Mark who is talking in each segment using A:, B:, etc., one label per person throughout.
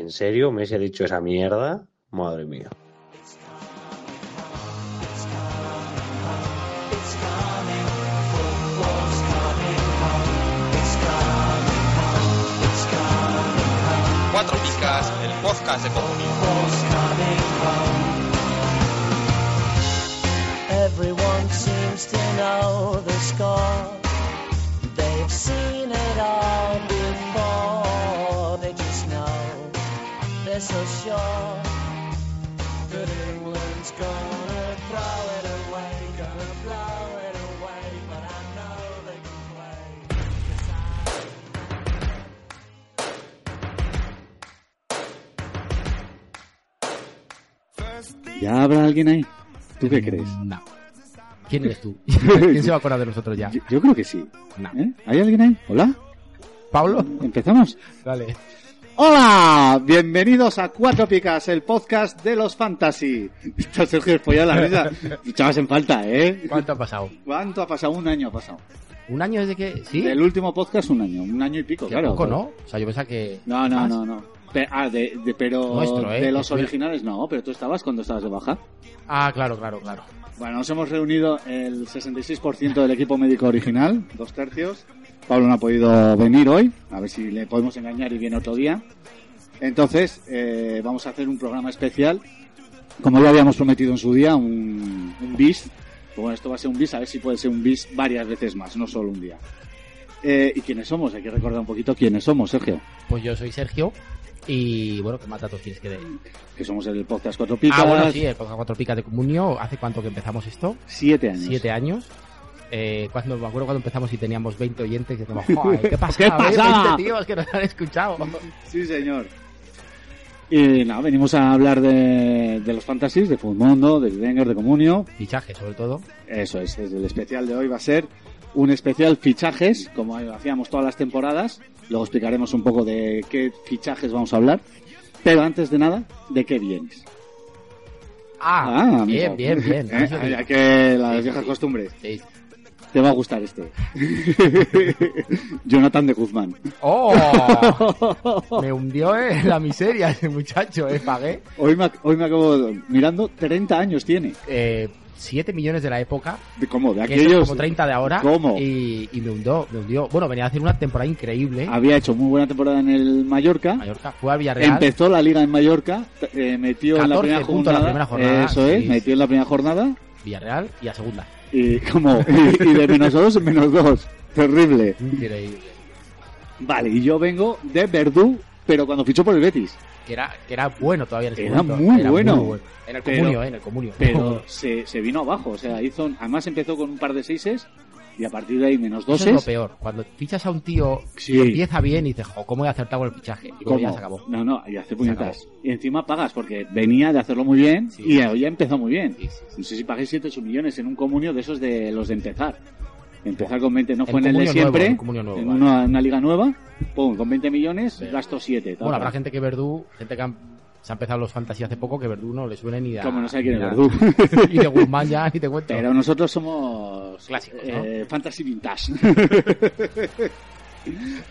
A: ¿En serio? ¿Messi ha dicho esa mierda? Madre mía.
B: Cuatro Picas, el podcast de comunismo.
C: Everyone seems to know the score. They've seen it all before. They just know they're so sure that England's gonna throw it away, gonna blow it away. But I know they can play.
D: ¿Ya habrá alguien ahí? ¿Tú qué crees?
E: No. ¿Quién eres tú? ¿Quién se va a acordar de nosotros ya?
D: Yo, yo creo que sí.
E: No.
D: ¿Eh? ¿Hay alguien ahí? ¿Hola?
E: ¿Pablo?
D: ¿Empezamos?
E: Dale.
D: ¡Hola! Bienvenidos a Cuatro Picas, el podcast de los fantasy. Está Sergio Espollar la risa. Echabas en falta, ¿eh?
E: ¿Cuánto ha pasado?
D: ¿Cuánto ha pasado? Un año ha pasado.
E: ¿Un año desde que.? ¿Sí?
D: Del último podcast, un año. Un año y pico,
E: Qué
D: claro.
E: poco, ¿no? O sea, yo pensaba que.
D: No, no,
E: ¿Más?
D: no, no. Pe- ah, de, de- pero
E: Nuestro, ¿eh?
D: de los
E: Nuestro.
D: originales no, pero tú estabas cuando estabas de baja.
E: Ah, claro, claro, claro.
D: Bueno, nos hemos reunido el 66% del equipo médico original, dos tercios. Pablo no ha podido venir hoy, a ver si le podemos engañar y viene otro día. Entonces, eh, vamos a hacer un programa especial, como lo habíamos prometido en su día, un, un bis. Pero bueno, esto va a ser un bis, a ver si puede ser un bis varias veces más, no solo un día. Eh, ¿Y quiénes somos? Hay que recordar un poquito quiénes somos, Sergio.
E: Pues yo soy Sergio. Y bueno, ¿qué más datos tienes que dé?
D: Que somos el podcast Cuatro Picas,
E: Ah, bueno, sí, el podcast Cuatro Picas de Comunio. ¿Hace cuánto que empezamos esto?
D: siete años.
E: Siete años. Eh, cuando, me acuerdo cuando empezamos y teníamos 20 oyentes y decíamos, "Joder, ¿qué pasa?
D: ¿Qué pasaba?
E: tíos que nos han escuchado.
D: Sí, señor. Y nada, venimos a hablar de, de los fantasies, de Mundo, de Wenger, de Comunio.
E: Fichaje, sobre todo.
D: Eso es, es el especial de hoy va a ser un especial fichajes, como hacíamos todas las temporadas. Luego explicaremos un poco de qué fichajes vamos a hablar. Pero antes de nada, ¿de qué vienes?
E: Ah,
D: Ah,
E: bien,
D: amigo.
E: bien, bien,
D: Eh,
E: Eso
D: ya que las
E: Sí,
D: viejas
E: sí.
D: costumbres.
E: sí.
D: Te va a gustar este. Jonathan de Guzmán.
E: ¡Oh! Me hundió eh, la miseria ese muchacho, eh, pagué.
D: Hoy me, ac- hoy me acabo mirando, 30 años tiene.
E: Eh, 7 millones de la época,
D: ¿De cómo? De
E: que son
D: aquellos.
E: como 30 de ahora.
D: ¿Cómo?
E: Y, y me hundió, me hundió. Bueno, venía a hacer una temporada increíble.
D: Había hecho muy buena temporada en el Mallorca.
E: ¿Eh? Mallorca fue al Villarreal.
D: Empezó la liga en Mallorca, t- eh, metió en la
E: 14
D: primera
E: puntos
D: jornada.
E: la primera jornada,
D: Eso es,
E: sí.
D: metió en la primera jornada
E: Villarreal y a segunda.
D: y como y, y de menos dos en menos dos. Terrible.
E: Increíble.
D: Vale, y yo vengo de Verdú, pero cuando fichó por el Betis.
E: Que era, que era bueno todavía en ese
D: Era
E: momento.
D: muy bueno.
E: En el
D: Pero-
E: comunio, eh, en el comunio.
D: Pero se, se vino abajo, o sea, hizo, además empezó con un par de seises y a partir de ahí menos
E: Eso es lo
D: doses.
E: peor. Cuando fichas a un tío,
D: Sí.
E: empieza bien y dices, jo, ¿cómo he acertado con el fichaje? Y luego ya
D: ¿Cómo?
E: se acabó.
D: No, no, y hace puñetas. Y encima pagas porque venía de hacerlo muy bien
E: Sí.
D: y hoy ya empezó muy bien.
E: Sí, sí, sí.
D: No sé si pagué 7 8 millones en un comunio de esos de los de empezar. Empezar con 20, no
E: El
D: fue en el de
E: comunio nuevo,
D: siempre,
E: el comunio nuevo,
D: en
E: vale.
D: una, una liga nueva, pum, con 20 millones,
E: Sí.
D: gasto 7. tal,
E: Bueno,
D: tal.
E: habrá gente que Verdú, gente que han- se ha empezado los fantasías hace poco, que Verdú no le suena ni a...
D: Como no sé quién es
E: ni a-
D: Verdú.
E: y de Guzmán ya, ni te cuento.
D: Pero nosotros somos
E: Clásicos, ¿no?
D: eh, Fantasy Vintage.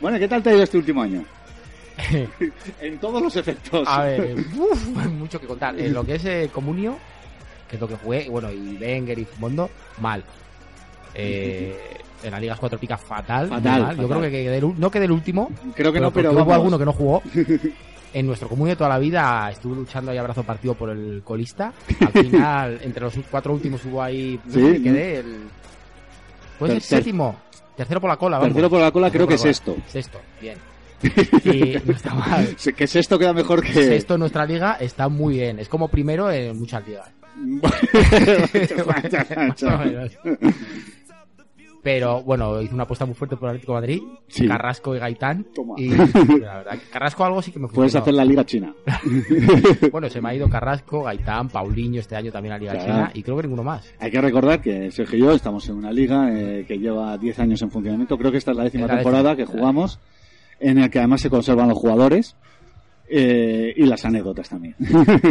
D: bueno, ¿qué tal te ha ido este último año? en todos los efectos.
E: A ver, eh, uf, hay mucho que contar. Eh, lo que es eh, Comunio, que es lo que jugué, y bueno, y Wenger y Fumondo, mal. Eh, en la Liga 4 picas fatal. muy
D: Fatal,
E: mal. Yo
D: fatal.
E: creo que, que del u- no que del último,
D: Creo que
E: pero
D: no, pero
E: porque hubo
D: vamos.
E: alguno que no jugó. En nuestro comunio de toda la vida estuve luchando ahí abrazo partido por el colista. Al final, entre los cuatro últimos hubo ahí. no sé,
D: Sí,
E: me quedé el. Pues
D: Ter-
E: el séptimo. Tercero por la cola, vamos.
D: Tercero por la cola, creo que es esto.
E: Sexto, bien. Y no está mal.
D: Que esto queda mejor que...
E: Sexto en nuestra liga está muy bien. Es como primero en muchas ligas. Más o menos. Pero bueno, hizo una apuesta muy fuerte por Atlético de Madrid,
D: Sí.
E: Carrasco y Gaitán.
D: Toma.
E: Y la verdad, Carrasco algo sí que me
D: Puedes
E: funcionó.
D: hacer la liga china.
E: Bueno, se me ha ido Carrasco, Gaitán, Paulinho este año también a Liga
D: Claro.
E: China y creo que ninguno más.
D: Hay que recordar que Sergio y yo estamos en una liga eh, que lleva 10 años en funcionamiento. Creo que esta es la décima
E: Es la
D: temporada
E: décima,
D: que jugamos, en la que además se conservan los jugadores eh, y las anécdotas también.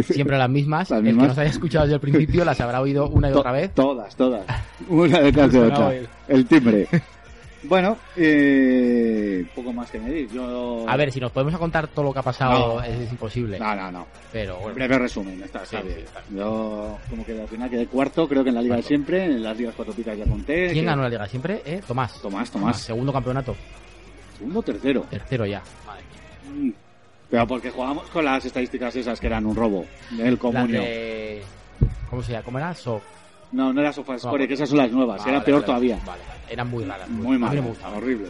E: Siempre las mismas.
D: Las
E: El
D: mismas.
E: que nos haya escuchado desde el principio las habrá oído una y
D: To-
E: otra vez. Ah,
D: Todas, todas. Una detrás de
E: Sonaba
D: otra.
E: el-
D: El timbre. Bueno, eh, poco más que añadir. Yo...
E: A ver, si nos podemos contar todo lo que ha pasado,
D: No.
E: es, es imposible.
D: No, no, no.
E: Pero bueno.
D: Breve resumen, está, está
E: Sí,
D: bien.
E: sí, está
D: Yo, como que al final quedé cuarto, creo que en la liga de
E: Cuarto.
D: siempre, en las ligas cuatro picas ya conté.
E: ¿Quién
D: que-
E: ganó Ah, la liga siempre? ¿Eh? Tomás.
D: Tomás,
E: Tomás,
D: Tomás.
E: Segundo campeonato.
D: Segundo, tercero.
E: Tercero ya.
D: Mm. Pero porque jugábamos con las estadísticas esas que eran un robo. El
E: La
D: comunio.
E: de- ¿Cómo se llama? ¿Cómo era? So...
D: No, no era
E: No,
D: SofaScore,
E: bueno.
D: que esas son las nuevas.
E: Vale,
D: era
E: vale,
D: peor
E: vale.
D: todavía.
E: Vale. Eran muy raras. pues.
D: Muy
E: A mí
D: mal,
E: no me gustaban.
D: horrible.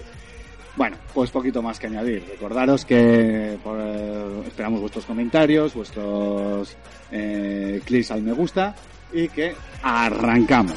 D: Bueno, pues poquito más que añadir. Recordaros que por, eh, esperamos vuestros comentarios, vuestros eh, clics al me gusta y que arrancamos.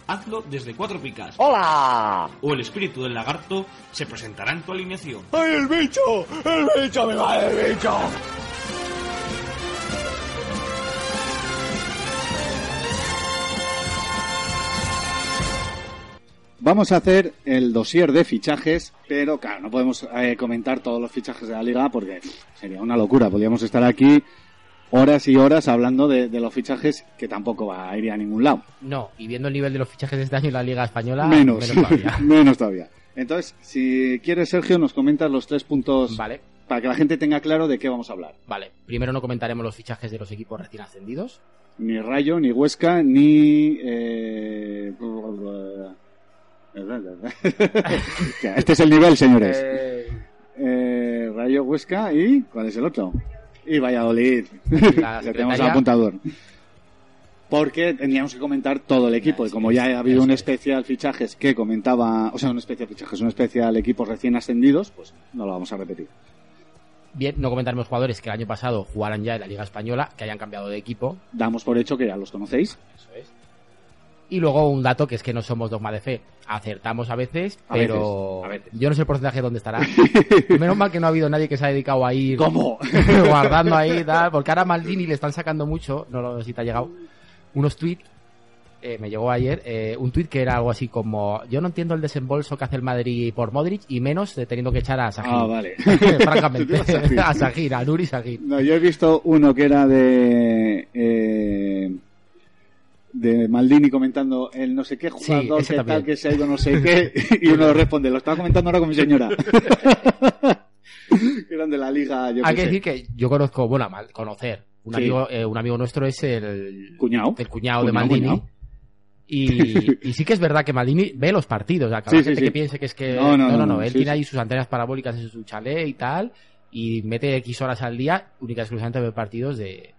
F: hazlo desde Cuatro Picas.
G: ¡Hola!
F: O el espíritu del lagarto se presentará en tu alineación.
H: ¡Ay, el bicho! ¡El bicho me va, el bicho!
D: Vamos a hacer el dossier de fichajes, pero claro, no podemos eh, comentar todos los fichajes de la liga porque pff, sería una locura. Podríamos estar aquí horas y horas hablando de, de los fichajes que tampoco va a ir a ningún lado.
E: No, y viendo el nivel de los fichajes de este año en la Liga Española,
D: menos,
E: todavía.
D: menos todavía. Entonces, si quieres, Sergio, nos comentas los tres puntos
E: vale,
D: para que la gente tenga claro de qué vamos a hablar.
E: vale. Primero no comentaremos los fichajes de los equipos recién ascendidos.
D: Ni Rayo, ni Huesca, ni... eh, Ya, este es el nivel, señores. Eh, Rayo, Huesca y... ¿Cuál es el otro? Y Valladolid.
E: La
D: Le tenemos el
E: secretaria-
D: apuntador. Porque teníamos que comentar todo el equipo.
E: Ya,
D: Y
E: sí,
D: como
E: sí,
D: ya
E: sí,
D: ha habido
E: sí,
D: un
E: sí.
D: especial fichajes que comentaba... O sea, un especial fichajes, un especial equipos recién ascendidos, pues no lo vamos a repetir.
E: Bien, no comentaremos jugadores que el año pasado jugaran ya en la Liga Española, que hayan cambiado de equipo.
D: Damos por hecho que ya los conocéis.
E: Eso es. Y luego un dato que es que no somos dogma de fe. Acertamos a veces,
D: A
E: pero
D: veces, a veces.
E: yo no sé el porcentaje dónde estará. Menos mal que no ha habido nadie que se ha dedicado a ir
D: ¿Cómo?
E: guardando ahí y tal, porque ahora a Maldini le están sacando mucho, no lo sé si te ha llegado, unos tweets, me llegó ayer, eh, un tweet que era algo así como, yo no entiendo el desembolso que hace el Madrid por Modric y menos de teniendo que echar a Sajir.
D: Ah, vale.
E: Francamente,
D: Te digo Sajir.
E: a Sajir, a Nuri Sajir.
D: No, yo he visto uno que era de. eh, de Maldini comentando el no sé qué jugador
E: ese
D: que
E: también.
D: tal que se ha ido no sé qué y uno responde lo estaba comentando ahora con mi señora Que eran de la liga yo
E: Hay
D: qué
E: que
D: sé.
E: decir que yo conozco, bueno, a mal conocer, un,
D: Sí.
E: amigo, eh, un amigo nuestro es el,
D: cuñado
E: el cuñado de
D: Cuñao,
E: Maldini.
D: cuñao.
E: Y, y sí que es verdad que Maldini ve los partidos. O sea, que habrá
D: Sí, sí,
E: gente
D: sí.
E: que piense que es que.
D: No, no, no, no,
E: él
D: sí,
E: tiene
D: sí.
E: ahí sus antenas parabólicas en su chalet y tal. Y mete X horas al día, única y exclusivamente ve partidos de.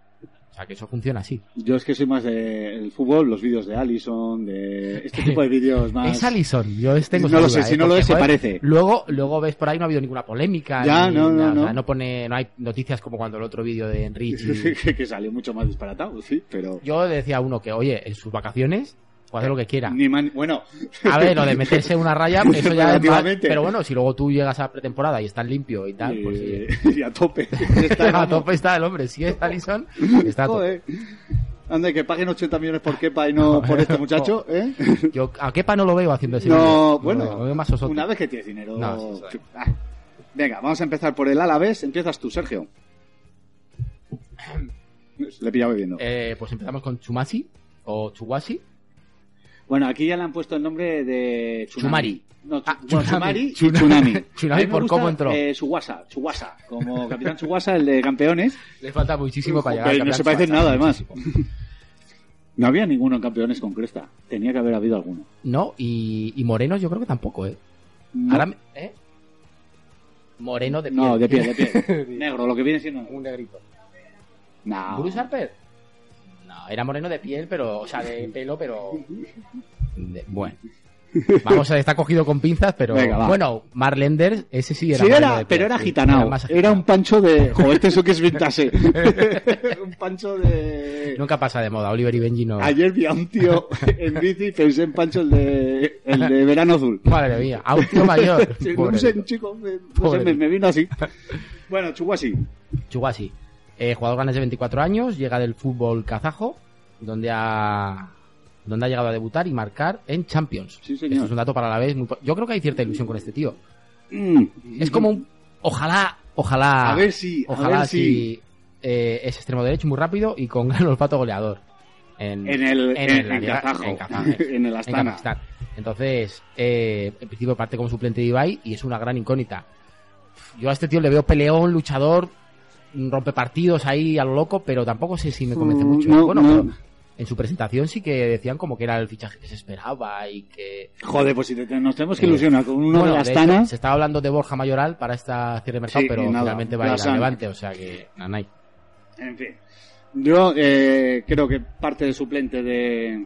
E: O sea, que eso funciona así.
D: yo es que soy más del fútbol los vídeos de Allison de este tipo de vídeos más
E: Es Allison, yo es- tengo
D: no
E: esa
D: lo sé
E: duda,
D: si
E: ¿eh?
D: no lo
E: Porque,
D: es se
E: joder,
D: parece
E: Luego, luego ves por ahí no ha habido ninguna polémica.
D: Ya,
E: ni
D: no, no,
E: nada, o sea,
D: no.
E: pone, no hay noticias como cuando el otro vídeo de Enrique.
D: que, que salió mucho más disparatado sí pero
E: Yo le decía a uno que, oye, en sus vacaciones, puede hacer lo que quiera.
D: ni man- bueno
E: A ver, lo de meterse una raya, eso ya es mal,
D: Relativamente.
E: Pero bueno, si luego tú llegas a pretemporada y estás limpio y tal, pues
D: eh,
E: sí.
D: y a tope Está
E: a
D: como-
E: tope está el hombre, si es Alison, está a tope.
D: Joder. Anda, que paguen 80 millones por Kepa y no por este muchacho, ¿eh?
E: Yo a Kepa no lo veo haciendo ese
D: No,
E: vídeo.
D: bueno,
E: lo veo más osote.
D: una vez que tienes dinero...
E: No, sí, sí.
D: Ah. Venga, vamos a empezar por el Alavés. Empiezas tú, Sergio. Le he pillado bebiendo.
E: Eh, pues empezamos con Chumasi o Chuwasi.
D: Bueno, aquí ya le han puesto el nombre de...
E: Chumari.
D: No, chu-
E: Ah,
D: bueno,
E: Tsunami.
D: Chumari y Tsunami.
E: Tsunami,
D: A mí me
E: ¿por
D: gusta,
E: cómo entró?
D: Eh, Suwasa, Suwasa, como Capitán Suwasa, el de campeones.
E: Le falta muchísimo para llegar.
D: Pero
E: al
D: no
E: Capitán
D: se parecen
E: Tsubasa,
D: nada, además.
E: muchísimo.
D: No había ninguno en campeones con cresta. Tenía que haber habido alguno.
E: No, y, y Moreno yo creo que tampoco, ¿eh?
D: No,
E: Ahora me- ¿eh? Moreno de pie.
D: no, de pie, de pie. Negro, lo que viene siendo negro.
E: Un negrito.
D: No.
E: ¿Bruce Harper? No. Ah. No, era moreno de piel, pero, o sea, de pelo, pero. de- bueno. Vamos a está cogido con pinzas, pero.
D: Venga, va.
E: bueno, Marlender, ese sí era.
D: Sí,
E: moreno de
D: era,
E: piel,
D: pero era
E: sí,
D: gitanao.
E: más
D: Era un
E: gitanao.
D: pancho de. Joder, este eso que es vintage. un pancho de.
E: Nunca pasa de moda, Oliver y Benji no.
D: Ayer vi a un tío en bici y pensé en Pancho el de, el de verano azul.
E: Madre mía, a un tío mayor.
D: Sí, no
E: Pobre.
D: sé, chico, me, no sé,
E: Pobre.
D: me- me vino así. Bueno, Chuguasi.
E: Chugasi. Eh, jugador ganés de 24 años, llega del fútbol kazajo, donde ha, donde ha llegado a debutar y marcar en Champions.
D: Sí, señor.
E: Esto es un dato para la vez. muy po- Yo creo que hay cierta ilusión con este tío.
D: Mm,
E: Es como un. Ojalá, ojalá.
D: A ver si, a
E: Ah, Ojalá
D: ver si.
E: si. eh, es extremo derecho, muy rápido y con gran olfato goleador. En,
D: En el,
E: en
D: en,
E: la
D: en
E: liga-
D: Kazajo.
E: en
D: En,
E: Kazaj, eh.
D: el
E: en
D: Astana.
E: Kazajstán. Entonces, eh, en principio parte como suplente de Ibai y es una gran incógnita. Yo a este tío le veo peleón, luchador, rompe partidos ahí a lo loco, pero tampoco sé si me convence
D: Mm,
E: mucho.
D: no,
E: bueno,
D: no.
E: pero en su presentación sí que decían como que era el fichaje que se esperaba y que...
D: Joder, pues si te- nos tenemos que
E: Eh,
D: ilusionar con uno
E: Bueno,
D: de la
E: de
D: Astana.
E: hecho, se estaba hablando de Borja Mayoral para esta cierre de mercado,
D: Sí,
E: pero
D: y nada,
E: finalmente va a
D: la
E: ir a
D: San.
E: Levante, o sea que... nanay.
D: En fin. Yo eh, creo que parte de suplente de,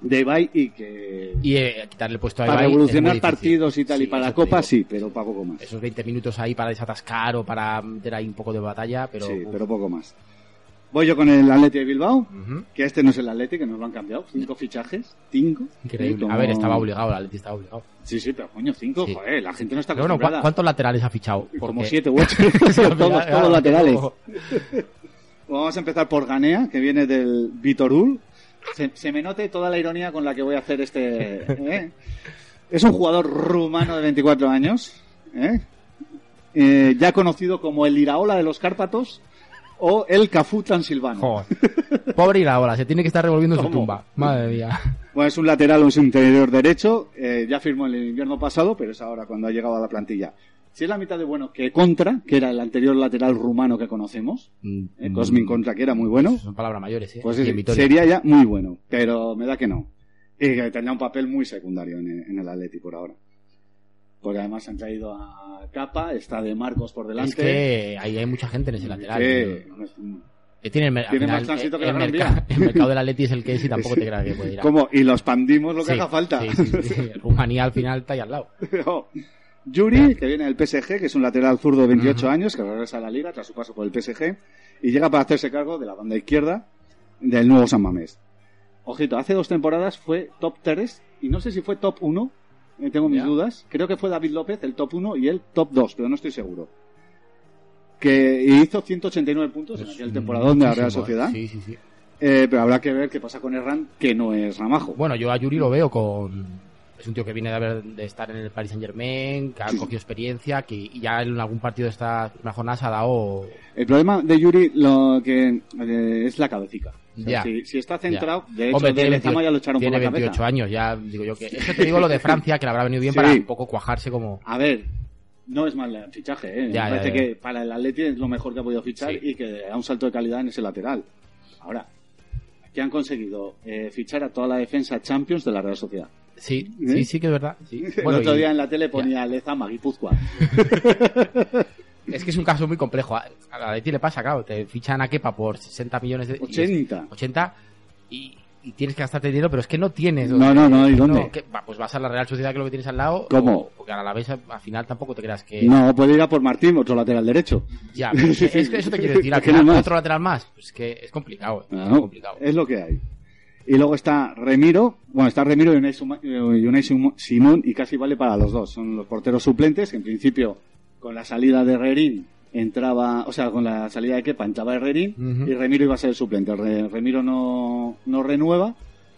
D: de Ibai y que.
E: Y eh, quitarle el puesto a
D: para
E: Ibai es muy
D: revolucionar
E: difícil.
D: partidos y tal, y
E: Sí,
D: para
E: eso
D: la
E: te
D: Copa
E: digo.
D: sí, pero para poco más.
E: Esos 20 minutos ahí para desatascar o para meter ahí un poco de batalla, pero...
D: sí,
E: uf.
D: pero poco más. Voy yo con el Atleti de Bilbao,
E: Ujú.
D: que este no es el Atleti, que nos lo han cambiado. Cinco fichajes, cinco.
E: Increíble.
D: Sí, como-
E: A ver, estaba obligado, la Leti estaba obligado.
D: Sí, sí, pero coño, cinco,
E: Sí.
D: joder, la gente no está
E: Pero bueno,
D: acostumbrada.
E: ¿cu- ¿cuántos laterales ha fichado?
D: Como
E: Porque-
D: siete u ocho,
E: Sí, al
D: todos,
E: final,
D: todos
E: claro,
D: laterales.
E: tampoco-
D: Vamos a empezar por Ganea, que viene del Vitorul. Se, se me note toda la ironía con la que voy a hacer este. ¿eh? Es un jugador rumano de 24 años, ¿eh? Eh, ya conocido como el Iraola de los Cárpatos o el Cafú Transilvano.
E: Joder. Pobre Iraola, se tiene que estar revolviendo en su
D: ¿Cómo?
E: tumba. Madre mía.
D: Bueno, es un lateral o es un interior derecho. eh, ya firmó el invierno pasado, pero es ahora cuando ha llegado a la plantilla. Si es la mitad de bueno que Contra, que era el anterior lateral rumano que conocemos,
E: Mm.
D: eh, Cosmin Contra, que era muy bueno,
E: Son palabras mayores, ¿eh?
D: pues
E: Aquí
D: sí,
E: en Vitoria.
D: sería ya muy bueno, pero me da que no. Y que tendrá un papel muy secundario en el, en el Atleti por ahora. Porque además han traído a Capa, está de Marcos por delante.
E: Es que ahí hay mucha gente en ese lateral.
D: que-
E: ¿no? Que tiene el, mer- al
D: Tiene
E: final,
D: más tránsito
E: eh,
D: que la Gran
E: el, merca-
D: Vía.
E: el mercado del Atleti es el que es y tampoco te creas que puede ir a...
D: ¿Cómo? Y lo expandimos lo que
E: Sí,
D: haga falta.
E: sí, sí, sí. Rumanía al final está ahí al lado.
D: Pero, Yuri, que viene del PSG, que es un lateral zurdo de 28 años, que regresa a la liga tras su paso por el PSG, y llega para hacerse cargo de la banda izquierda del nuevo San Mamés. Ojito, hace dos temporadas fue top 3, y no sé si fue top 1, eh, tengo mis
E: Ya.
D: dudas. Creo que fue David López el top 1 y el top 2, pero no estoy seguro. Que hizo 189 puntos en
E: Es
D: aquel Pues temporadón de la Real
E: muchísimo,
D: Sociedad,
E: Sí, sí, sí.
D: Eh, pero habrá que ver qué pasa con Herrán, que no es Ramajo.
E: Bueno, yo a Yuri lo veo con. Es un tío que viene de, haber, de estar en el Paris Saint Germain, que ha
D: Sí.
E: cogido experiencia, que y ya en algún partido de esta primera jornada se ha dado.
D: El problema de Yuri lo que eh, es la cabecita. O sea,
E: Ya.
D: si, si está centrado,
E: Ya.
D: de hecho,
E: Hombre,
D: de
E: tiene
D: Lezama
E: 28
D: ya lo echaron por
E: tiene
D: la cabeza.
E: 28 años, ya digo yo que. Eso te digo lo de Francia, que le habrá venido bien
D: Sí.
E: para un poco cuajarse como.
D: A ver, no es mal fichaje, ¿eh?
E: Ya,
D: Me
E: ya,
D: parece
E: ya.
D: que para el Atleti es lo mejor que ha podido fichar
E: Sí.
D: y que da un salto de calidad en ese lateral. Ahora, aquí han conseguido eh, fichar a toda la defensa Champions de la Real Sociedad.
E: Sí,
D: ¿Eh?
E: sí, sí que es verdad. sí.
D: el otro
E: y-
D: día en la tele ponía Lezama, Guipúzcoa.
E: Es que es un caso muy complejo. A a la Leti le pasa, claro, te fichan a Kepa por 60 millones de. y es-
D: 80.
E: 80 y, y tienes que gastarte dinero, pero es que no tienes.
D: No, no, no, ¿y dónde?
E: que- va, pues vas a la Real Sociedad, que es lo que tienes al lado.
D: ¿Cómo?
E: o- porque a la vez, al final tampoco te creas que.
D: No, puede ir a por Martín, otro lateral derecho.
E: Ya, pero es que- es que eso te quiero decir. Al
D: ¿Qué no
E: final,
D: más?
E: otro lateral más. Pues es que es complicado.
D: Ah,
E: es
D: no,
E: complicado.
D: es lo que hay. Y luego está Remiro, bueno, está Remiro y Unai Suma- eh, y Unai Sum- Simón y casi vale para los dos. Son los porteros suplentes que en principio con la salida de Herrerín entraba, o sea, con la salida de Kepa entraba Herrerín
E: Ujú.
D: y Remiro iba a ser el suplente. Re- Remiro no, no renueva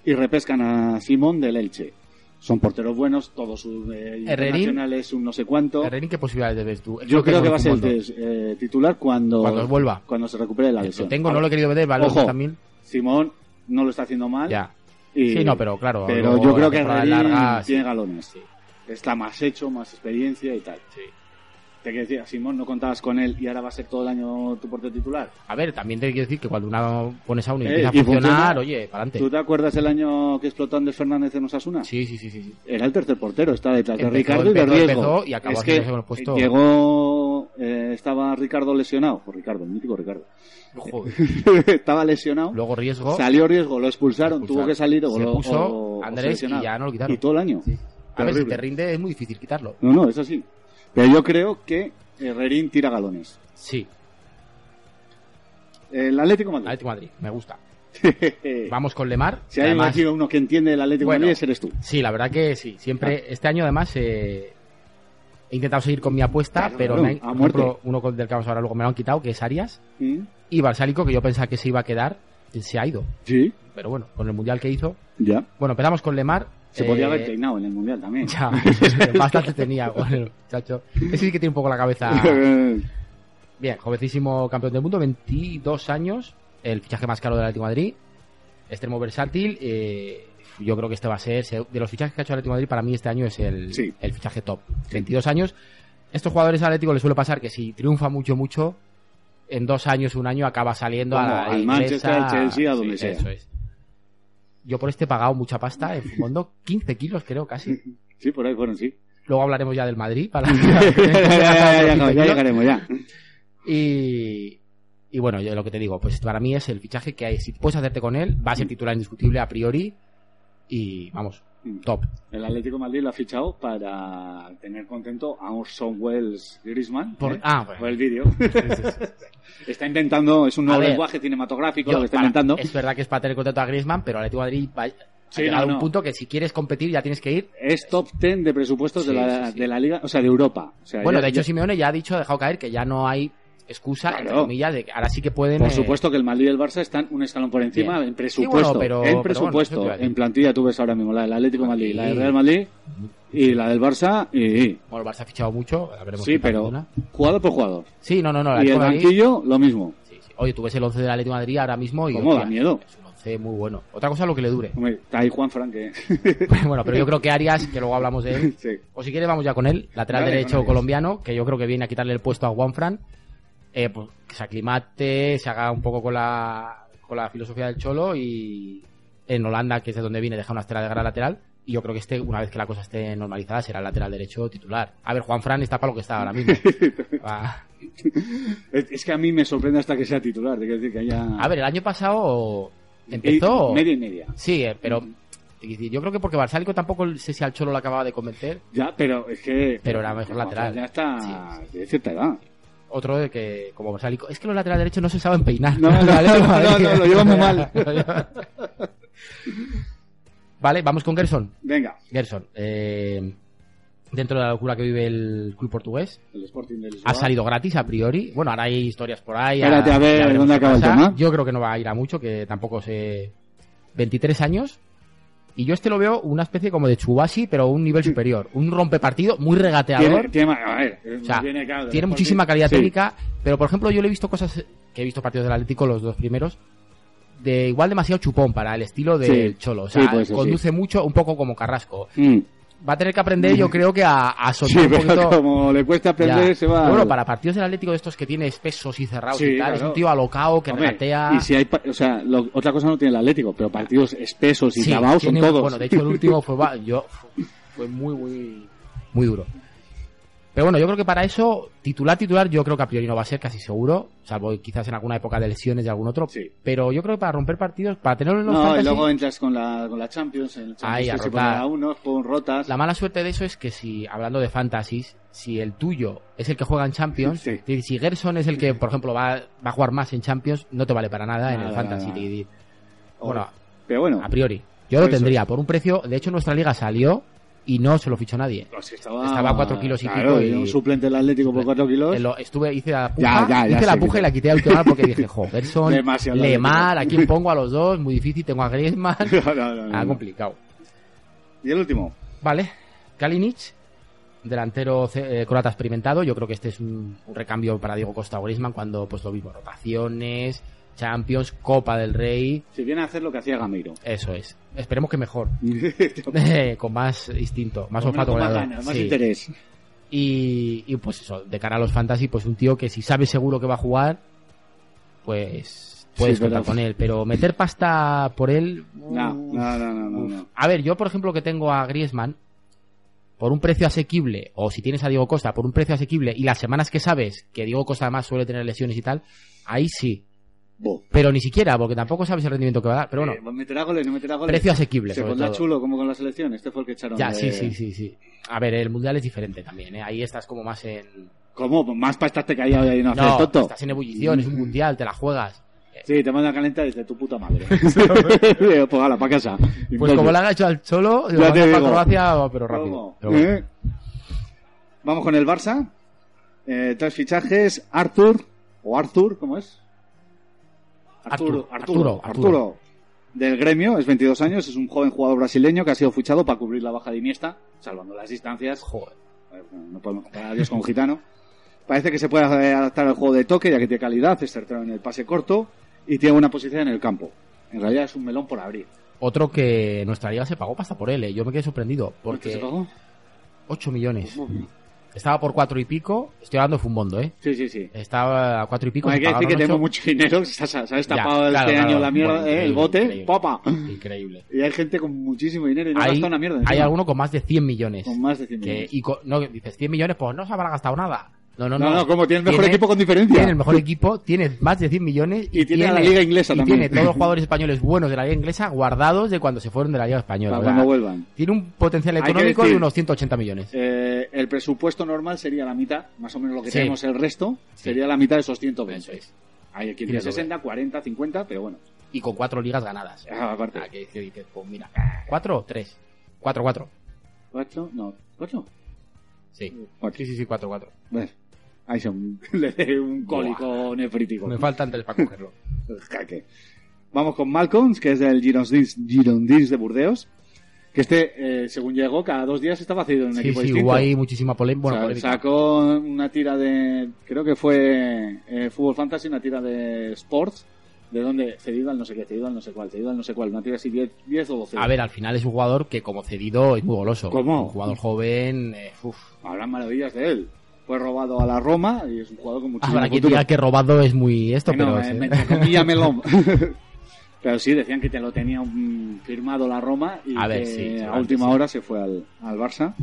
D: y repescan a Simón del Elche. Son porteros buenos, todos sus eh, internacionales, un no sé cuánto.
E: Herrerín, ¿qué posibilidades ves tú?
D: Yo creo que va a ser
E: Facundo.
D: eh, titular cuando,
E: Cuando vuelva.
D: cuando se recupere la lesión.
E: Lo tengo, no lo he querido ver. Vale,
D: ¿eh? Ojo.
E: también.
D: Simón no lo está haciendo mal.
E: Ya.
D: Y-
E: Sí, no, pero claro.
D: pero
E: luego
D: yo creo
E: la
D: que
E: temporada
D: Herrerín
E: larga, sí.
D: tiene galones. Está más hecho, más experiencia y tal.
E: Sí.
D: Te quiero decir, a Simón no contabas con él y ahora va a ser todo el año tu portero titular.
E: A ver, también te quiero decir que cuando una pones a uno y
D: Eh,
E: empieza a
D: y
E: funcionar,
D: funciona.
E: oye, para
D: ¿Tú
E: adelante.
D: te acuerdas el año que explotó Andrés Fernández en Osasuna?
E: Sí, sí, sí, sí. sí.
D: Era el tercer portero, estaba detrás de
E: Empezó,
D: Ricardo y de
E: empezó,
D: Riego.
E: empezó y acabó
D: es
E: haciéndose
D: que
E: con el puesto.
D: llegó eh, eh, estaba Ricardo lesionado, o Ricardo, el mítico Ricardo,
E: Joder.
D: estaba lesionado,
E: eh. Luego riesgo.
D: salió riesgo, lo expulsaron,
E: Expulsaron.
D: tuvo que salir o
E: Se
D: lo
E: puso
D: o- o
E: Andrés y
D: seleccionado.
E: ya no lo quitaron.
D: Y todo el año.
E: a ver, si
D: Terrible.
E: te rinde es muy difícil quitarlo.
D: No, no, eso sí. Pero yo creo que Herrerín tira galones.
E: Sí,
D: El Atlético de Madrid.
E: Atlético de Madrid, me gusta. Vamos con Lemar.
D: si hay
E: Además-
D: aquí uno que entiende el Atlético de
E: Bueno.
D: Madrid, ese eres tú.
E: Sí, la verdad que sí.
D: Ah.
E: Siempre, este año además eh, he intentado seguir con mi apuesta,
D: Claro,
E: pero
D: claro,
E: me han-
D: a
E: por
D: muerte.
E: ejemplo, uno con- del que vamos a hablar luego me lo han quitado, que es Arias,
D: ¿Mm?
E: y Barsálico, que yo pensaba que se iba a quedar, se ha ido.
D: Sí,
E: Pero bueno, con el mundial que hizo.
D: ya.
E: Bueno, empezamos con Lemar.
D: Se
E: eh,
D: podía haber peinado en el Mundial también.
E: Ya, bastante tenía con el muchacho. Ese sí que tiene un poco la cabeza. Bien, jovencísimo campeón del mundo, 22 años, el fichaje más caro del Atlético de Madrid, extremo versátil. eh, yo creo que este va a ser, se- de los fichajes que ha hecho el Atlético de Madrid, para mí este año es el,
D: Sí.
E: el fichaje top. 22 años. Estos jugadores atléticos les suele pasar que si triunfa mucho, mucho, en dos años, un año, acaba saliendo a la
D: Como al
E: inglesa,
D: Manchester, al Chelsea, a donde sea.
E: Eso es. Yo por este he pagado mucha pasta, en fondo 15 kilos creo casi.
D: sí, por ahí fueron, sí.
E: Luego hablaremos ya del Madrid. Para...
D: ya, ya, ya, ya llegaremos, ya.
E: Y, y bueno, yo lo que te digo, pues para mí es el fichaje que hay. Si puedes hacerte con él, va a ser titular indiscutible a priori. Y vamos, top.
D: El Atlético de Madrid lo ha fichado para tener contento a Orson Welles Griezmann.
E: Por-
D: ¿eh?
E: ah,
D: Por el vídeo. está inventando, es un nuevo
E: A ver,
D: lenguaje cinematográfico lo
E: yo
D: que está
E: para-
D: inventando.
E: es verdad que es para tener contrato a Griezmann, pero el Atlético de Madrid va
D: Sí,
E: a llegar
D: no,
E: a un
D: no.
E: punto que si quieres competir ya tienes que ir.
D: Es top 10 de presupuestos de,
E: Sí,
D: la,
E: sí, sí.
D: de la liga, o sea, de Europa. O sea,
E: Bueno,
D: ya-
E: de hecho
D: ya-
E: Simeone ya ha dicho, ha dejado caer que ya no hay excusa, entre
D: Claro.
E: comillas, de que ahora sí que pueden...
D: Por
E: eh,
D: supuesto que el Madrid y el Barça están un escalón por encima
E: Bien.
D: en presupuesto.
E: Sí, bueno, pero-
D: en
E: pero
D: presupuesto,
E: bueno, eso te iba a decir.
D: en plantilla tú ves ahora mismo la del Atlético de Madrid, la del
E: Sí.
D: Real Madrid y la del Barça. Y, y-
E: Bueno, el Barça ha fichado mucho, ya veremos
D: Sí,
E: qué tal
D: pero
E: funciona.
D: jugador por jugador.
E: Sí, no, no,
D: y el
E: no. el Atlético de Madrid-
D: banquillo, lo mismo.
E: Sí, sí. Oye, tú ves el 11 del Atlético de Madrid ahora mismo y...
D: ¿Cómo?
E: hostia,
D: Da miedo.
E: Es un 11 muy bueno. Otra cosa es lo que le dure.
D: Hombre, está ahí Juan Frank. que-
E: bueno, pero yo creo que Arias, que luego hablamos de él.
D: sí.
E: O si quiere, vamos ya con él, lateral
D: Vale, con
E: derecho
D: Arias.
E: colombiano, que yo creo que viene a quitarle el puesto a Juanfran. Eh, pues, que se aclimate, se haga un poco con la, con la filosofía del Cholo y en Holanda, que es de donde viene, deja una estela de gran lateral. Y yo creo que este, una vez que la cosa esté normalizada, será el lateral derecho titular. A ver, Juanfran está para lo que está ahora mismo. Ah, Va.
D: Es es que a mí me sorprende hasta que sea titular. Te quiero decir que haya...
E: A ver, el año pasado empezó.
D: Eh, Media y media.
E: Sí, eh, pero es decir, yo creo que porque Barsálico tampoco sé si al Cholo lo acababa de convencer.
D: Ya, pero es que...
E: Pero era mejor lateral.
D: Ya está de cierta edad.
E: Otro de que, como Basalico, es que los laterales derechos no se saben peinar.
D: No, no,
E: Vale,
D: no,
E: madre
D: no, no, lo
E: mía.
D: llevan muy mal.
E: Lo llevan- vale, vamos con Gerson.
D: Venga,
E: Gerson, eh, dentro de la locura que vive el club portugués,
D: el Sporting del
E: ha
D: Lisboa.
E: salido gratis a priori. Bueno, ahora hay historias por ahí.
D: Ah. Espérate,
E: ya-
D: a ver,
E: ya veremos
D: ¿dónde
E: qué
D: acaba el
E: pasa.
D: tema?
E: Yo creo que no va a ir a mucho, que tampoco sé. 23 años. Y yo este lo veo una especie como de Chubasi, pero un nivel superior. Un rompepartido muy regateador.
D: Tiene, tiene, a ver,
E: O sea,
D: viene, eh, claro, del
E: tiene
D: Sporting.
E: muchísima calidad
D: Sí.
E: técnica, pero por ejemplo yo le he visto cosas que he visto partidos del Atlético, los dos primeros, de igual demasiado chupón para el estilo del
D: Sí.
E: Cholo. O sea,
D: Sí, puede ser,
E: conduce mucho, un poco como Carrasco.
D: Mm.
E: Va a tener que aprender, yo creo que a, a
D: Sí,
E: soltar un
D: pero
E: poquito.
D: como le cuesta aprender,
E: Ya.
D: se va...
E: Pero
D: al-
E: Bueno, para partidos del Atlético de estos que tiene espesos y cerrados
D: Sí,
E: y tal, es
D: claro.
E: un tío alocao que
D: Hombre,
E: regatea.
D: Y si hay, pa- o sea, lo- otra cosa no tiene el Atlético, pero partidos espesos y
E: Sí,
D: clavados son
E: tiene-
D: todos.
E: Bueno, de hecho el último fue, va- yo, fue muy, muy, muy duro. Pero bueno, yo creo que para eso, titular, titular, yo creo que a priori no va a ser casi seguro, salvo quizás en alguna época de lesiones de algún otro.
D: Sí.
E: Pero yo creo que para romper partidos, para tenerlo en los
D: no, y
E: fantasy,
D: luego entras con la, con la Champions, en el Champions
E: Ahí, a
D: que se
E: rotar.
D: ponen a unos, con rotas.
E: la mala suerte de eso es que si, hablando de fantasies, si el tuyo es el que juega en Champions,
D: Sí.
E: y si Gerson es el que, por ejemplo, va, va a jugar más en Champions, no te vale para nada en el
D: Nada,
E: fantasy.
D: nada.
E: y- y- Bueno,
D: Pero bueno, pues
E: a priori. Yo
D: Eso
E: lo
D: es.
E: tendría por un precio. De hecho, nuestra liga salió y no se lo fichó nadie.
D: pues estaba,
E: estaba a cuatro kilos y
D: claro,
E: pico y-
D: un suplente del Atlético por 4 kilos.
E: Eh, lo- estuve, hice la
D: Ya,
E: puja,
D: ya, ya
E: hice
D: sé
E: la
D: que
E: puja
D: te-
E: y la quité a última hora porque dije, jo, Gerson,
D: Demasiado
E: Lemar, ¿a
D: Atlético.
E: quién pongo a los dos? Muy difícil, tengo a Griezmann.
D: No, no, no,
E: Ah,
D: no.
E: complicado.
D: Y el último.
E: Vale, Kalinic, delantero ce- eh, croata experimentado. Yo creo que este es un, un recambio para Diego Costa o Griezmann cuando, pues lo mismo, rotaciones, Champions, Copa del Rey.
D: Si viene a hacer lo que hacía Gamiro.
E: Eso es. Esperemos que mejor.
D: más
E: con más instinto, más olfato
D: más
E: goleador.
D: ganas, más
E: Sí.
D: interés.
E: Y, y, pues eso, de cara a los fantasy, pues un tío que si sabe seguro que va a jugar, pues puedes
D: Sí,
E: contar
D: verdad.
E: con él. Pero meter pasta por él.
D: No, no, no, no, no,
E: uf.
D: no.
E: A ver, yo por ejemplo que tengo a Griezmann, por un precio asequible, o si tienes a Diego Costa por un precio asequible, y las semanas que sabes que Diego Costa además suele tener lesiones y tal, ahí sí.
D: Bo.
E: Pero ni siquiera, porque tampoco sabes el rendimiento que va a dar. Pero
D: Eh,
E: bueno,
D: meterá goles, no meterá goles.
E: precio asequible.
D: Se
E: sobre
D: pondrá
E: todo.
D: chulo como con la selección. Este fue el que echaron.
E: Ya,
D: de-
E: sí, sí, sí, sí. A ver, el mundial es diferente también, ¿eh? Ahí estás como más en.
D: ¿Cómo? Pues Más para estarte callado y ahí no, hacer
E: No,
D: tonto.
E: estás en ebullición, es un mundial, te la juegas.
D: Sí, te manda a calentar desde tu puta madre. pues hala, para casa.
E: Pues como le han hecho al Cholo,
D: Ya
E: lo van
D: te
E: a para
D: digo.
E: Croacia, pero rápido.
D: ¿Cómo?
E: Pero bueno.
D: ¿Eh? Vamos con el Barça. Eh, tres fichajes. Arthur. ¿O Arthur? ¿Cómo es?
E: Arturo, Arturo,
D: Arturo. Del gremio, es 22 años, es un joven jugador brasileño que ha sido fichado para cubrir la baja de Iniesta, salvando las distancias.
E: Joder.
D: Eh, No podemos comparar a Dios con un gitano. Parece que se puede eh, adaptar al juego de toque, ya que tiene calidad, es certero en el pase corto y tiene buena posición en el campo. En realidad es un melón por abrir.
E: Otro que nuestra liga se pagó pasta por él, ¿eh? Yo me quedé sorprendido,
D: ¿Esto Pues se
E: porque
D: pagó?
E: 8 millones. Estaba por 4 y pico, estoy hablando de Fumbondo, ¿eh?
D: Sí, sí, sí.
E: Estaba a 4 y pico.
D: Bueno, hay
E: se
D: que decir
E: pagaron
D: que tenemos
E: ocho.
D: mucho dinero, se ha, se ha destapado
E: Ya,
D: este
E: claro,
D: año
E: claro.
D: la mierda,
E: Bueno,
D: eh, el
E: increíble,
D: bote,
E: increíble.
D: ¡papa!
E: Increíble.
D: Y hay gente con muchísimo dinero y no ha
E: Hay,
D: gastado una mierda.
E: hay
D: encima.
E: alguno con más de 100 millones.
D: Con más de 100
E: que,
D: millones.
E: y co- no, dices 100 millones, pues no se habrá gastado nada. No, no,
D: No,
E: no.
D: no, como tiene el mejor
E: Tiene-
D: equipo con diferencia.
E: Tiene el mejor equipo, tiene más de 100 millones
D: Y tiene a la liga inglesa
E: y
D: también.
E: tiene todos los jugadores españoles buenos de la liga inglesa guardados de cuando se fueron de la liga española.
D: Para
E: O sea,
D: cuando vuelvan.
E: tiene un potencial
D: Ah, Hay que
E: económico
D: decir-
E: de unos 180 millones.
D: Eh, el presupuesto normal sería la mitad, más o menos lo que
E: Sí.
D: tenemos el resto, sería la mitad de esos 120.
E: Eso es.
D: Hay quien tiene
E: Mira lo que
D: 60, 40, 50, pero bueno.
E: Y con cuatro ligas ganadas.
D: Ah, aparte.
E: Ah, que, que dices, pues mira, ¿cuatro o tres? Cuatro, cuatro.
D: ¿Cuatro? No, ¿cuatro?
E: Sí.
D: Cuatro.
E: Sí, sí, sí, cuatro, cuatro.
D: Ver. Ahí son, le dé un cólico nefrítico.
E: Me faltan tres para cogerlo.
D: Jaque. Vamos con Malcolms, que es del Girondins, Girondins de Burdeos. Que este, eh, según llegó, cada dos días estaba haciendo un
E: Sí,
D: equipo
E: sí,
D: distinto.
E: hubo ahí muchísima polem- bueno,
D: Sa-
E: polémica.
D: sacó una tira de, creo que fue eh, Fútbol Fantasy, una tira de Sports, de donde cedido al no sé qué, cedido al no sé cuál, cedido al no sé cuál, una tira así 10, 10 o 12.
E: A ver, al final es un jugador que como cedido es muy goloso.
D: ¿Cómo?
E: Un jugador joven, eh, uf.
D: Hablan maravillas de él. Fue robado a la Roma y es un jugador con
E: Ah,
D: muchísimo
E: para quien
D: futuro.
E: diga que robado es muy esto,
D: Que no,
E: pero...
D: eh,
E: es-
D: me- entre comillas, melón. Pero sí, decían que te lo tenía mm, firmado la Roma y
E: A ver,
D: que
E: sí,
D: a
E: seguramente
D: última
E: sí.
D: hora se fue al, al Barça.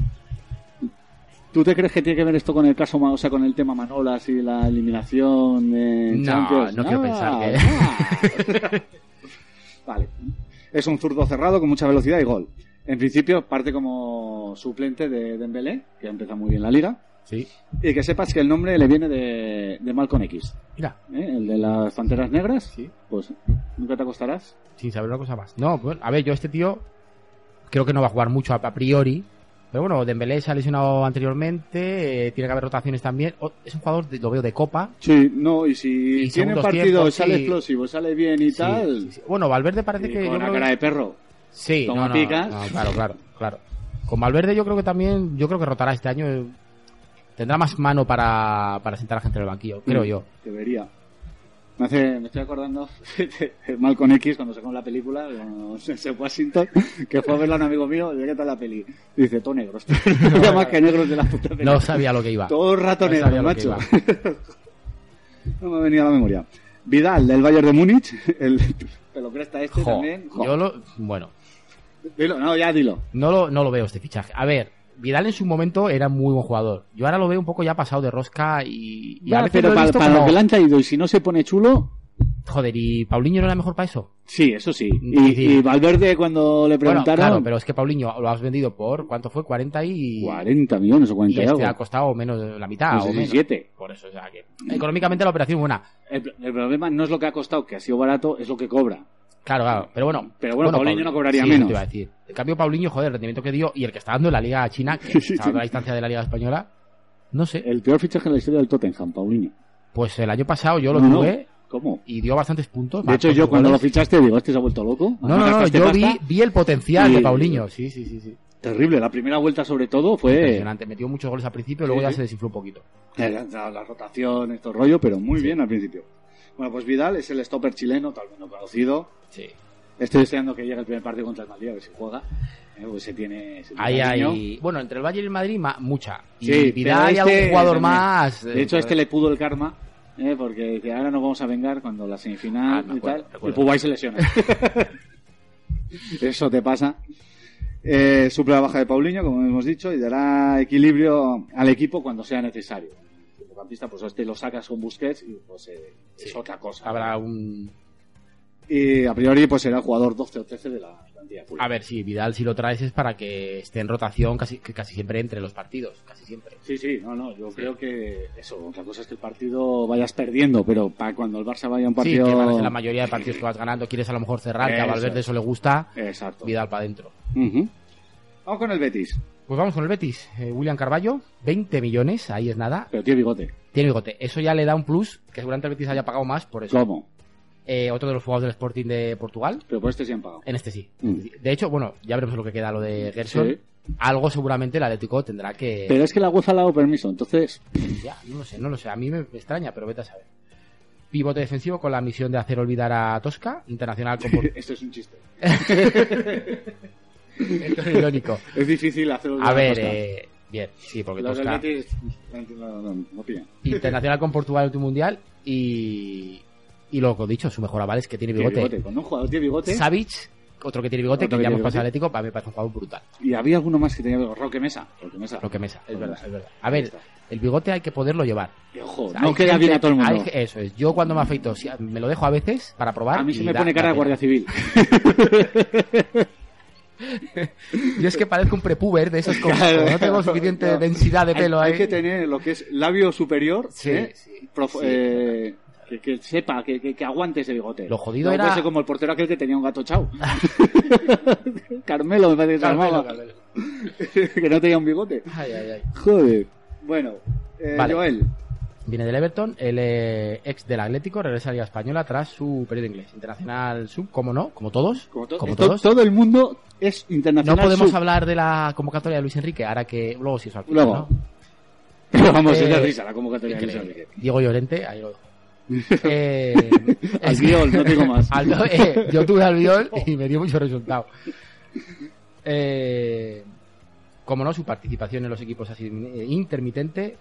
D: ¿Tú te crees que tiene que ver esto con el caso, Ma- o sea, con el tema Manolas y la eliminación de
E: No,
D: Champions? Ah,
E: no quiero
D: pensar que... vale. Es un zurdo cerrado con mucha velocidad y gol. En principio parte como suplente de Dembélé, que empieza muy bien la liga.
E: Sí.
D: Y que sepas que el nombre le viene de, de Malcolm X.
E: Mira,
D: ¿Eh? El de las panteras negras. Pues nunca te acostarás.
E: sin saber una cosa más. No, bueno, a ver, yo este tío creo que no va a jugar mucho a, a priori. Pero bueno, Dembélé se ha lesionado anteriormente, eh, tiene que haber rotaciones también. O- es un jugador, de- lo veo, de copa.
D: Sí, no, y si
E: Y
D: tiene
E: segundos
D: partido,
E: tiempos,
D: sale
E: sí.
D: explosivo, sale bien y
E: Sí,
D: tal.
E: sí, sí. Bueno, Valverde parece
D: y
E: que...
D: con
E: yo
D: una
E: creo-
D: cara de perro.
E: Sí,
D: Toma
E: no, no,
D: picas.
E: no, claro, claro, claro. Con Valverde yo creo que también, yo creo que rotará este año. eh, Tendrá más mano para, para sentar a gente en el banquillo, creo
D: Mm,
E: yo.
D: Debería. Me, hace, me estoy acordando de Malcolm X cuando sacó la película, cuando se fue a Washington, que fue a verla a un amigo mío, y ¿qué tal la peli? Y dice, todo negros. Nada más que negros de la puta peli.
E: No sabía lo que iba.
D: Mm. Todo rato
E: No
D: negro,
E: sabía lo que
D: macho. no me venía a la memoria. Vidal, del Bayern de Múnich, el pelocresta este
E: Jo,
D: también. Jo.
E: yo lo, bueno,
D: Dilo, no, ya dilo.
E: no lo, no lo veo este fichaje. A ver, Vidal en su momento era muy buen jugador. Yo ahora lo veo un poco ya pasado de rosca y, y a
D: Ya,
E: veces
D: pero
E: lo he
D: para,
E: visto
D: para lo
E: como,
D: que le han traído y si no se pone chulo,
E: joder, ¿y Paulinho no era mejor para eso?
D: sí, eso sí.
E: Sí,
D: Y,
E: sí.
D: y Valverde cuando le
E: Mm, Bueno,
D: preguntaron,
E: claro, pero es que Paulinho lo has vendido por, ¿cuánto fue? 40 y...
D: 40 millones o
E: y
D: 40 y
E: este
D: algo.
E: ha costado menos de la mitad
D: No
E: o
D: sé si
E: menos.
D: siete.
E: Por eso, o sea que... Económicamente la operación es buena.
D: El, el problema no es lo que ha costado, que ha sido barato, es lo que cobra.
E: Claro, claro, pero bueno.
D: Pero bueno, Paulinho no cobraría
E: sí,
D: menos.
E: Te iba a decir. En cambio, Paulinho, joder, el rendimiento que dio y el que está dando en la Liga China, que
D: Sí, sí,
E: está
D: sí.
E: a la distancia de la Liga Española, no sé.
D: El peor fichaje en la historia del Tottenham, Paulinho.
E: Pues el año pasado yo lo
D: No, no.
E: tuve
D: ¿Cómo?
E: y dio bastantes puntos.
D: De hecho,
E: bastantes
D: yo cuando lo
E: goles.
D: fichaste digo, este se ha vuelto loco.
E: No, no, no,
D: ¿Gastaste
E: yo
D: pasta?
E: vi, vi el potencial
D: Y-
E: de Paulinho. Sí, sí, sí, sí.
D: Terrible, la primera vuelta sobre todo fue
E: Impresionante. Metió muchos goles al principio, luego
D: Sí,
E: ya
D: sí.
E: se desinfló un poquito.
D: eh, la, la rotación, estos rollo, pero muy bien al principio. Bueno, pues Vidal es el stopper chileno, tal vez no conocido.
E: Sí.
D: Estoy deseando que llegue el primer partido contra el Madrid, a ver si juega. Eh, pues se tiene. se tiene
E: Ahí
D: cariño.
E: hay. Bueno, entre el Bayern y el Madrid, ma- mucha. Y
D: Sí,
E: Vidal y
D: pero
E: algún
D: este
E: jugador
D: también.
E: más. eh,
D: De hecho, a este le pudo el karma, eh, porque dice, ahora nos vamos a vengar cuando la semifinal
E: Ah, me
D: y
E: acuerdo,
D: tal.
E: me acuerdo.
D: Y Pubay se lesiona. Eso te pasa. Eh, suple la baja de Paulinho, como hemos dicho, y dará equilibrio al equipo cuando sea necesario. El campista, pues este lo sacas con Busquets y pues eh, es otra cosa.
E: Habrá un.
D: Y a priori, pues será el jugador 12 o 13 de la plantilla. de Fulham.
E: A ver, si Vidal si lo traes es para que esté en rotación casi, que casi siempre entre los partidos, casi siempre.
D: Sí, sí, no, no, yo creo que eso, otra cosa es que el partido vayas perdiendo, pero para cuando el Barça vaya a un partido...
E: Sí, que van a ser la mayoría de partidos que vas ganando, quieres a lo mejor cerrar, que a
D: Eso
E: Valverde
D: es.
E: eso le gusta,
D: Exacto.
E: Vidal para adentro.
D: Ujú. Vamos con el Betis,
E: Pues vamos con el Betis. Eh, William Carballo, 20 millones, ahí es nada.
D: pero tiene bigote.
E: Tiene bigote. Eso ya le da un plus, que seguramente el Betis haya pagado más por eso.
D: ¿Cómo?
E: Eh, otro de los jugadores del Sporting de Portugal.
D: Pero por este sí han pagado.
E: En este sí.
D: Mm.
E: De hecho, bueno, ya veremos lo que queda lo de Eh, Gerson.
D: Sí.
E: Algo seguramente el Atlético tendrá que...
D: Pero es que la UEFA le ha dado permiso, entonces...
E: Ya, no lo sé, no lo sé. A mí me extraña, pero vete a saber. Pivote defensivo con la misión de hacer olvidar a Tosca, internacional como
D: Esto es un chiste.
E: irónico.
D: Es difícil hacerlo. de
E: A
D: una
E: ver,
D: cosa.
E: eh, bien, sí, porque
D: Los del
E: Tosca,
D: Betis no, no, no, no pillan.
E: internacional con Portugal en el último mundial y, y lo que he dicho, su mejor aval es que tiene
D: Tiene
E: bigote.
D: bigote. Cuando un jugador tiene bigote...
E: Savic, otro que tiene bigote,
D: Otro
E: que
D: que
E: ya
D: tiene
E: hemos pasado
D: bigote.
E: al Atlético, para mí me parece un jugador brutal.
D: Y había alguno más que tenía bigote. Roque Mesa. Roque Mesa.
E: Lo que mesa.
D: Es verdad, es
E: verdad. A ver, el bigote hay que poderlo llevar.
D: Y ojo,
E: O sea,
D: no
E: hay
D: queda
E: gente-
D: bien a todo el mundo.
E: hay- eso es. Yo cuando me afeito, sí, me lo dejo a veces para probar.
D: A mí se
E: y
D: me
E: da-
D: pone cara
E: da
D: de guardia civil.
E: Yo es que parezco un prepuber de esos como,
D: Claro.
E: como no tengo suficiente
D: No.
E: densidad de
D: Hay-
E: pelo
D: hay,
E: ahí.
D: que tener lo que es labio superior,
E: Sí,
D: ¿eh?
E: sí,
D: Prof-
E: sí.
D: eh, que, que sepa, que, que- que aguante ese bigote.
E: Lo jodido
D: no
E: era-
D: fuese como el portero aquel que tenía un gato chao. Carmelo me parece que se
E: Carmelo,
D: llamaba.
E: Carmelo.
D: que no tenía un bigote.
E: Ay, ay, ay.
D: Joder. Bueno, eh,
E: Vale.
D: Joel.
E: Viene del Everton, el eh, ex del Atlético, regresa a la Liga Española tras su periodo inglés. Internacional sub, como no, como todos.
D: Como, to- eh, to-
E: todos.
D: Todo el mundo es
E: No
D: internacional.
E: podemos
D: sub.
E: hablar de la convocatoria de Luis Enrique, ahora que luego sí es al final,
D: Luego.
E: ¿no?
D: Pero vamos, es de
E: Eh,
D: risa la convocatoria de Luis
E: Increíble.
D: Enrique.
E: Diego Llorente, ahí lo dejo. Eh,
D: Al
E: es-
D: guión, no tengo más.
E: Aldo- eh, yo tuve albiol y me dio mucho resultado. Eh, como no, su participación en los equipos así eh, intermitente.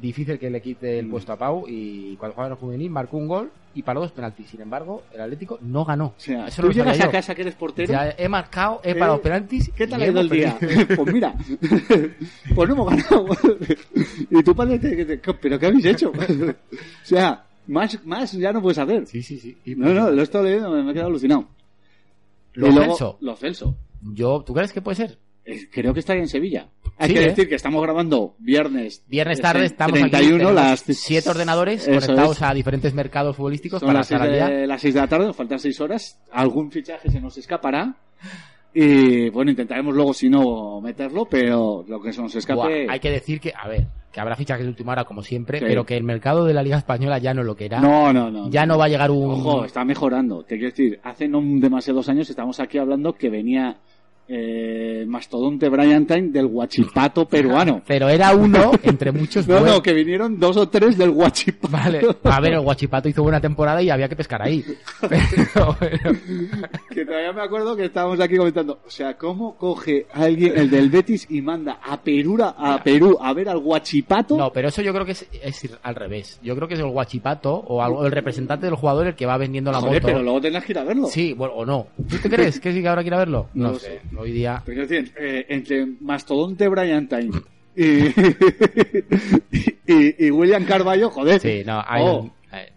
E: Difícil que le quite
D: Mm.
E: el puesto a Pau. Y cuando jugaba en el juvenil, marcó un gol y paró dos penaltis. Sin embargo, el Atlético no ganó.
D: O sea,
E: Eso
D: tú
E: no lo
D: llegas
E: sabía
D: a
E: yo.
D: casa que eres portero.
E: Ya he marcado, he
D: Eh,
E: parado penaltis.
D: ¿Qué tal
E: y
D: ha ido el
E: hemos
D: día?
E: perdido.
D: pues mira, pues no hemos ganado. y tu padre te, te- te- ¿pero qué habéis hecho? o sea, más, más ya no puedes hacer.
E: Sí, sí, sí. Y-
D: No, no, lo he estado leyendo, me, me he quedado alucinado.
E: Lo
D: Y luego-
E: Celso.
D: Lo Celso.
E: Yo, ¿Tú crees que puede ser?
D: Eh, Creo que está ahí en Sevilla. Hay
E: Sí,
D: que
E: ¿eh?
D: decir que estamos grabando viernes.
E: Viernes tarde
D: tre-
E: estamos
D: 31,
E: aquí,
D: las
E: siete ordenadores
D: Eso
E: conectados
D: es.
E: a diferentes mercados futbolísticos
D: Son
E: para
D: las
E: estar
D: 6
E: al día.
D: de, las seis de la tarde, nos faltan 6 horas. Algún fichaje se nos escapará. Y bueno, intentaremos luego, si no, meterlo, pero lo que se nos escape.
E: Buah, hay que decir que, a ver, que habrá fichajes de última hora como siempre,
D: Sí.
E: pero que el mercado de la Liga Española ya no lo que era.
D: No, no, no.
E: ya no va a llegar un...
D: Ojo, está mejorando. Te quiero decir, hace no demasiados años estamos aquí hablando que venía eh, mastodonte Brian Time del guachipato peruano.
E: Pero era uno entre muchos.
D: No,
E: buenos.
D: no, que vinieron dos o tres del guachipato.
E: Vale, a ver, el Guachipato hizo buena temporada y había que pescar ahí. Pero, bueno,
D: Que todavía me acuerdo que estábamos aquí comentando. O sea, ¿cómo coge alguien el del Betis y manda a Perura, a Perú a ver al guachipato?
E: no, pero eso yo creo que es, es ir al revés. Yo creo que es el Guachipato o algo- el representante del jugador el que va vendiendo la
D: Joder,
E: moto.
D: pero luego tendrás que ir a verlo.
E: Sí, bueno, o no. ¿Tú te crees que sí que habrá que ir a verlo?
D: No
E: No,
D: lo
E: sé. Hoy día...
D: Pero quiero decir, eh, entre Mastodonte Brian Time
E: Mm.
D: y, y- y William Carballo, joder,
E: Sí, no, hay...
D: Oh.
E: un- eh,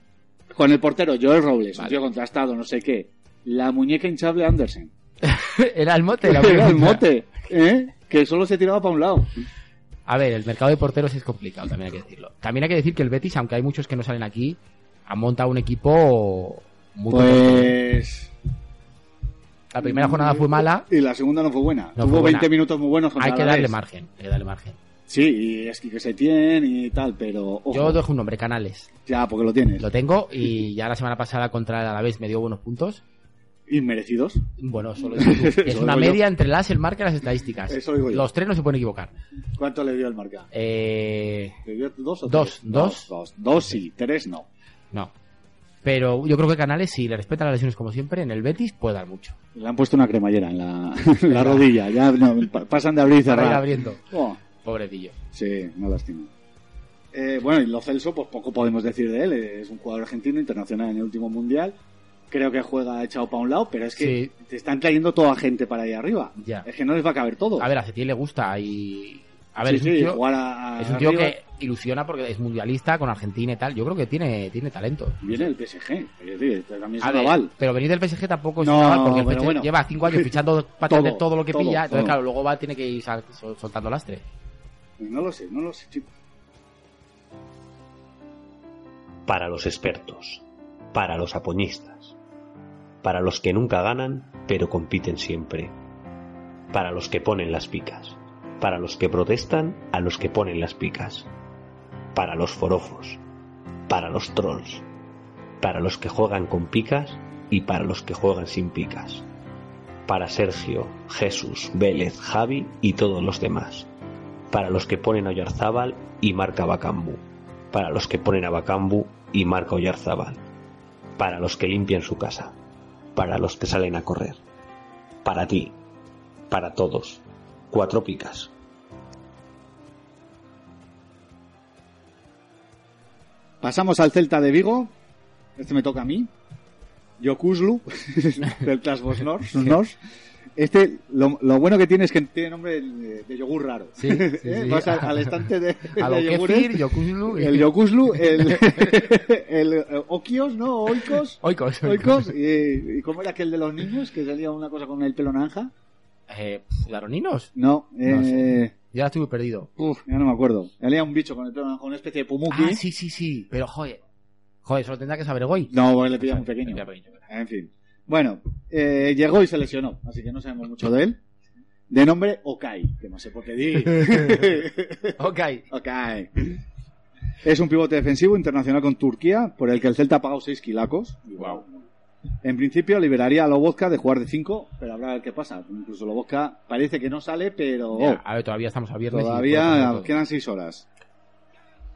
D: con el portero Joel Robles, un
E: Vale.
D: tío contrastado, no sé qué, la muñeca hinchable Andersen,
E: Era el mote. la
D: era el
E: pregunta.
D: mote, ¿eh? que solo se tiraba para un lado.
E: A ver, el mercado de porteros es complicado, también hay que decirlo. También hay que decir que el Betis, aunque hay muchos que no salen aquí, ha montado un equipo muy completo.
D: Pues...
E: La primera jornada fue mala,
D: Y la segunda no fue buena.
E: No
D: Tuvo
E: fue buena.
D: 20 minutos muy buenos. contra
E: hay que
D: Alavés.
E: darle margen, hay que darle margen.
D: Sí, y es que se tiene y tal, pero... ojo,
E: Yo dejo un nombre, Canales.
D: Ya, porque lo tienes.
E: Lo tengo y ya la semana pasada contra el Alavés me dio buenos puntos.
D: Inmerecidos.
E: Bueno, solo dices tú. es
D: Solo
E: una
D: digo yo.
E: media entre las, el marca y las estadísticas.
D: Eso digo yo.
E: Los tres no se pueden equivocar.
D: ¿Cuánto le dio el marca?
E: Eh,
D: ¿Le dio dos o
E: Dos,
D: tres?
E: dos.
D: Dos, dos. Dos sí, tres no.
E: no. Pero yo creo que Canales, si le respetan las lesiones como siempre, en el Betis puede dar mucho.
D: Le han puesto una cremallera en la, en la rodilla. Ya no, pa- pasan de abrir y
E: Para ir
D: cerrar.
E: abriendo.
D: Oh,
E: Pobrecillo.
D: sí, una lástima. Eh, bueno, y Lo Celso, pues poco podemos decir de él. Es un jugador argentino, internacional en el último mundial. creo que juega echado para un lado, pero es que
E: Sí.
D: te están trayendo toda gente para ahí arriba.
E: Ya.
D: Es que no les va a caber todo.
E: A ver, a Setién le gusta y... A ver,
D: Sí,
E: es un
D: sí,
E: tío,
D: jugar a- a
E: es un tío
D: arriba.
E: que ilusiona porque es mundialista con Argentina y tal. Yo creo que tiene, tiene talento.
D: Viene el PSG, es decir, también es
E: A
D: un
E: ver,
D: aval.
E: pero venir del PSG tampoco es
D: No,
E: un aval porque el
D: pero
E: PSG
D: bueno.
E: lleva cinco años fichando patas de
D: Todo,
E: todo lo que
D: todo,
E: pilla. Entonces,
D: todo.
E: claro, luego va, tiene que ir sal- sol- soltando lastre.
D: No lo sé, no lo sé, chico.
I: para los expertos, para los apoñistas, para los que nunca ganan pero compiten siempre, para los que ponen las picas, para los que protestan a los que ponen las picas, para los forofos, para los trolls, para los que juegan con picas y para los que juegan sin picas, para Sergio, Jesús, Vélez, Javi y todos los demás, para los que ponen a Oyarzábal y marca Bacambú para los que ponen a Bacambu y Marco Oyarzabal, para los que limpian su casa, para los que salen a correr, para ti, para todos, cuatro picas.
D: Pasamos al Celta de Vigo. Este me toca a mí. Yokuslu, Celtas Bosnor. Nors. Este, lo, lo bueno que tiene es que tiene nombre de, de yogur raro.
E: Sí, sí,
D: ¿Eh?
E: sí.
D: Vas al, al estante de,
E: A lo
D: de yogures,
E: Kefir, Yokuslu...
D: El Yokuslu, el, el, eh, Okios, ¿no? Oikos.
E: Oikos,
D: Oikos. Y, y cómo era aquel de los niños? Que salía una cosa con el pelo naranja.
E: Eh, ¿Laroninos?
D: No, eh,
E: No Ya estuve perdido.
D: uf, ya no me acuerdo. Salía un bicho con el pelo naranja, una especie de pumuki.
E: Ah, sí, sí, sí. Pero, joder. Joder, eso lo tendrá que saber hoy.
D: No, porque le pilla muy pequeño.
E: Ya, pequeño.
D: En fin. Bueno, eh, llegó y se lesionó, así que no sabemos mucho de él. De nombre Okai, que no sé por qué di.
E: Ok.
D: Okai. Es un pivote defensivo internacional con Turquía, por el que el Celta ha pagado 6 kilacos.
E: Guau.
D: En principio liberaría a Lobotka de jugar de 5, pero habrá ver qué pasa. Incluso Lobotka parece que no sale, pero
E: Ya, A ver, todavía estamos a viernes. y podemos
D: todavía
E: hacer todo.
D: quedan 6 horas.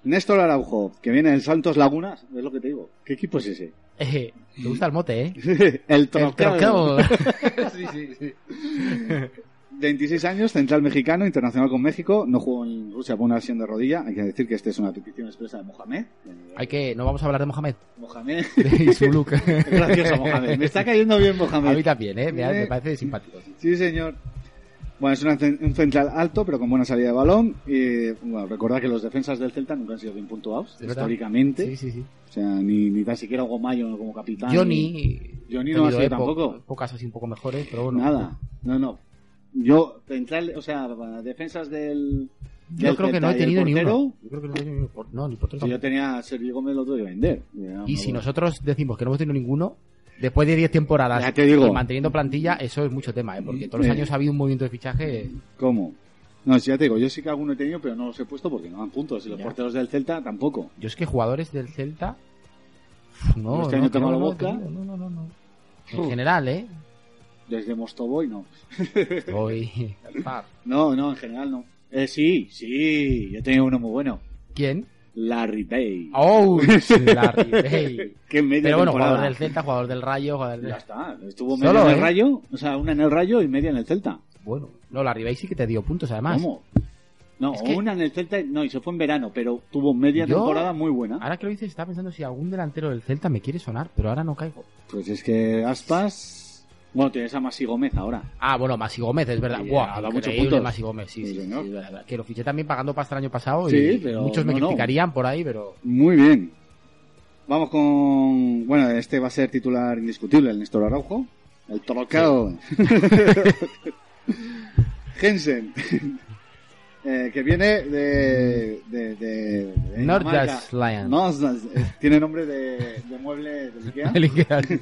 D: Néstor Araujo, que viene del Santos Lagunas, es lo que te digo. ¿Qué equipo es ese?
E: Eh, te gusta el mote, ¿eh?
D: el
E: El
D: Troncao.
E: trocao. sí, sí, sí.
D: 26 años, central mexicano, internacional con México, no jugó en Rusia por una lesión de rodilla. Hay que decir que esta es una petición expresa de Mohamed.
E: Hay que... No vamos a hablar de Mohamed.
D: Mohamed.
E: Y su look.
D: Gracioso Mohamed. Me está cayendo bien
E: A mí
D: Mohamed.
E: también, ¿eh? Me, me parece simpático.
D: Sí, señor. Bueno, es una cen- un central alto, pero con buena salida de balón. Y, bueno, recordad que los defensas del Celta nunca han sido bien puntuados,
E: verdad.
D: históricamente.
E: Sí, sí, sí.
D: O sea, ni, ni tan siquiera Gomayo como capitán.
E: Johnny...
D: Johnny
E: ha
D: no ha sido
E: tenido epo-
D: tampoco.
E: Pocas así un poco mejores, pero bueno.
D: Nada. No, no. Yo, central, o sea, defensas del.
E: Yo
D: del
E: creo que
D: Celta
E: no he
D: y el
E: tenido ni
D: portero,
E: uno. Yo creo que no he tenido ni uno. por- No, ni por tres
D: Si yo
E: tampoco.
D: tenía a Sergio Gómez lo tuve que vender. Era
E: Y
D: una
E: si
D: buena-
E: nosotros decimos que no hemos tenido ninguno, después de 10 temporadas
D: Ya te digo.
E: y manteniendo plantilla, eso es mucho tema, ¿eh? Porque todos los
D: Eh.
E: años ha habido un movimiento de fichaje.
D: ¿Cómo? No, si ya te digo, yo sí que alguno he tenido, pero no los he puesto porque no dan puntos. Y los
E: Ya.
D: porteros del Celta tampoco.
E: Yo es que jugadores del Celta. uf,
D: Este
E: No, no,
D: año
E: que no,
D: tengo la
E: no,
D: boca.
E: que no, no, no, no.
D: Uf.
E: En general, ¿eh?
D: Desde Mostoboy no.
E: Hoy. par.
D: No, no, en general no. Eh, sí, sí, yo tenía uno muy bueno.
E: ¿Quién?
D: Larry Bay.
E: ¡Oh! Larry Bay.
D: Que media
E: Pero bueno,
D: temporada.
E: jugador del Celta, jugador del Rayo, jugador del.
D: Ya está, estuvo medio
E: Solo,
D: en el
E: ¿eh?
D: Rayo, o sea, una en el Rayo y media en el Celta.
E: Bueno, no, Larry Bay sí que te dio puntos además.
D: ¿Cómo? No,
E: Es que-
D: una en el Celta, no, y se fue en verano, pero tuvo media
E: Yo-
D: temporada muy buena.
E: Ahora que lo dices, estaba pensando si algún delantero del Celta me quiere sonar, pero ahora no caigo.
D: Pues es que Aspas. Bueno, tienes a Masi Gómez ahora.
E: Ah, bueno, Masi Gómez, es verdad.
D: Sí, ha
E: Buah,
D: dado
E: increíble
D: muchos puntos.
E: Masi Gómez, sí,
D: Sí,
E: sí, sí,
D: señor.
E: es verdad. Que lo fiché también pagando pasta el año pasado y
D: Sí, pero
E: muchos me
D: no, no.
E: criticarían por ahí, pero...
D: Muy bien. Vamos con. Bueno, este va a ser titular indiscutible, el Néstor Araujo. El trocado. Jensen. Eh, que viene de. de, de, de Dinamarca.
E: Nordaslien.
D: Nordas- eh, Tiene nombre de, de mueble de Ikea.
E: El Iker-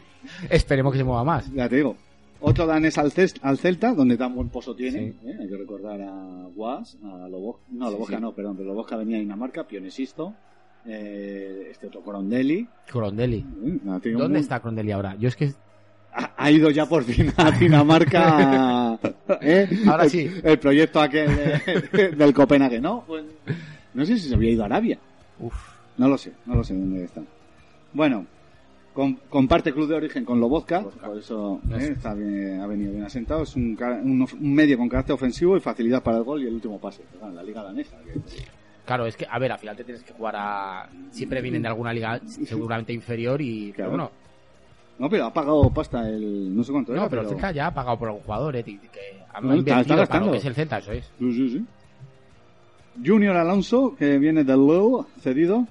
E: Esperemos que se mueva más.
D: Ya te digo. Otro danés al, Cest- al Celta, donde tan buen pozo tiene. ¿eh? Hay que recordar a Was, a Loboska. No, a Loboska
E: sí.
D: no, perdón, pero Loboska venía de Dinamarca, Pionesisto. Eh, este otro Corondelli.
E: Crondelli.
D: Mm, ha tenido
E: ¿Dónde
D: un-
E: está Crondelli ahora? Yo es que...
D: Ha, ha ido ya por fin a Dinamarca. ¿eh?
E: Ahora
D: El-
E: sí.
D: El, proyecto aquel de- del Copenhague, ¿no? Pues, no sé si se había ido a Arabia.
E: Uf,
D: No lo sé, no lo sé dónde está. Bueno, com- comparte club de origen con Lobotka, por eso
E: No
D: eh,
E: sé.
D: está bien- ha venido bien asentado. Es un, cara- un of- un medio con carácter ofensivo y facilidad para el gol y el último pase. Claro, en la liga danesa. que-
E: claro, es que, a ver, al final te tienes que jugar a... Siempre vienen de alguna liga seguramente inferior y...
D: Claro.
E: Pero bueno,
D: No, pero ha pagado pasta el. No sé cuánto
E: No,
D: era,
E: pero
D: pero.
E: el Celta ya ha pagado por un jugador, eh, que ha
D: No, está-
E: invertido
D: está
E: para
D: gastando.
E: lo que es el Celta, eso es.
D: Sí, sí, sí. Junior Alonso, que viene del Low, cedido.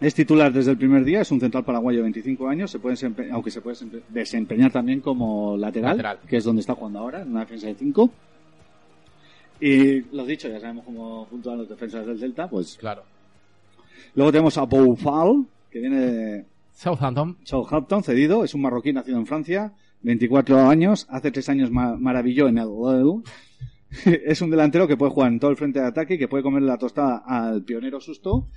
D: Es titular desde el primer día, es un central paraguayo de 25 años, se puede desempe- aunque se puede desempe- desempeñar también como lateral,
E: Lateral.
D: que es donde está jugando ahora, en una defensa de 5. Y lo dicho, ya sabemos cómo puntuan los defensas del Celta. Pues.
E: Claro.
D: Luego tenemos a Boufal, que viene de
E: Southampton,
D: Southampton, cedido, es un marroquí nacido en Francia, 24 años, hace 3 años ma- maravilló en el Lille. Es un delantero que puede jugar en todo el frente de ataque y que puede comer la tostada al pionero Susto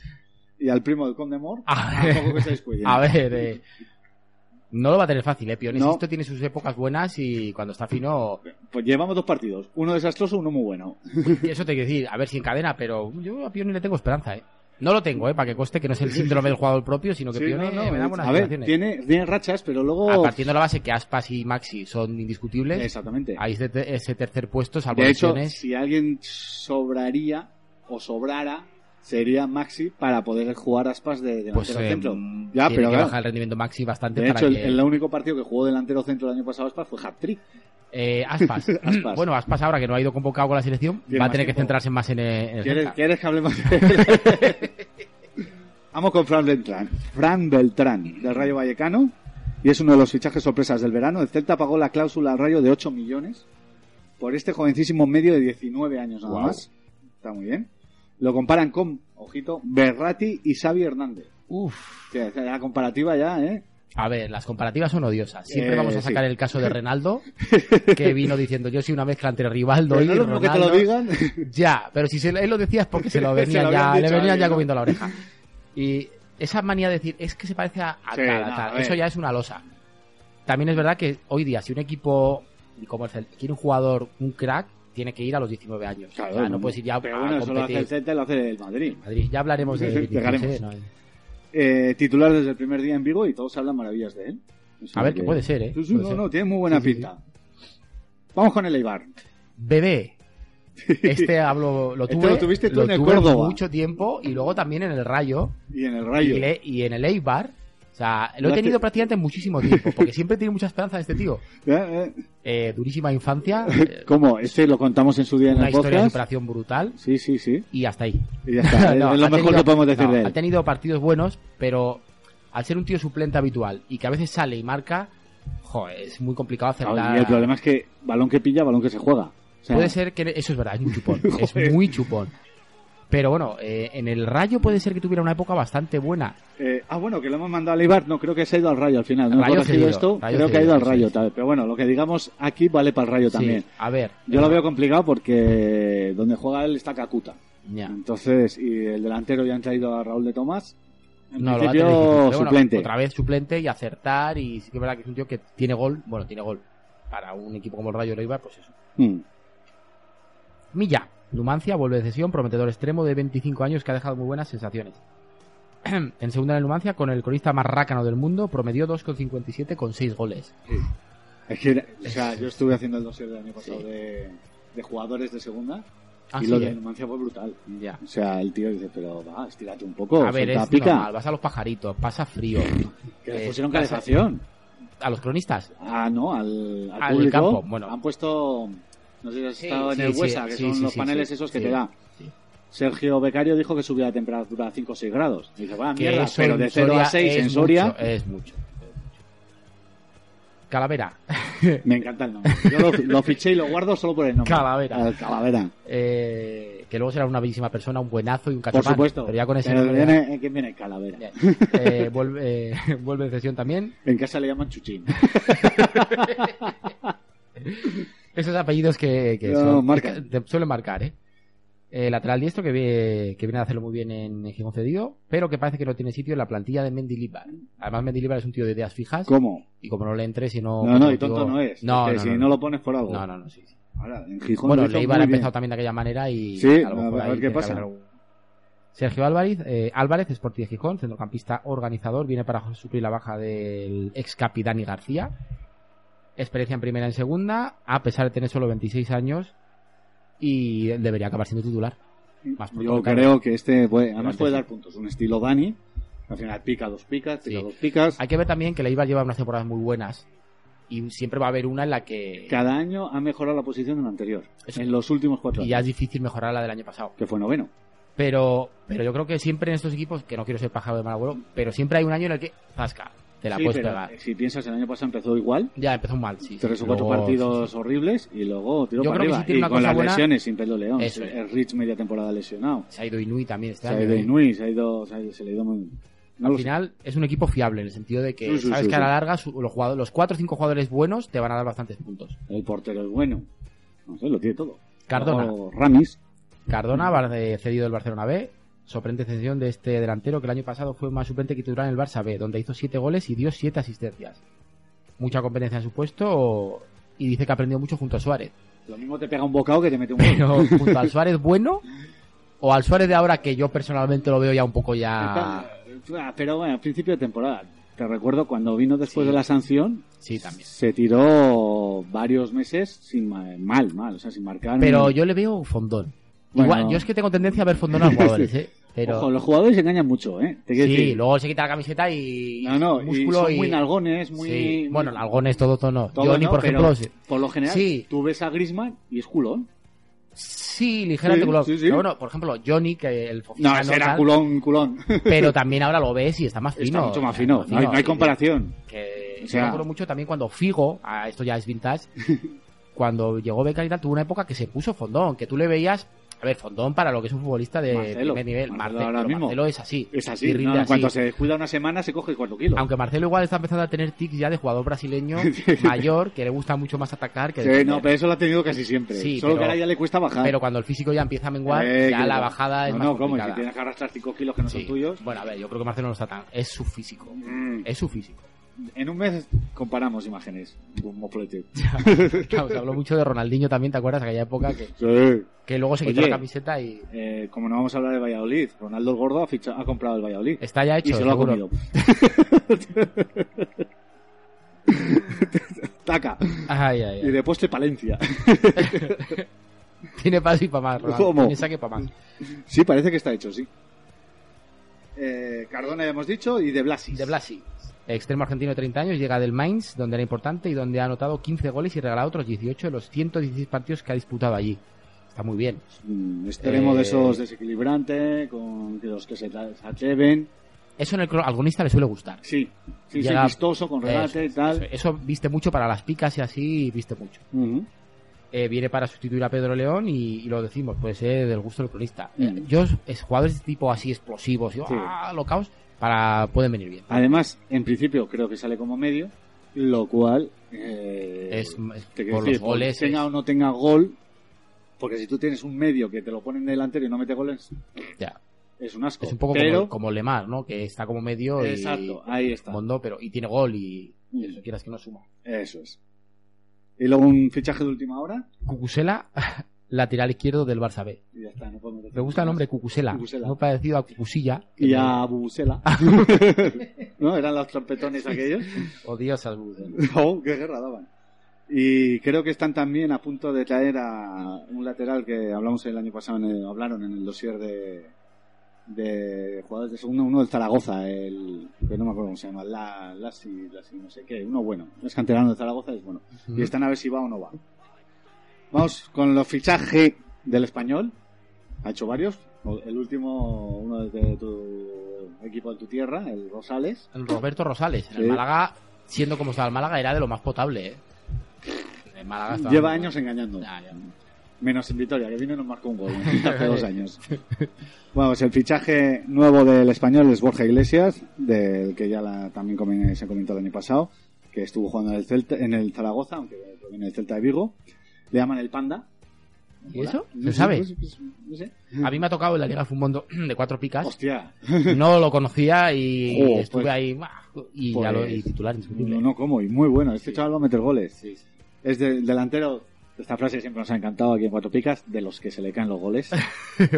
D: y al primo del Conde Mor.
E: A
D: Tampoco
E: ver.
D: que se descuiden.
E: a ver, eh, no lo va a tener fácil, eh, Piones.
D: No.
E: Esto tiene sus épocas buenas y cuando está fino,
D: Pues llevamos dos partidos, uno desastroso, uno muy bueno.
E: eso te quiero decir, a ver si encadena, pero yo a Piones le tengo esperanza, eh. No lo tengo, eh, para que coste que no es el síndrome del jugador propio, sino que
D: Sí,
E: Piones
D: no, no,
E: me da buenas
D: a ver,
E: sensaciones.
D: tiene, tiene rachas, pero luego...
E: Ah, partiendo de la base que Aspas y Maxi son indiscutibles,
D: Exactamente.
E: ahí ese, te- ese tercer puesto, salvo
D: De hecho,
E: lesiones,
D: si alguien sobraría o sobrara, sería Maxi para poder jugar aspas de delantero
E: pues eh,
D: centro.
E: mm,
D: Ya,
E: tiene
D: pero
E: que
D: claro.
E: bajar el rendimiento Maxi bastante
D: De
E: para
D: hecho, el,
E: que...
D: el único partido que jugó delantero centro el año pasado Aspas fue hat-trick.
E: Eh, Aspas.
D: Aspas.
E: Bueno, Aspas ahora que no ha ido convocado con la selección,
D: Tiene
E: va a
D: más
E: tener
D: tiempo.
E: que centrarse más en el, en el
D: ¿Quieres,
E: Celta.
D: quieres que hablemos de- Vamos con Fran Beltrán. Fran Beltrán, del Rayo Vallecano. Y es uno de los fichajes sorpresas del verano. El Celta pagó la cláusula al Rayo de 8 millones por este jovencísimo medio de 19 años nada
A: Guau.
D: más. Está muy bien. Lo comparan con, ojito, Berrati y Xavi Hernández.
E: Uf.
D: Que hace La comparativa ya, ¿eh?
E: A ver, las comparativas son odiosas. Siempre
D: Eh,
E: vamos a sacar
D: sí.
E: el caso de Renaldo, que vino diciendo yo soy una mezcla entre Rivaldo
D: Pero
E: y
D: no es lo mismo que te lo
E: Ronaldo".
D: digan.
E: Ya, pero si se, él lo decía es porque se lo
D: Se
E: venía
D: lo habían
E: ya,
D: dicho
E: le
D: a
E: venían
D: alguien,
E: ya
D: ¿no?
E: comiendo la oreja. Y esa manía de decir, es que se parece a, a
D: Sí,
E: tal, a
D: no,
E: tal,
D: a ver.
E: eso ya es una losa. También es verdad que hoy día, si un equipo como el Celta quiere un jugador, un crack, tiene que ir a los 19 años. O sea, no puedes ir pues, ya
D: Pero
E: a
D: bueno, eso lo hace el
E: competir.
D: Celta y lo hace el Madrid.
E: Madrid, ya hablaremos de...
D: Llegaremos.
E: sí, no, eh.
D: eh, titular desde el primer día en Vigo y todos hablan maravillas de él. No sé
E: A ver,
D: qué-
E: que puede ser, ¿eh?
D: Sí, sí,
E: Puede
D: no,
E: ser.
D: no, tiene muy buena
E: Sí, sí,
D: pinta. Vamos con el Eibar.
E: Bebé. Este hablo, lo
D: Este
E: tuve,
D: lo tuviste tú en el
E: tuve
D: Córdoba.
E: mucho tiempo y luego también en el Rayo
D: Y en el
E: y,
D: Rayo.
E: le- y en el Eibar. O sea, lo he
D: Lo hace-
E: tenido prácticamente muchísimo tiempo porque siempre he tenido mucha esperanza de este tío.
D: Eh,
E: Eh, durísima infancia,
D: eh,
E: eh,
D: ¿Cómo? Este lo contamos en su día en
E: una
D: el
E: historia de
D: podcast.
E: superación brutal
D: Sí, sí, sí.
E: y hasta ahí.
D: Y ya está.
E: No,
D: es lo mejor
E: ha tenido-
D: que podemos decir
E: no,
D: de él.
E: Ha tenido partidos buenos, pero al ser un tío suplente habitual y que a veces sale y marca, jo, es muy complicado acertar.
D: Y el problema es que balón que pilla, balón que se juega. O sea,
E: Puede ser que eso es verdad, es muy chupón,
D: Joder.
E: es muy chupón. Pero bueno, eh, en el Rayo puede ser que tuviera una época bastante buena.
D: eh, ah, bueno, que lo hemos mandado al Eibar. No, creo que se ha ido al Rayo al final. No he
E: Rayo
D: corregido
E: cedido,
D: esto.
E: Rayo
D: creo que ha ido
E: cedido,
D: al
E: sí,
D: Rayo
E: sí.
D: tal vez. Pero bueno, lo que digamos aquí vale para el Rayo
E: Sí,
D: también.
E: a ver,
D: Yo lo veo complicado porque donde juega él está Kakuta.
E: ya.
D: Entonces, y el delantero ya han traído a Raúl de Tomás. En
E: No, lo va a tener
D: principio,
E: difícil, pero bueno,
D: suplente.
E: otra vez suplente y acertar. Y sí que es verdad que es un tío que tiene gol. Bueno, tiene gol. Para un equipo como el Rayo Leibar, pues eso.
D: Mm.
E: Milla, Numancia, vuelve de cesión, prometedor extremo de 25 años que ha dejado muy buenas sensaciones. en segunda en el Numancia, con el corista más rácano del mundo, promedió 2,57 con 6 goles.
D: Es que, o sea, yo estuve haciendo el dossier del año pasado de, de jugadores de segunda
E: Ah,
D: y
E: sí,
D: lo de
E: eh.
D: Numancia fue brutal.
E: Ya.
D: O sea, el tío dice, pero va, estírate un poco,
E: A ver,
D: suelta,
E: es
D: pica.
E: normal, vas a los pajaritos, pasa frío.
D: que le
E: eh,
D: pusieron
E: pasa-
D: calefacción.
E: A los cronistas.
D: Ah, no, al, al
E: Al
D: público.
E: campo, bueno.
D: Han puesto, no sé si has
E: Sí,
D: estado en
E: sí,
D: el
E: sí,
D: Huesa, que
E: sí,
D: son
E: sí,
D: los
E: sí,
D: paneles
E: sí.
D: esos que
E: Sí,
D: te da.
E: sí.
D: Sergio Becario dijo que subía la temperatura a 5 o 6 grados. Y dice, va,
E: Que
D: Ah, mierda,
E: eso
D: pero
E: en
D: de 0 a
E: Soria
D: 6
E: es
D: en Soria...
E: mucho, es mucho. es mucho. Calavera.
D: Me encanta el nombre. Yo lo, lo fiché y lo guardo solo por el nombre.
E: eh". Calavera.
D: Ah, Calavera.
E: eh, que luego será una bellísima persona, un buenazo y un
D: Por
E: cachapán.
D: supuesto.
E: Pero ya con ese
D: Pero
E: nombre-
D: viene, ¿en ¿Quién viene? Calavera.
E: Bien. Eh, vuelve, eh, vuelve en sesión también.
D: En casa le llaman Chuchín.
E: Esos apellidos que, que
D: No,
E: son-
D: marcan.
E: que te suelen marcar, ¿eh? Eh, lateral diestro que, vi- que viene a hacerlo muy bien en Gijón Cedido, pero que parece que no tiene sitio en la plantilla de Mendilibar. Además, Mendilibar es un tío de ideas fijas
D: ¿Cómo?
E: y como no le entre, si no.
D: No, no, y
E: digo-
D: tonto no es.
E: No,
D: Porque
E: no,
D: si
E: no,
D: no,
E: no.
D: lo pones por algo.
E: No, no, no, sí, sí.
D: Ahora, en Gijón
E: Bueno,
D: lo hizo
E: Leibar ha
D: muy bien.
E: empezado también de aquella manera y
D: Sí,
E: lo
D: a ver- a
E: mejor ahí
D: ver qué
E: tiene que
D: pasa.
E: haber algo. Sergio Álvarez, eh, Álvarez, Sporting de Gijón, centrocampista organizador, viene para suplir la baja del ex capi Dani García. Experiencia en primera y en segunda, a pesar de tener solo 26 años, y debería acabar siendo titular. Más pronto
D: Yo
E: que tarde.
D: creo que este puede, además
E: Durante
D: puede
E: sí.
D: dar puntos. Un estilo Dani Al final pica dos picas, pica
E: Sí.
D: dos picas.
E: Hay que ver también que la IVA lleva unas temporadas muy buenas y siempre va a haber una en la que
D: Cada año ha mejorado la posición de la anterior.
E: Eso.
D: En los últimos cuatro
E: y
D: años.
E: ya es difícil mejorar la del año pasado.
D: Que fue noveno.
E: Pero, pero yo creo que siempre en estos equipos, que no quiero ser pájaro de mal abuelo, pero siempre hay un año en el que, zasca, te la
D: Sí,
E: puedes
D: pero
E: pegar.
D: Si piensas, el año pasado empezó igual.
E: Ya empezó mal, sí.
D: Tres
E: sí.
D: o cuatro
E: Luego,
D: partidos horribles y luego tiró
E: Yo
D: para
E: creo que
D: arriba.
E: sí tiene
D: y
E: una
D: con
E: cosa
D: las
E: buena-
D: lesiones sin pelo león.
E: Eso
D: El-
E: es.
D: El Rich media temporada lesionado.
E: Se ha ido Inui también este
D: se ha
E: año.
D: ido
E: ¿eh?
D: Inui, se ha ido, se ha ido- se le ha ido muy... No
E: Al
D: lo sé.
E: final es un equipo fiable en el sentido de que
D: Sí, sí,
E: sabes
D: sí,
E: que a la
D: sí.
E: larga su- los, jugadores, los cuatro o cinco jugadores buenos te van a dar bastantes puntos.
D: El portero es bueno. No sé, lo tiene todo.
E: Cardona.
D: O Ramis.
E: Cardona, bar- eh, cedido del Barcelona B. Sorprendente cesión de este delantero que el año pasado fue más suplente que titular en el Barça B, donde hizo siete goles y dio siete asistencias. Mucha competencia en su puesto y dice que ha aprendido mucho junto a Suárez.
D: Lo mismo te pega un bocado que te mete un gol.
E: Pero junto al Suárez bueno o al Suárez de ahora que yo personalmente lo veo ya un poco ya...
D: Ah, Pero bueno, al principio de temporada. Te recuerdo cuando vino después
E: Sí.
D: de la sanción,
E: Sí, también.
D: se tiró varios meses sin ma- mal, mal, o sea, sin marcar.
E: Pero
D: un-
E: yo le veo fondón.
D: Mm. Bueno.
E: Igual, yo es que tengo tendencia a ver fondón a los jugadores, ¿eh? Pero...
D: Ojo, los jugadores se engañan mucho, ¿eh? Te quiero
E: Sí,
D: decir.
E: luego se quita la camiseta y
D: No, no, y
E: músculo
D: son
E: y-
D: muy nalgones, muy...
E: sí.
D: muy-
E: Bueno, algones todo todo no.
D: todo,
E: Johnny,
D: ¿no?
E: por
D: Pero
E: ejemplo, sí.
D: por lo general,
E: Sí.
D: tú ves a Griezmann y es culón.
E: sí, ligera
D: Sí,
E: de culón.
D: sí, sí.
E: Pero bueno, por ejemplo, Johnny, que el
D: No,
E: fofano,
D: será
E: tal,
D: culón, culón.
E: Pero también ahora lo ves y está más fino.
D: Está mucho más
E: está
D: fino. No hay, no hay
E: sí.
D: comparación.
E: Que
D: O
E: yo
D: sea-
E: me acuerdo mucho también cuando Figo, ah, esto ya es vintage, cuando llegó Beca y tal, tuvo una época que se puso fondón, que tú le veías... A ver, fondón para lo que es un futbolista de
D: Marcelo.
E: primer nivel.
D: Marcelo
E: Marcelo,
D: ahora
E: pero
D: mismo.
E: Marcelo es así.
D: Es
E: y
D: así.
E: rinde
D: ¿no? En
E: así.
D: cuanto se descuida una semana, se coge cuatro kilos.
E: Aunque Marcelo igual está empezando a tener tics ya de jugador brasileño mayor, que le gusta mucho más atacar que
D: Sí,
E: defender.
D: no, pero eso lo ha tenido casi siempre.
E: Sí,
D: Solo
E: pero-
D: que ahora ya le cuesta bajar.
E: Pero cuando el físico ya empieza a menguar,
D: Eh,
E: ya
D: que
E: la
D: no.
E: bajada es
D: no,
E: más
D: no, ¿cómo? Y
E: complicada.
D: Si tienes que arrastrar 5 kilos que no
E: Sí.
D: son tuyos.
E: Bueno, a ver, yo creo que Marcelo no está tan... Es su físico.
D: mm,
E: Es su físico.
D: En un mes comparamos imágenes. Un moflete.
E: Claro, se habló mucho de Ronaldinho también, ¿te acuerdas? Aquella época que,
D: Sí.
E: que luego se quitó
D: Oye.
E: la camiseta y...
D: Eh, como no vamos a hablar de Valladolid, Ronaldo el Gordo ha, ficha- ha comprado el Valladolid.
E: Está ya hecho,
D: y se lo ha
E: seguro.
D: comido. Taca.
E: Ay, ay,
D: Y
E: ay.
D: de postre Palencia.
E: Tiene paso y para más, Ronaldo.
D: ¿Cómo?
E: Tiene saque para más.
D: Sí, parece que está hecho, sí. Eh, Cardona ya hemos dicho y de Blasis.
E: De Blasi. Extremo argentino de 30 años, llega del Mainz, donde era importante y donde ha anotado 15 goles y regalado otros 18 de los 116 partidos que ha disputado allí. Está muy bien.
D: Mm, extremo de
E: Eh,
D: esos desequilibrante, con que los que se ta- se atreven.
E: Eso en el cro- al algonista le suele gustar.
D: Sí, sí, sí,
E: Llega-
D: vistoso, con
E: Eso,
D: regate y tal.
E: eso, eso viste mucho para las picas y así, viste mucho.
D: Ujú.
E: Eh, viene para sustituir a Pedro León y, y lo decimos, pues eh, del gusto del cronista. Eh,
D: Mm.
E: yo, es, jugadores tipo así explosivos, y,
D: Sí.
E: ah, locaos, para, pueden venir bien.
D: Además, en principio creo que sale como medio, lo cual... eh,
E: Es, es
D: te quiero
E: por
D: decir,
E: los goles.
D: Tenga
E: es-
D: o no tenga gol, porque si tú tienes un medio que te lo ponen delantero y no mete goles,
E: ya.
D: es un asco.
E: Es un poco
D: pero,
E: como, como Lemar, ¿no? Que está como medio y-
D: Exacto, ahí está.
E: Mondó, pero y tiene gol y
D: Mm.
E: eso quieras que no suma.
D: Eso es. Y luego un fichaje de última hora
E: Cucusela, lateral izquierdo del Barça B.
D: y ya está. No podemos decir
E: Me gusta el
D: más.
E: nombre Cucusela,
D: Cucusela.
E: muy parecido a Cucusilla. que
D: Y
E: me-
D: a Bubucela. ¿No? Eran los trompetones aquellos.
E: Odiosas budas.
D: Oh, qué guerra daban. Y creo que están también a punto de traer a un lateral que hablamos el año pasado, en el- hablaron en el dossier de, de jugadores de segunda, uno del Zaragoza, el que no me acuerdo cómo se llama, la, Lassi, Lassi, no sé qué, uno bueno, es canterano de Zaragoza, es bueno.
E: Mm.
D: Y están a ver si va o no va. Vamos con los fichajes del español, ha hecho varios, el último, uno de tu equipo de tu tierra, el Rosales.
E: El Mm. Roberto Rosales, en el
D: Sí.
E: Málaga, siendo como estaba el Málaga, era de lo más potable, ¿eh? En el Málaga estaba-
D: Lleva años engañando.
E: Ah, Ya, ya.
D: Menos en Vitoria, que vino y nos marcó un gol hace dos años. Bueno, pues el fichaje nuevo del español es Borja Iglesias, del que ya la- también comen- se comentó el año pasado, que estuvo jugando en el, Celta, en el Zaragoza, aunque proviene del Celta de Vigo. Le llaman el Panda.
E: ¿Y eso?
D: No
E: ¿Se
D: sé,
E: sabe?
D: pues, pues, no sé.
E: A mí me ha tocado en la Liga Fumondo de cuatro picas.
D: Hostia,
E: No lo conocía y
D: Oh,
E: estuve
D: pues-
E: ahí bah, y
D: pues-
E: ya lo y titular indiscutible.
D: no, no como, y muy bueno. Este
E: Sí.
D: chaval va a meter goles.
E: Sí, sí.
D: Es del delantero, esta frase siempre nos ha encantado aquí en Cuatro Picas, de los que se le caen los goles.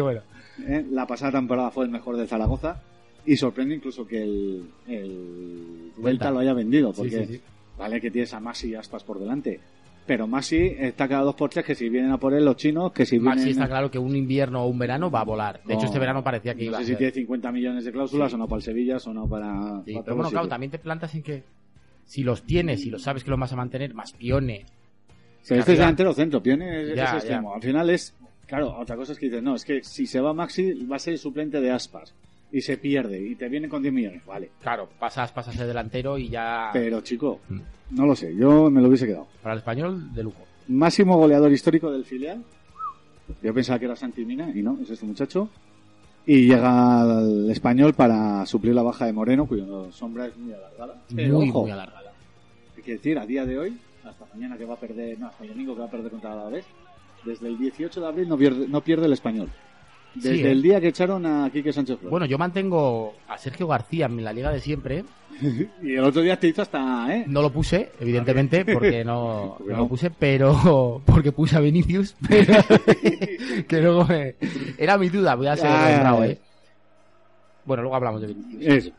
E: bueno,
D: ¿eh? La pasada temporada fue el mejor del Zaragoza y sorprende incluso que el, el Celta
E: Celta.
D: lo haya vendido,
E: sí,
D: porque
E: sí, sí.
D: vale que tienes a Masi y Aspas por delante, pero Maxi está cada dos por tres que si vienen a por él los chinos, que si
E: Maxi
D: vienen...
E: está claro que un invierno o un verano va a volar. De hecho,
D: No.
E: este verano parecía que
D: no
E: iba
D: sé
E: a
D: si
E: ser.
D: tiene 50 millones de cláusulas, o no para el Sevilla, o no para...
E: Sí,
D: para
E: pero
D: todos
E: bueno,
D: los
E: claro,
D: sitios.
E: también te plantas en que si los tienes y los sabes que los vas a mantener, más pione.
D: Pero este es
E: Arriba.
D: delantero centro, Pione es,
E: Ya,
D: es
E: ya.
D: extremo. Al final es, claro, otra cosa es que dices, no, es que si se va Maxi va a ser el suplente de Aspas y se pierde y te viene con 10 millones, vale.
E: Claro, pasas, pasas el delantero y ya
D: Pero chico,
E: Mm.
D: no lo sé, yo me lo hubiese quedado.
E: para el español de lujo.
D: Máximo goleador histórico del filial. Yo pensaba que era Santi Mina y no, es este muchacho. Y llega al español para suplir la baja de Moreno, cuya sombra es muy alargada. Pero,
E: muy,
D: ojo,
E: muy alargada.
D: Hay que decir, a día de hoy, hasta mañana que va a perder, no, hasta el domingo que va a perder contra la vez, desde el 18 de abril no pierde, no pierde el español. Desde
E: Sí, ¿eh?
D: el día que echaron a Quique Sánchez Flores.
E: Bueno, yo mantengo a Sergio García en la liga de siempre.
D: y el otro día te hizo hasta, ¿eh?
E: No lo puse, evidentemente, porque no,
D: Porque
E: no
D: no.
E: lo puse, pero porque puse a Vinicius, pero que luego me- era mi duda, voy a ser
D: Ya, ya,
E: honrado,
D: ya.
E: ¿eh? Bueno, luego hablamos de Vinicius.
D: Eso.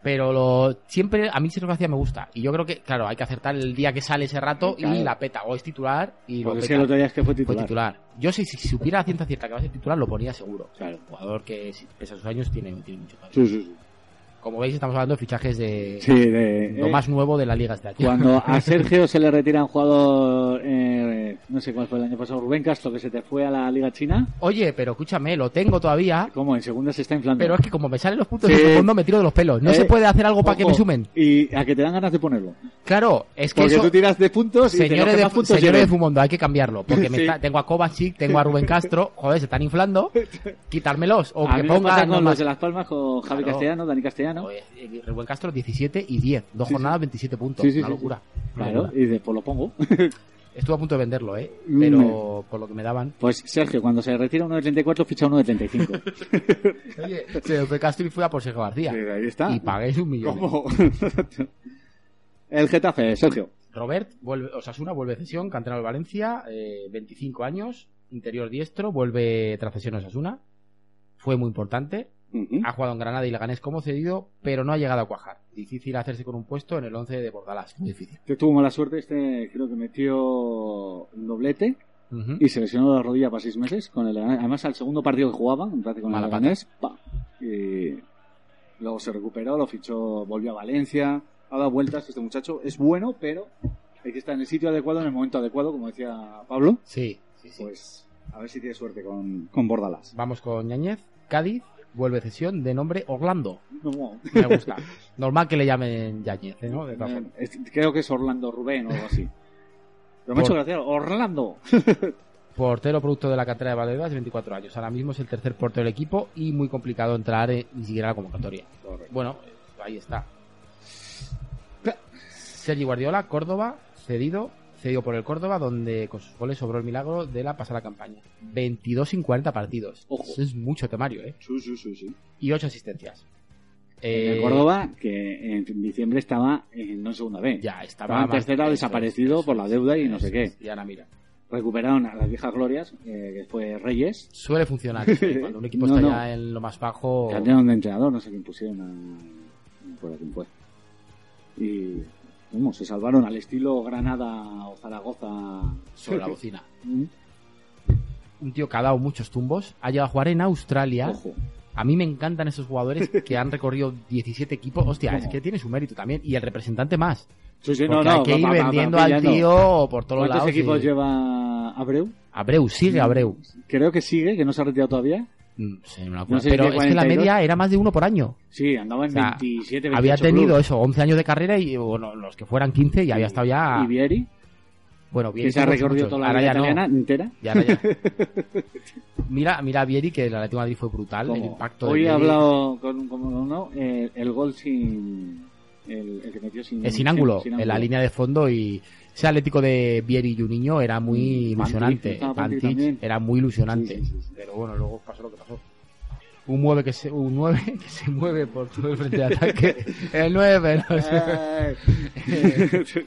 E: Pero lo, siempre a mí Sergio García me gusta. Y yo creo que, claro, hay que acertar el día que sale ese rato
D: Claro.
E: y la peta. O es titular y lo
D: Porque
E: peta.
D: es que el otro día es que fue
E: Fue
D: titular.
E: titular. Yo si, si supiera a ciencia cierta que va a ser titular, lo ponía seguro.
D: Claro.
E: Jugador que, si- pese a sus años, tiene, tiene mucho talento.
D: Sí, sí, sí.
E: Como veis, estamos hablando de fichajes de
D: Sí, de-
E: lo
D: eh,
E: más nuevo de la liga este año.
D: Cuando a Sergio se le retira un jugador, eh, no sé cuál fue el año pasado, Rubén Castro, que se te fue a la Liga China,
E: Oye, pero escúchame, lo tengo todavía,
D: como en segunda se está inflando.
E: pero es que como me salen los puntos
D: Sí.
E: de fondo, me tiro de los pelos. No
D: Eh,
E: se puede hacer algo para que
D: Ojo,
E: me sumen.
D: Y a que te dan ganas de ponerlo.
E: Claro, es que
D: Porque
E: eso...
D: tú tiras de puntos y te
E: Señores
D: lo que
E: de,
D: más puntos
E: señores de
D: lleven.
E: Fumondo, hay que cambiarlo. Porque me
D: Sí.
E: está- tengo a Kovacic, tengo a Rubén Castro. Joder, se están inflando. Quitármelos. O
D: a
E: que
D: mí me pasa
E: pongan.
D: con
E: nomás-
D: los de Las Palmas, con Javi
E: Claro.
D: Castellano, Dani Castellano.
E: Joder, eh, Rubén Castro 17 y 10. Dos
D: Sí, sí.
E: jornadas, 27 puntos.
D: Sí, sí,
E: una
D: sí, sí.
E: locura. Una
D: Claro,
E: locura.
D: y después lo pongo.
E: Estuve a punto de venderlo, ¿eh?
D: Mm.
E: Pero por lo que me daban.
D: Pues Sergio, cuando se retira uno de 34, ficha uno de 35.
E: Oye, se fue Castro y fui a por Sergio García.
D: ahí está.
E: Y pagué sus millones.
D: ¿Cómo? El Getafe, Sergio.
E: Robert, vuelve, Osasuna vuelve de cesión, canterano del Valencia, eh, 25 años, interior diestro, vuelve tras cesión a Osasuna. Fue muy importante.
D: Ujú.
E: Ha jugado en Granada y Leganés como cedido, pero no ha llegado a cuajar. Difícil hacerse con un puesto en el 11 de Bordalás. Muy difícil.
D: Este tuvo mala suerte, este creo que metió un doblete
E: Ujú.
D: y se lesionó la rodilla para seis meses. con el Leganés. Además, al segundo partido que jugaba, un empate con el
E: Mala pata.
D: Leganés, pa. Y luego se recuperó, lo fichó, volvió a Valencia, ha dado vueltas este muchacho. Es bueno, pero hay que estar en el sitio adecuado, en el momento adecuado, como decía Pablo.
E: Sí, sí, sí.
D: Pues a ver si tiene suerte con, con Bordalás.
E: Vamos con Ñañez. Cádiz, vuelve cesión de nombre Orlando.
D: No,
E: Me gusta. Normal que le llamen Yáñez, ¿eh? ¿no? De todas
D: eh,
E: formas.
D: es- creo que es Orlando Rubén o algo así. Pero me ha hecho
E: Por-
D: gracia, Orlando.
E: Portero producto de la cantera de Valdebebas, 24 años. Ahora mismo es el tercer portero del equipo y muy complicado entrar eh, ni siquiera a la convocatoria. Bueno, eh, ahí está. Sergi Guardiola, Córdoba, cedido, cedido por el Córdoba, donde con sus goles sobró el milagro de la pasada campaña. 22 sin 40 partidos.
D: Ojo.
E: Eso es mucho temario, ¿eh?
D: Sí, sí, sí, sí.
E: Y 8 asistencias.
D: En
E: Eh,
D: Córdoba, que en diciembre estaba en, no en segunda B.
E: Ya, estaba.
D: estaba en
E: más-
D: tercera,
E: eso es,
D: desaparecido
E: eso
D: por la
E: es,
D: deuda y
E: eso
D: no sé
E: es.
D: qué.
E: Y ahora mira.
D: Recuperaron a las viejas glorias, eh, que fue Reyes,
E: Suele funcionar. ¿eh? Cuando un equipo
D: No,
E: está
D: no.
E: ya en lo más bajo.
D: cambiaron de entrenador, no sé quién pusieron, a- no recuerdo quién fue. Y, vamos, se salvaron al estilo Granada o Zaragoza.
E: Sobre la bocina.
D: Mm,
E: Un tío que ha dado muchos tumbos. Ha llegado a jugar en Australia.
D: Ojo.
E: A mí me encantan esos jugadores que han recorrido 17 equipos. Hostia,
D: ¿Cómo?
E: es que tiene su mérito también. Y el representante más.
D: Sí, sí, no,
E: Porque
D: no,
E: hay que
D: va-
E: ir
D: va- va- va
E: vendiendo al
D: pillando.
E: tío por todos
D: ¿Cuántos
E: lados.
D: equipos
E: y-
D: lleva Abreu?
E: Abreu, sigue Abreu.
D: Creo que sigue, que no se ha retirado todavía.
E: Mm, sí, una
D: No
E: locura.
D: sé si
E: Pero
D: tiene
E: es que la
D: 42.
E: media era más de uno por año.
D: Sí, andaba en
E: O sea,
D: 27, 28
E: había tenido
D: clubs.
E: eso, 11 años de carrera y bueno, los que fueran 15 y había estado ya.
D: Y Vieri,
E: bueno, bien.
D: que se ha recorrido toda la
E: Ahora
D: liga
E: ya no.
D: italiana entera.
E: Y ahora ya. Mira, mira a Vieri que el Atlético de Madrid fue brutal, el
D: Como-
E: impacto de
D: Hoy he
E: Vieri.
D: hablado con un como no, eh, el gol sin el, el que metió sin,
E: Eh, sin ángulo,
D: sin
E: en la línea de fondo y ese Atlético de Vieri y Juninho era muy
D: Mm, Pantic,
E: ilusionante,
D: estaba Pantic
E: Pantic
D: también.
E: era muy ilusionante,
D: Sí, sí, sí, sí.
E: pero bueno, luego pasó lo que pasó. Un 9 que se un 9 que se mueve por todo el frente de ataque. El 9, no sé.
D: Ay. Eh,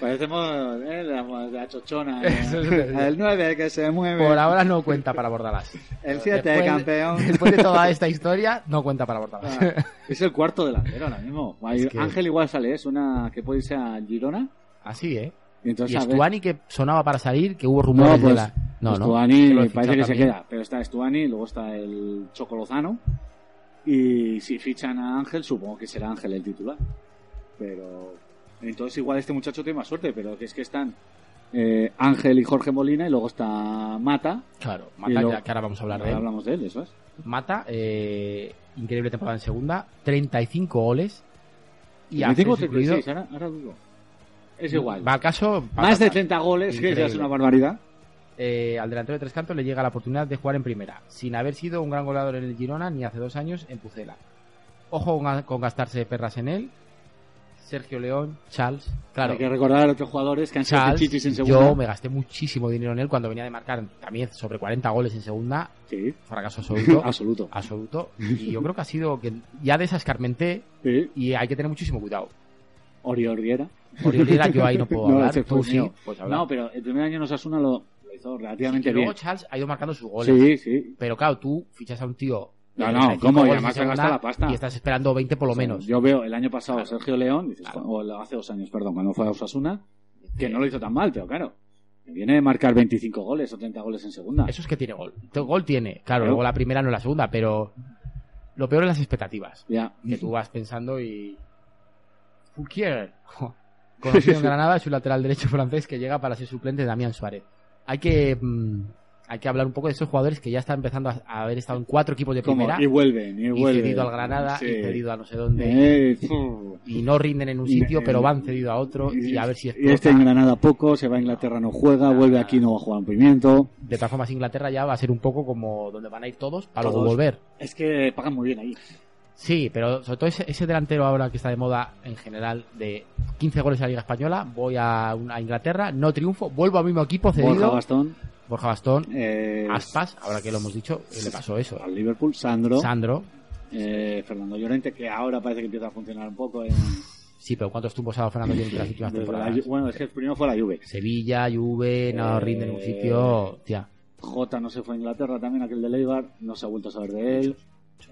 D: Parecemos eh, la, la chochona. eh.
E: Eso es verdad.
D: el 9 que se mueve.
E: Por ahora no cuenta para Bordalás.
D: el 7
E: Después-
D: campeón.
E: Después de toda esta historia, no cuenta para Bordalás.
D: Ah, es el cuarto delantero ahora mismo.
E: Es que-
D: Ángel igual sale, es una que puede irse a Girona.
E: Así, ¿eh?
D: Y entonces,
E: Y
D: a ver-
E: Stuani que sonaba para salir, que hubo rumores
D: No, pues,
E: de la... No, no.
D: Stuani
E: lo he
D: parece que
E: fichado
D: se
E: también.
D: queda, pero está Stuani, luego está el Chocolozano. Y si fichan a Ángel, supongo que será Ángel el titular. Pero entonces igual este muchacho tiene más suerte, pero que es que están eh, Ángel y Jorge Molina y luego está Mata.
E: Claro,
D: Y
E: Mata,
D: luego-
E: ya que ahora vamos a hablar de
D: Ahora
E: él.
D: hablamos de él, eso es.
E: Mata, eh, increíble temporada en segunda, 35 goles. Y
D: Me tengo
E: acceso incluido.
D: 36, ahora, ahora dudo. Es igual.
E: Va al caso.
D: más de
E: patata.
D: 30 goles, que ya es
E: Increíble.
D: una barbaridad.
E: Eh, al delantero de tres cantos le llega la oportunidad de jugar en primera, sin haber sido un gran goleador en el Girona ni hace dos años en Pucela. Ojo con- con gastarse perras en él. Sergio León, Charles. Claro,
D: Hay que recordar a otros jugadores que han sido
E: Charles,
D: chichis en segunda.
E: yo me gasté muchísimo dinero en él cuando venía de marcar también sobre 40 goles en segunda.
D: Sí,
E: Fracaso absoluto.
D: absoluto.
E: Ah. absoluto. Y yo creo que ha sido que ya desascarmenté
D: Sí,
E: y hay que tener muchísimo cuidado.
D: Ori Ordiera.
E: Oriolera, yo ahí no puedo
D: No,
E: hablar.
D: ese fue
E: Tú
D: el
E: sí,
D: mío.
E: puedes hablar.
D: No, pero el primer año nos Asuna lo, lo hizo relativamente
E: Pues y luego
D: bien.
E: Charles ha ido marcando sus goles.
D: Sí, sí.
E: Pero claro, tú fichas a un tío. de
D: No, no,
E: 35
D: ¿cómo? Y
E: goles
D: además
E: en
D: se gasta
E: segunda
D: la pasta.
E: Y estás esperando 20 por lo
D: O sea,
E: menos.
D: Yo veo el año pasado
E: Claro.
D: Sergio León, dices,
E: Claro.
D: o lo- hace dos años, perdón, cuando fue a Osasuna, que no lo hizo tan mal, pero claro, viene de marcar 25 goles o 30 goles en segunda.
E: Eso es que tiene gol. Te- Gol tiene. Claro,
D: Claro.
E: luego la primera no la segunda, pero lo peor es las expectativas.
D: Ya.
E: Que tú vas pensando y. Fouquier. Conocido en Granada, es un lateral derecho francés que llega para ser suplente de Damián Suárez. Hay que. mm, hay que hablar un poco de esos jugadores que ya están empezando a a haber estado en cuatro equipos de
D: ¿Cómo?
E: primera.
D: Y vuelven, y
E: y
D: vuelven.
E: cedido al Granada
D: Sí.
E: y cedido a no sé dónde
D: Eh, pff.
E: y no rinden en un sitio
D: Y-
E: pero van cedido a otro y a ver si
D: y este
E: explota.
D: en Granada poco, se va a Inglaterra, no juega, vuelve aquí, no va a jugar un pimiento.
E: de todas formas Inglaterra ya va a ser un poco como donde van a ir todos para luego
D: Todos.
E: volver
D: Es que pagan muy bien ahí.
E: sí pero sobre todo ese, ese delantero ahora que está de moda en general de 15 goles a la Liga Española voy a, un- a Inglaterra no triunfo vuelvo al mismo equipo cedido
D: Borja
E: Borja Bastón,
D: Bastón, eh,
E: Aspas ahora que lo hemos dicho le pasó eso
D: al Liverpool, Sandro,
E: Sandro
D: eh, Fernando Llorente, que ahora parece que empieza a funcionar un poco. En,
E: sí pero cuántos tumbos ha dado Fernando Llorente
D: Eh,
E: en las últimas
D: desde la
E: temporadas
D: Ju- bueno, es que el primero fue la Juve.
E: Sevilla Juve no
D: Eh,
E: rinden en un sitio tía
D: Jota no se fue a Inglaterra también, aquel de Leibar, no se ha vuelto a saber de él.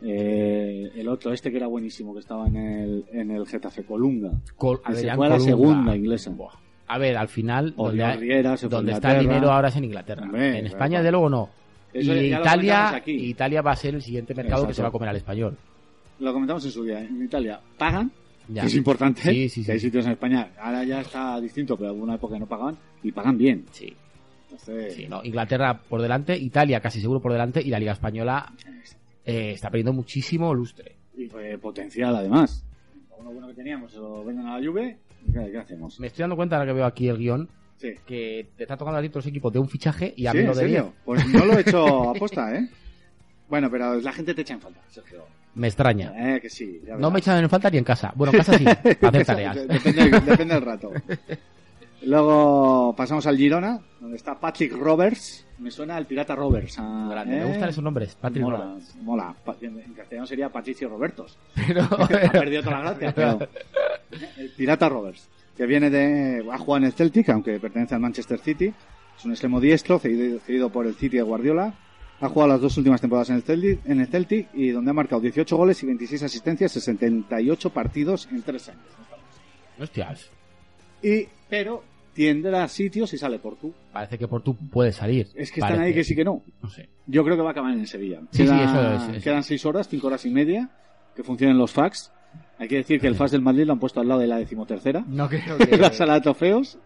D: Eh, el otro, este que era buenísimo, que estaba en el, en el Getafe Colunga.
E: Col-
D: Que se
E: Adrián
D: fue a la
E: Colunga.
D: segunda inglesa.
E: Buah. A ver, al final,
D: O
E: donde, hay-
D: Riera se fue a
E: donde está el
D: Inglaterra.
E: dinero ahora es en Inglaterra.
D: Hombre,
E: en
D: claro.
E: España, de luego, no.
D: Eso
E: y
D: ya lo comentamos
E: Italia,
D: aquí.
E: Italia va a ser el siguiente mercado que
D: Exacto.
E: se va a comer al español.
D: Lo comentamos en su día, en Italia. ¿Pagan?
E: Ya.
D: que es importante.
E: Sí, sí,
D: que
E: sí.
D: Hay sitios en España, ahora ya está distinto, pero alguna época no pagaban y pagan bien.
E: Sí,
D: Entonces,
E: sí, no. Inglaterra por delante, Italia casi seguro por delante y la Liga Española eh, está perdiendo muchísimo lustre.
D: y fue potencial además. Uno bueno que teníamos, se lo venden a la Juve. ¿Qué, qué hacemos?
E: Me estoy dando cuenta ahora que veo aquí el guión
D: Sí.
E: que te está tocando a ti todos los equipos de un fichaje y a
D: Sí,
E: mí no
D: ¿en
E: de
D: serio?
E: 10.
D: Pues no lo he hecho aposta, ¿eh? Bueno, pero la gente te echa en falta, Sergio.
E: Me extraña.
D: Eh, que sí. ya
E: No me
D: verás.
E: echan en falta ni en casa. Bueno, en casa sí, para hacer tareas.
D: Depende, depende del rato. Luego pasamos al Girona, donde está Patrick Roberts. Me suena al pirata Roberts. ah,
E: Grande,
D: ¿eh?
E: Me gustan esos nombres, Patrick
D: mola,
E: Roberts.
D: mola. Pa- En en castellano sería Patricio Robertos.
E: Pero-
D: Ha perdido toda la gracia, pero. El Pirata Roberts, que viene de. Ha jugado en el Celtic, aunque pertenece al Manchester City. Es un extremo diestro, cedido, cedido por el City de Guardiola. Ha jugado las dos últimas temporadas en el, Celtic, en el Celtic y donde ha marcado 18 goles y 26 asistencias, en 78 partidos en 3 años.
E: Hostias.
D: Y, pero tendrá sitios y sale por tú.
E: Parece que por tú puede salir.
D: Es que
E: Parece.
D: están ahí que sí que no.
E: No sé.
D: Yo creo que va a acabar en el Sevilla.
E: Sí, sí,
D: Queda-
E: eso es, eso.
D: Quedan seis horas, cinco horas y media, que funcionen los fax. Hay que decir que el fax del Madrid lo han puesto al lado de la decimotercera,
E: No creo
D: la sala de trofeos.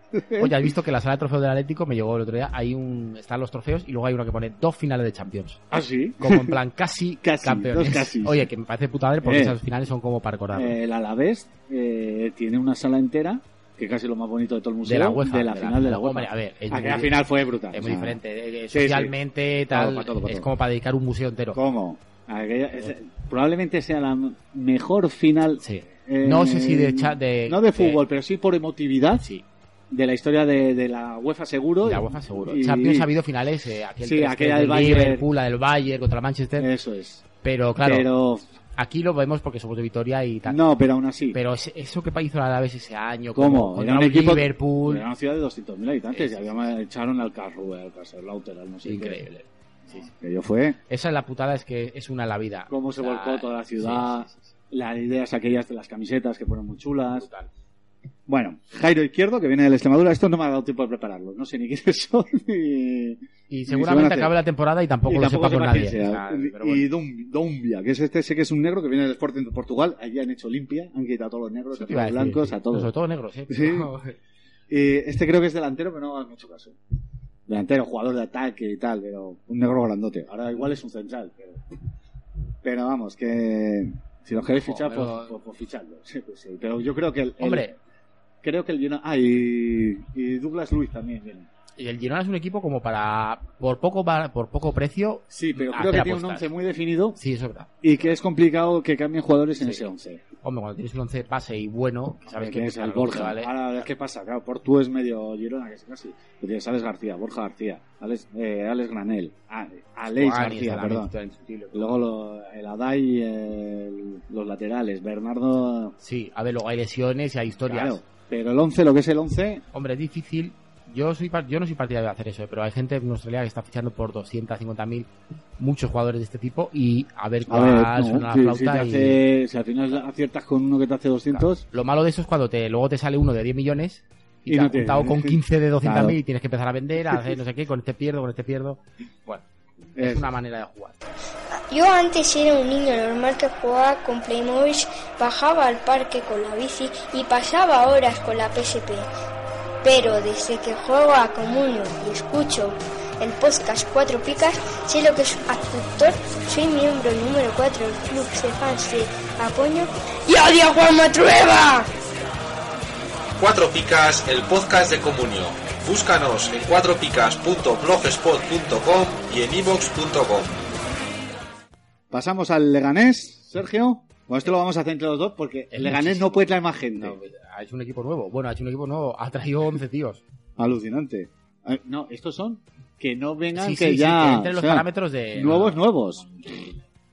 E: Oye, has visto que la sala de trofeos del Atlético me llegó el otro día. Hay un. Están los trofeos y luego hay uno que pone dos finales de Champions.
D: Ah, sí.
E: Como en plan casi,
D: Casi,
E: campeones.
D: dos casi.
E: Oye, que me parece puta madre porque
D: Eh.
E: esas finales son como para recordar.
D: El Alavés eh, tiene una sala entera, que casi lo más bonito de todo el museo,
E: de la UEFA.
D: de la final de la UEFA.
E: Hombre, a ver. Es
D: Aquella
E: muy,
D: final fue brutal.
E: es
D: o
E: muy
D: sea,
E: diferente. eh,
D: sí.
E: Socialmente, tal.
D: Todo, para todo, para
E: es
D: todo.
E: como para dedicar un museo entero.
D: ¿Cómo? Aquella- es- probablemente sea la mejor final.
E: Sí.
D: eh,
E: No sé si de cha- de-
D: no de
E: de-
D: fútbol, pero sí por emotividad.
E: Sí.
D: De la historia de, de la UEFA seguro.
E: De la UEFA seguro.
D: Y-
E: Champions ha habido finales. eh, aquel
D: Sí,
E: 3-3
D: aquella del Bayern.
E: Liverpool, la del Bayern contra el Manchester.
D: Eso es.
E: pero claro,
D: Pero
E: aquí lo vemos porque somos de Vitoria y tal.
D: No, pero aún así.
E: Pero es- eso que hizo la Alavés ese año,
D: ¿Cómo?
E: como
D: Era un
E: contra
D: equipo-
E: Liverpool,
D: Era una ciudad de 200.000 habitantes
E: Sí, sí,
D: y habían echaron al carro, al Lauter, al no sé qué.
E: increíble. Sí, sí.
D: Que yo fue.
E: Esa es la putada, es que es una en la vida.
D: Cómo se volcó toda la ciudad.
E: sí, sí, sí, sí.
D: Las ideas aquellas de las camisetas que fueron muy chulas.
E: Brutal.
D: Bueno, Jairo Izquierdo, que viene de la Extremadura, esto no me ha dado tiempo de prepararlo. No sé ni quiénes son. ni-
E: Y
D: seguramente
E: seguramente acabe la temporada y tampoco
D: y
E: lo
D: tampoco
E: sepa por
D: sepa quién
E: nadie.
D: sea.
E: Ah, pero
D: Y
E: bueno.
D: Dum- Dumbia, que es este, sé que es un negro que viene del Sporting de Portugal. Allí han hecho limpia, han quitado a todos los negros,
E: Eso
D: a todos
E: te iba a
D: los
E: decir,
D: blancos,
E: sí.
D: a todos.
E: Sobre todo negros, ¿eh?
D: Sí. Eh, este creo que es delantero, pero no hagas mucho caso. Delantero, jugador de ataque y tal, pero un negro grandote. Ahora igual es un central, pero, pero vamos, que si lo queréis fichar,
E: Joder,
D: pues,
E: pero-
D: pues- pues fichadlo. Sí, pues sí. Pero yo creo que el, el-
E: Hombre,
D: creo que el Girona- ah, y, y Douglas Luis también viene.
E: y el Girona es un equipo como para por poco va- por poco precio.
D: Sí, pero
E: Ah,
D: creo que
E: espera,
D: tiene un
E: apostar.
D: once muy definido
E: Sí, eso es verdad.
D: y que es complicado que cambien jugadores en
E: Sí.
D: ese once.
E: Hombre, cuando tienes un once base y bueno, sabes que
D: tienes
E: claro,
D: al
E: lo que
D: Borja.
E: vale.
D: Ahora ves qué pasa, claro, Portu es medio Girona, casi casi. Pero tienes a Alex García, Borja García, Alex, eh, Alex Granel, a- Alex
E: Juan y
D: García,
E: Salamé,
D: perdón.
E: está indiscutible, pero-
D: Luego lo- el Adai, el- los laterales, Bernardo.
E: Sí, a ver, luego hay lesiones y hay historias.
D: Claro, pero el 11, lo que es el 11,
E: Hombre, es difícil. Yo soy par- yo no soy partidario de hacer eso, ¿eh? pero hay gente en Australia que está fichando por 250.000 muchos jugadores de este tipo y a ver
D: a
E: cuál
D: ver, no,
E: suena
D: si,
E: la
D: si te
E: Ah, flauta y-
D: hace- si al final aciertas con uno que te hace 200,
E: Lo malo de eso es cuando te luego te sale uno de 10 millones
D: Y
E: y, te
D: no
E: has
D: tiene.
E: juntado con 15 de 200.000
D: Claro.
E: y tienes que empezar a vender, a hacer no sé qué, con este pierdo, con este pierdo. Bueno, es,
D: es-
E: una manera de jugar.
J: Yo antes era un niño normal que jugaba con Playmobil, bajaba al parque con la bici y pasaba horas con la PSP. Pero desde que juego a Comunio y escucho el podcast Cuatro Picas, sé lo que es un actor, soy miembro número 4 del club de fans de Apoño y odio a Juan Matrueva.
B: Cuatro Picas, el podcast de Comunio. Búscanos en cuatropicas.blogspot.com y en ivox.com.
D: pasamos al Leganés, Sergio. Bueno, esto lo vamos a hacer entre los dos porque
E: Es
D: el Leganés
E: muchísimo.
D: no puede traer más gente.
E: No, ha hecho un equipo nuevo. Bueno, ha hecho un equipo nuevo. Ha traído 11 tíos.
D: Alucinante. Eh, No, estos son que no vengan
E: Sí,
D: que
E: sí,
D: ya.
E: sí, que entre los
D: o sea,
E: parámetros de...
D: Nuevos, nuevos.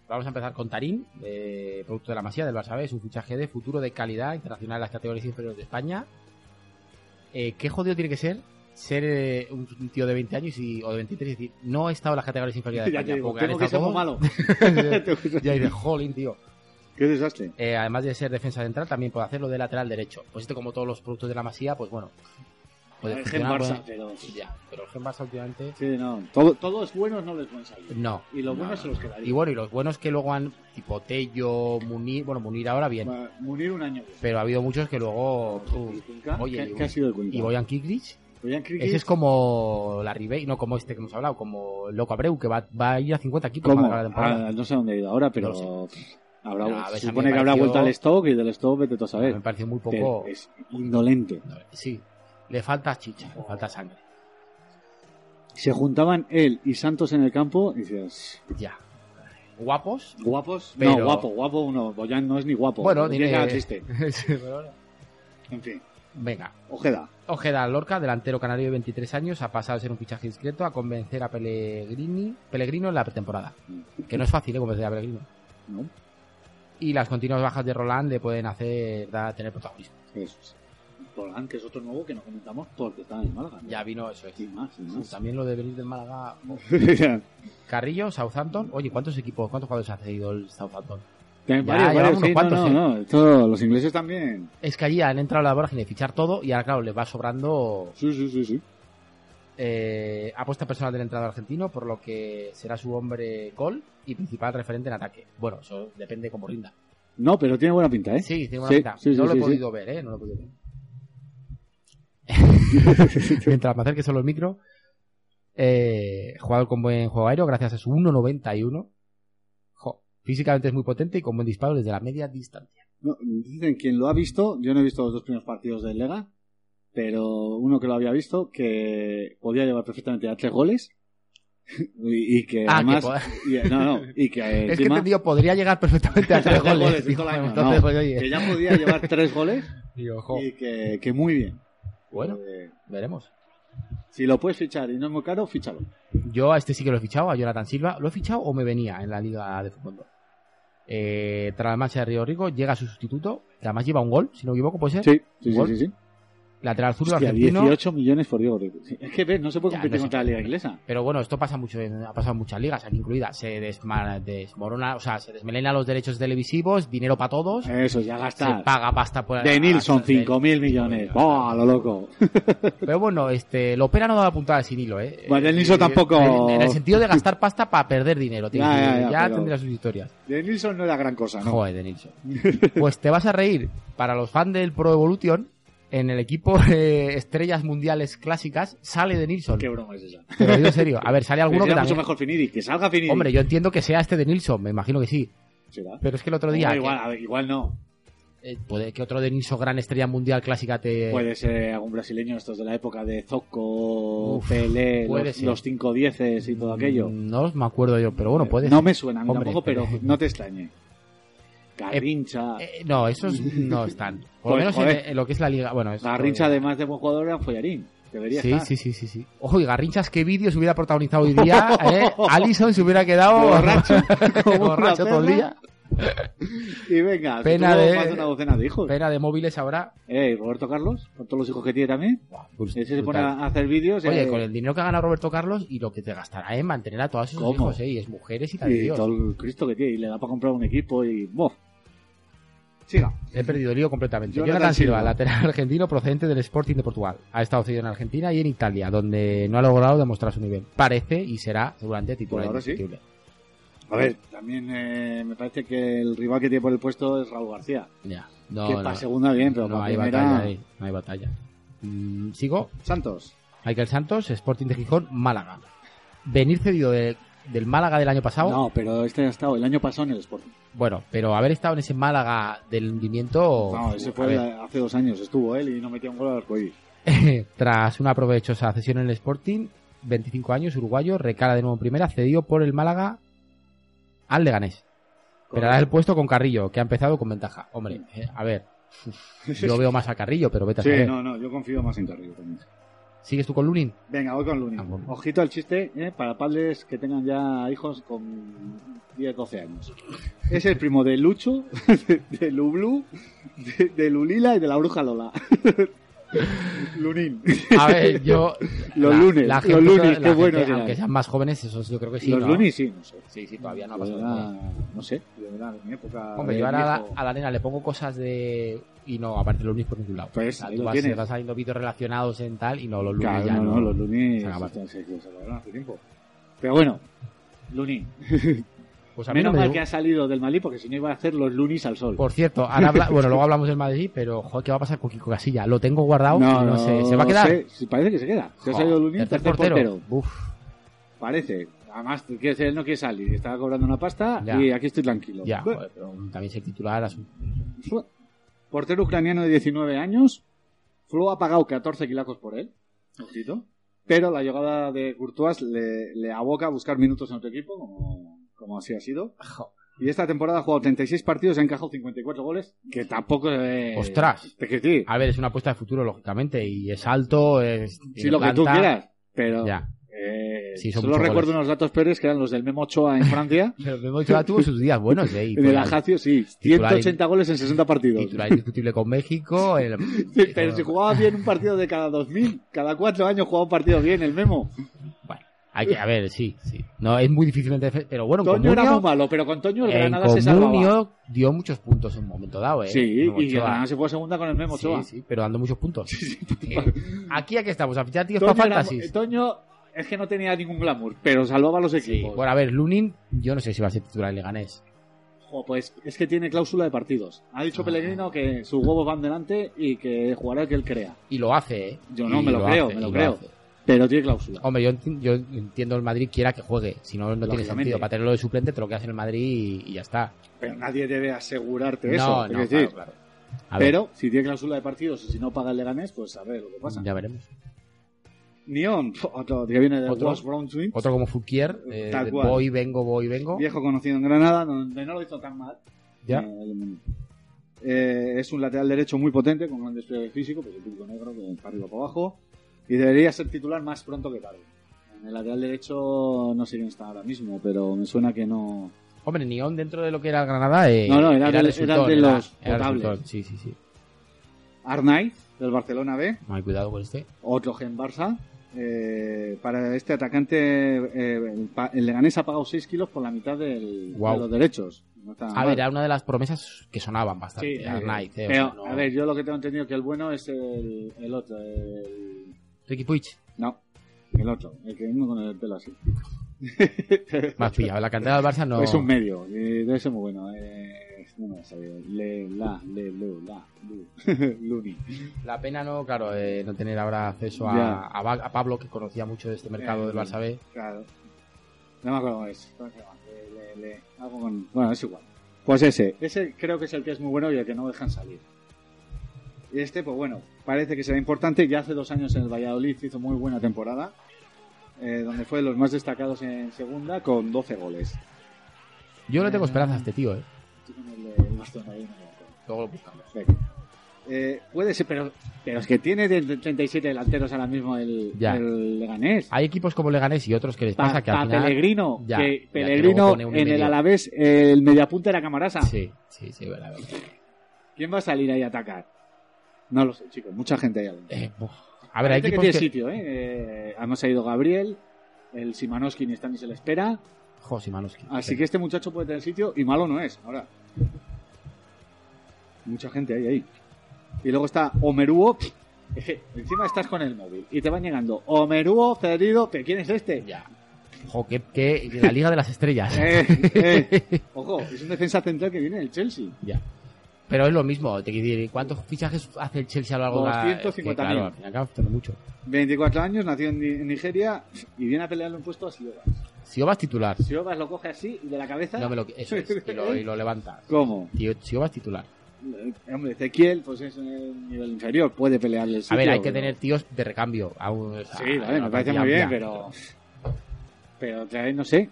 E: Vamos a empezar con Tarín, de producto de la Masía del Barça B. Es un fichaje de futuro de calidad internacional en las categorías inferiores de España. Eh, ¿Qué jodido tiene que ser ser eh, un tío de 20 años y, o de 23 y decir, no he estado en las categorías inferiores de
D: Ya
E: España?
D: te digo,
E: porque han
D: tengo que ser
E: estado
D: muy malo.
E: todos- ya dices, jolín, tío.
D: Qué desastre.
E: Eh, además de ser defensa central, también puede hacerlo de lateral derecho. Pues esto, como todos los productos de la Masía, pues bueno.
D: El gen
E: funcionar,
D: Barça,
E: puede-
D: pero.
E: Ya, pero el Gen Barça últimamente...
D: Sí, no. Todo- todos buenos no les pueden salir.
E: No.
D: Y los
E: No,
D: buenos
E: no,
D: se los
E: no.
D: quedaría.
E: Y bueno, y los buenos que luego han, tipo Tello, Munir, bueno, Munir ahora bien,
D: Va a Munir un año.
E: pero ha habido muchos que luego...
D: ¿Y
E: puf,
D: Cuenca?
E: oye,
D: ¿Qué,
E: y-
D: qué ha sido el Cuenca?
E: y Boyan Kiklich,
D: Boyan Krkic,
E: ese es como la Ribey, no como este que hemos hablado, como el Loco Abreu, que va, va a ir a 50 equipos
D: ¿Cómo?
E: para acabar la temporada.
D: Ah, no sé dónde ha ido ahora, pero.
E: No
D: pff, habrá-
E: Pero, a ver,
D: se
E: a mí me
D: supone que habrá
E: pareció-
D: vuelto al stock y del stock vete tú a
E: Me
D: saber.
E: pareció muy poco...
D: Es indolente.
E: Sí, le falta chicha, le falta sangre.
D: Se juntaban él y Santos en el campo y dices,
E: Ya. Guapos.
D: ¿guapos? No,
E: Pero-
D: guapo, guapo no. Boyan no es ni guapo.
E: Bueno,
D: tiene
E: tiene-
D: nada triste.
E: Sí, pero-
D: En fin,
E: Venga,
D: Ojeda.
E: Ojeda Lorca, delantero canario de 23 años, ha pasado a ser un fichaje discreto a convencer a Pellegrini, Pellegrino en la temporada. Que no es fácil ¿eh? convencer a Pellegrino.
D: ¿No?
E: Y las continuas bajas de Roland le pueden hacer da- tener protagonismo.
D: Eso es. Pues, Roland, que es otro nuevo que no comentamos porque está en Málaga.
E: Ya vino eso. es.
D: Sin más, sin más.
E: También lo de venir del Málaga. Carrillo, Southampton. Oye, ¿cuántos equipos, cuántos jugadores ha cedido el Southampton?
D: Tienen
E: Ya,
D: varios,
E: ya
D: varios,
E: unos
D: sí,
E: cuantos,
D: no,
E: ¿eh?
D: no, no, esto, los ingleses también.
E: Es que allí han entrado a la vorágine de fichar todo y ahora, claro, les va sobrando
D: Sí, sí, sí, sí.
E: eh, apuesta personal del entrenador argentino, por lo que será su hombre gol y principal referente en ataque. Bueno, eso depende cómo rinda.
D: No, pero tiene buena pinta, ¿eh?
E: Sí, tiene una
D: Sí,
E: pinta.
D: sí, sí,
E: no lo
D: sí,
E: he
D: sí.
E: podido ver, ¿eh? No lo he podido ver. Mientras me acerque solo el micro, eh, jugador con buen juego aéreo, gracias a su 1.91. Jo, físicamente es muy potente y con buen disparo desde la media distancia.
D: No, dicen quien lo ha visto, yo no he visto los dos primeros partidos del Lega, pero uno que lo había visto, que podía llevar perfectamente a tres goles. Y, y que
E: Ah, que
D: además.
E: po-
D: y- no, no, y que
E: Es que
D: Eh, encima-
E: entendido, podría llegar perfectamente a
D: Tres
E: tres
D: goles
E: goles.
D: en
E: digo,
D: todo el año.
E: Entonces,
D: No, Eh,
E: pues,
D: que
E: oye,
D: ya podía llevar tres goles
E: digo, jo,
D: y que, que muy bien.
E: bueno,
D: Eh,
E: veremos.
D: si lo puedes fichar y no es muy caro, fíchalo.
E: Yo a este sí que lo he fichado, a Jonathan Silva. ¿Lo he fichado o me venía en la Liga de Fútbol? dos? Eh, tras la marcha de Río Rico llega su sustituto, que además lleva un gol, si no me equivoco, puede ser.
D: Sí, sí, sí,
E: ¿Gol?
D: sí, sí.
E: Lateral zurdo
D: Hostia,
E: argentino.
D: 18 millones por Diego Reyes. Sí, Es que ves, no se puede
E: Ya,
D: competir
E: no se
D: contra la
E: puede.
D: liga inglesa.
E: Pero bueno, esto pasa mucho, en- ha pasado en muchas ligas, aquí incluida. Se desma- desmorona, o sea, se desmelena los derechos televisivos, dinero para todos.
D: Eso, ya gastar.
E: Se paga Ah, pasta por
D: De Nilsson,
E: de-
D: 5.000 millones. ¡Oh, a lo loco!
E: Pero bueno, este, Lopera no da puntada sin hilo, ¿eh?
D: Bueno, el Pues Nilsson
E: Eh,
D: tampoco-
E: En, en el sentido de gastar pasta para perder dinero, tío.
D: Ya, ya,
E: Ya,
D: ya, pero-
E: tendrá sus historias.
D: De Nilsson no era gran cosa, ¿no?
E: Joder, de Nilsson. Pues te vas a reír. Para los fans del Pro Evolution, en el equipo eh, Estrellas Mundiales Clásicas sale de Nilsson.
D: Qué broma es esa.
E: Te lo digo en serio. A ver, sale alguno que
D: Sería mucho
E: también...
D: mejor Finidi, que salga Finidi.
E: Hombre, yo entiendo que sea este de Nilsson, me imagino que sí.
D: ¿Será?
E: Pero es que el otro día...
D: Hombre,
E: que-
D: igual, a ver, igual no.
E: eh, puede que otro de Nilsson, gran estrella mundial clásica, te...
D: Puede ser algún brasileño estos de la época de Zocco,
E: Uf,
D: Pelé,
E: puede
D: los,
E: ser.
D: los cinco dieces y todo aquello. Eh,
E: Mm, No me acuerdo yo, pero bueno, puede
D: no
E: ser.
D: me suena a mí
E: Hombre,
D: tampoco, pero
E: pero-
D: no te extrañe. Garrincha.
E: Eh, no, esos no están.
D: Pues,
E: Por lo menos en,
D: joder.
E: en lo que es la liga. Bueno, es-
D: Garrincha, además de buen jugador, era un follarín. Debería
E: Sí,
D: estar.
E: sí, sí, sí, sí. Ojo, y Garrinchas, qué vídeo se hubiera protagonizado hoy día. ¿eh? Allison se hubiera quedado
D: Borracho, como una
E: borracho todo el
D: perra.
E: día.
D: Y venga,
E: Pena
D: tuvo
E: de-
D: más de una docena de hijos.
E: Pena de móviles ahora.
D: Eh, Roberto Carlos, con todos los hijos que tiene también.
E: Brut-
D: Ese se pone
E: brutal.
D: a hacer vídeos. eh,
E: Oye, con el dinero que ha ganado Roberto Carlos y lo que te gastará en mantener a todas sus
D: ¿Cómo?
E: hijos, ¿eh? y es mujeres y tal.
D: y
E: Dios.
D: todo el Cristo que tiene. Y le da para comprar un equipo y. ¡Bof! Siga.
E: He perdido el lío completamente.
D: Jonathan
E: Jonathan, Silva,
D: Silva.
E: lateral argentino procedente del Sporting de Portugal. Ha estado cedido en Argentina y en Italia, donde no ha logrado demostrar su nivel. Parece y será seguramente titular
D: ahora sí.
E: indiscutible.
D: A ver, también eh, me parece que el rival que tiene por el puesto es Raúl García.
E: Ya. No,
D: que
E: no.
D: para segunda bien, pero
E: no
D: para
E: hay
D: primera-
E: batalla ahí, no hay batalla. Mm, Sigo,
D: Santos.
E: Michael Santos, Sporting de Gijón, Málaga. Venir cedido de- del Málaga del año pasado,
D: No, pero este ha estado el año pasado en el Sporting.
E: bueno, pero haber estado en ese Málaga del hundimiento,
D: No, ese
E: Oh, a
D: fue
E: ver,
D: la- hace dos años, estuvo él y no metió un gol al arcoíris.
E: tras una provechosa cesión en el Sporting, 25 años, uruguayo, recala de nuevo en primera, cedido por el Málaga al Leganés. Pero hará el puesto con Carrillo, que ha empezado con ventaja. Hombre, eh, a ver, yo veo más a Carrillo, pero vete a
D: Sí,
E: saber.
D: no, no, yo confío más en Carrillo también.
E: ¿Sigues tú con Lunin?
D: Venga, voy con Lunin.
E: Ah, bueno.
D: Ojito al chiste, ¿eh? para padres que tengan ya hijos con 10, 12 años. Es el primo de Lucho, de, de Lublu, de, de Lulila y de la bruja Lola. Lunin.
E: A ver, yo.
D: Los lunes, los lunes, qué bueno
E: Gente,
D: serán.
E: aunque sean más jóvenes, esos yo creo que sí.
D: Los
E: ¿no?
D: Lunin, sí, no sé.
E: Sí, sí, todavía no ha
D: Yo
E: pasado.
D: era-
E: nada.
D: no sé, de verdad, en mi época.
E: Hombre,
D: de
E: yo ahora a la,
D: viejo.
E: a la nena le pongo cosas de. Y no aparece los lunes por ningún lado.
D: Pues,
E: O sea,
D: ahí
E: tú
D: lo
E: vas,
D: tienes.
E: vas saliendo vídeos relacionados en tal y no los lunes
D: Claro,
E: ya.
D: no, no, los Lunin.
E: se acabaron.
D: se- se- se acabaron hace tiempo. Pero bueno, Lunin.
E: Pues a mí no
D: Menos
E: me
D: mal
E: dio-
D: que ha salido del Malí porque si no iba a hacer los Lunis al sol.
E: Por cierto, ahora habla- bueno, luego hablamos del Madrid, pero joder, ¿qué va a pasar con Kiko Casilla? Lo tengo guardado, no, no sé, ¿se va a quedar?
D: sé, sí, parece que se queda. Se ha
E: Joder,
D: salido Lunin, tercer, portero.
E: Uf,
D: Parece. Además, quiere decir, él no quiere salir. Estaba cobrando una pasta
E: Ya.
D: y aquí estoy tranquilo.
E: ya,
D: Bue-
E: joder, pero también ser titular a su-
D: Fue- Portero ucraniano de 19 años. Flo ha pagado 14 kilacos por él. Ojito. Pero la llegada de Courtois le, le aboca a buscar minutos en otro equipo, como, como así ha sido. Y esta temporada ha jugado 36 partidos y ha encajado 54 goles, que tampoco es...
E: Ostras. Ah,
D: Te quiero decir,
E: A ver, es una apuesta de futuro, lógicamente, y es alto, es...
D: si
E: tiene
D: lo que tú
E: planta.
D: quieras, pero...
E: Ya.
D: Eh,
E: Sí, son
D: solo
E: muchos
D: recuerdo
E: goles.
D: unos datos peores que eran los del Memo Ochoa en Francia.
E: Pero Memo Ochoa tuvo sus días buenos, ¿eh? Y
D: en el
E: fue
D: Ajacio, sí.
E: Titular
D: 180 goles en 60 partidos.
E: Titular indiscutible con México. el-
D: Sí, pero si jugaba bien un partido de cada 2000, cada cuatro años jugaba un partido bien el Memo.
E: Bueno, hay que, a ver, sí, sí. No, es muy difícil, en defe- pero bueno, en
D: Toño era muy
E: Comunio,
D: malo, pero con Toño el
E: en
D: Granada se salvaba.
E: Comunio dio muchos puntos en un momento dado, ¿eh?
D: Sí,
E: Memo
D: y el
E: Ochoa.
D: Granada se fue a segunda con el Memo
E: Sí,
D: Ochoa.
E: sí, pero dando muchos puntos. Eh, Aquí, aquí estamos, a fichar tíos
D: Toño,
E: para
D: era- Eh,
E: fantasy.
D: Toño es que no tenía ningún glamour, pero salvaba a los equipos.
E: Bueno, a ver, Lunin, yo no sé si va a ser titular en Leganés.
D: Jo, pues es que tiene cláusula de partidos. Ha dicho
E: Ah.
D: Pellegrino que sus huevos van delante y que jugará el que él crea.
E: Y lo hace, ¿eh?
D: Yo no,
E: Y
D: me lo creo,
E: hace,
D: me lo
E: y
D: creo.
E: hace.
D: Pero tiene cláusula.
E: Hombre, yo, enti- yo entiendo el Madrid quiera que juegue. Si no, no tiene
D: Lógicamente.
E: sentido. Para tenerlo de suplente, te lo quedas en el Madrid y, y ya está.
D: Pero nadie debe asegurarte
E: no,
D: eso.
E: no,
D: es decir,
E: claro, claro. A ver,
D: pero si tiene cláusula de partidos y si no paga el Leganés, pues a ver lo que pasa.
E: ya veremos.
D: Neon, otro que viene de
E: Otro.
D: West Brunswick,
E: Otro como Fouquier, eh,
D: Tal
E: de
D: cual.
E: voy, vengo, voy, vengo.
D: viejo conocido en Granada, donde no lo hizo tan mal.
E: Ya.
D: Eh, eh, es un lateral derecho muy potente, con gran despliegue físico, pues el típico negro, que para arriba para abajo. Y debería ser titular más pronto que tarde. En el lateral derecho no sé quién está ahora mismo, pero me suena que no.
E: Hombre, Neón dentro de lo que era el Granada. eh,
D: No, no, era del-
E: resultón,
D: era de los
E: era
D: potables.
E: resultón, Sí, sí, sí.
D: Arnay, del Barcelona B,
E: Ay, cuidado con este.
D: otro gen Barça. Eh, para este atacante, eh, pa- el Leganés ha pagado 6 kilos por la mitad del-
E: Guau.
D: de los derechos. No está
E: A
D: mal.
E: ver, era una de las promesas que sonaban bastante.
D: Ah, Sí, eh,
E: Arnaiz, eh, o
D: pero,
E: sea, no-
D: a ver, yo lo que tengo entendido que el bueno es el, el otro. el-
E: Ricky Puig,
D: No, el otro, el que vino con el pelo así.
E: más pillado. La cantera del Barça no.
D: Es un medio, eh, debe ser muy bueno. eh, no me lo sabía. Le, la, le, lu, la, lu. Luni.
E: La pena no, claro, eh, no tener ahora acceso
D: Ya.
E: a, a Ba- a Pablo, que conocía mucho de este mercado
D: Eh,
E: del Barça B.
D: Claro. No me acuerdo cómo es. ¿Cómo se llama? Le- le- le- algo con- Bueno, es igual. Pues ese. Ese creo que es el que es muy bueno y el que no dejan salir. Y este, pues bueno, parece que será importante. Ya hace dos años en el Valladolid hizo muy buena temporada, eh, donde fue de los más destacados en segunda con 12 goles.
E: Yo le tengo esperanza a este tío, ¿eh?
D: Estoy con el, el Barcelona ahí, no me acuerdo.
E: Luego lo buscamos.
D: Venga. Eh, puede ser, pero, pero es que tiene de- de 37 delanteros ahora mismo el,
E: Ya.
D: el Leganés.
E: Hay equipos como Leganés y otros que les
D: Pa-
E: pasa que
D: pa
E: al final.
D: Pellegrino,
E: Ya,
D: que
E: ya, que luego
D: Pellegrino
E: pone un
D: en el
E: medio.
D: Alavés, el mediapunta era Camarasa.
E: Sí, sí, sí, verdad. verdad.
D: ¿Quién va a salir ahí a atacar? No lo sé, chicos, mucha gente ahí adentro.
E: Eh, buf. a ver, hay
D: Gente que
E: equipos
D: tiene
E: que-
D: sitio, ¿eh? Eh, Además ha ido Gabriel, el Simanowski ni está ni se le espera,
E: Jo, Szymanowski.
D: así
E: Sí.
D: que este muchacho puede tener sitio y malo no es, ahora. Mucha gente ahí, ahí. Y luego está Omeruo, encima estás con el móvil y te van llegando Omeruo, cedido, ¿pero quién es este?
E: Ya. Jo, que, que la Liga de las Estrellas.
D: Eh, eh. Ojo, es un defensa central que viene del Chelsea.
E: Ya. Pero es lo mismo, te quiero decir, ¿cuántos fichajes hace el Chelsea a lo largo de la...
D: 250.000.
E: Que, Claro, al fin y al cabo, tiene mucho.
D: 24 años, nació en Ni- en Nigeria y viene a pelearle un puesto a Siobas.
E: Si vas titular,
D: Siobas lo coge así y de la cabeza.
E: no me lo... Eso es, y lo, y lo levantas.
D: ¿Cómo?
E: Tío, si vas titular.
D: Eh, Hombre, Ezequiel, pues es un nivel inferior, puede pelearle el
E: A
D: sitio,
E: ver, hay que
D: pero-
E: tener Ah, tíos de recambio. aún, o sea,
D: Sí, vale,
E: una
D: me parece
E: plantilla
D: muy bien,
E: amplia.
D: pero. Pero traer, no sé.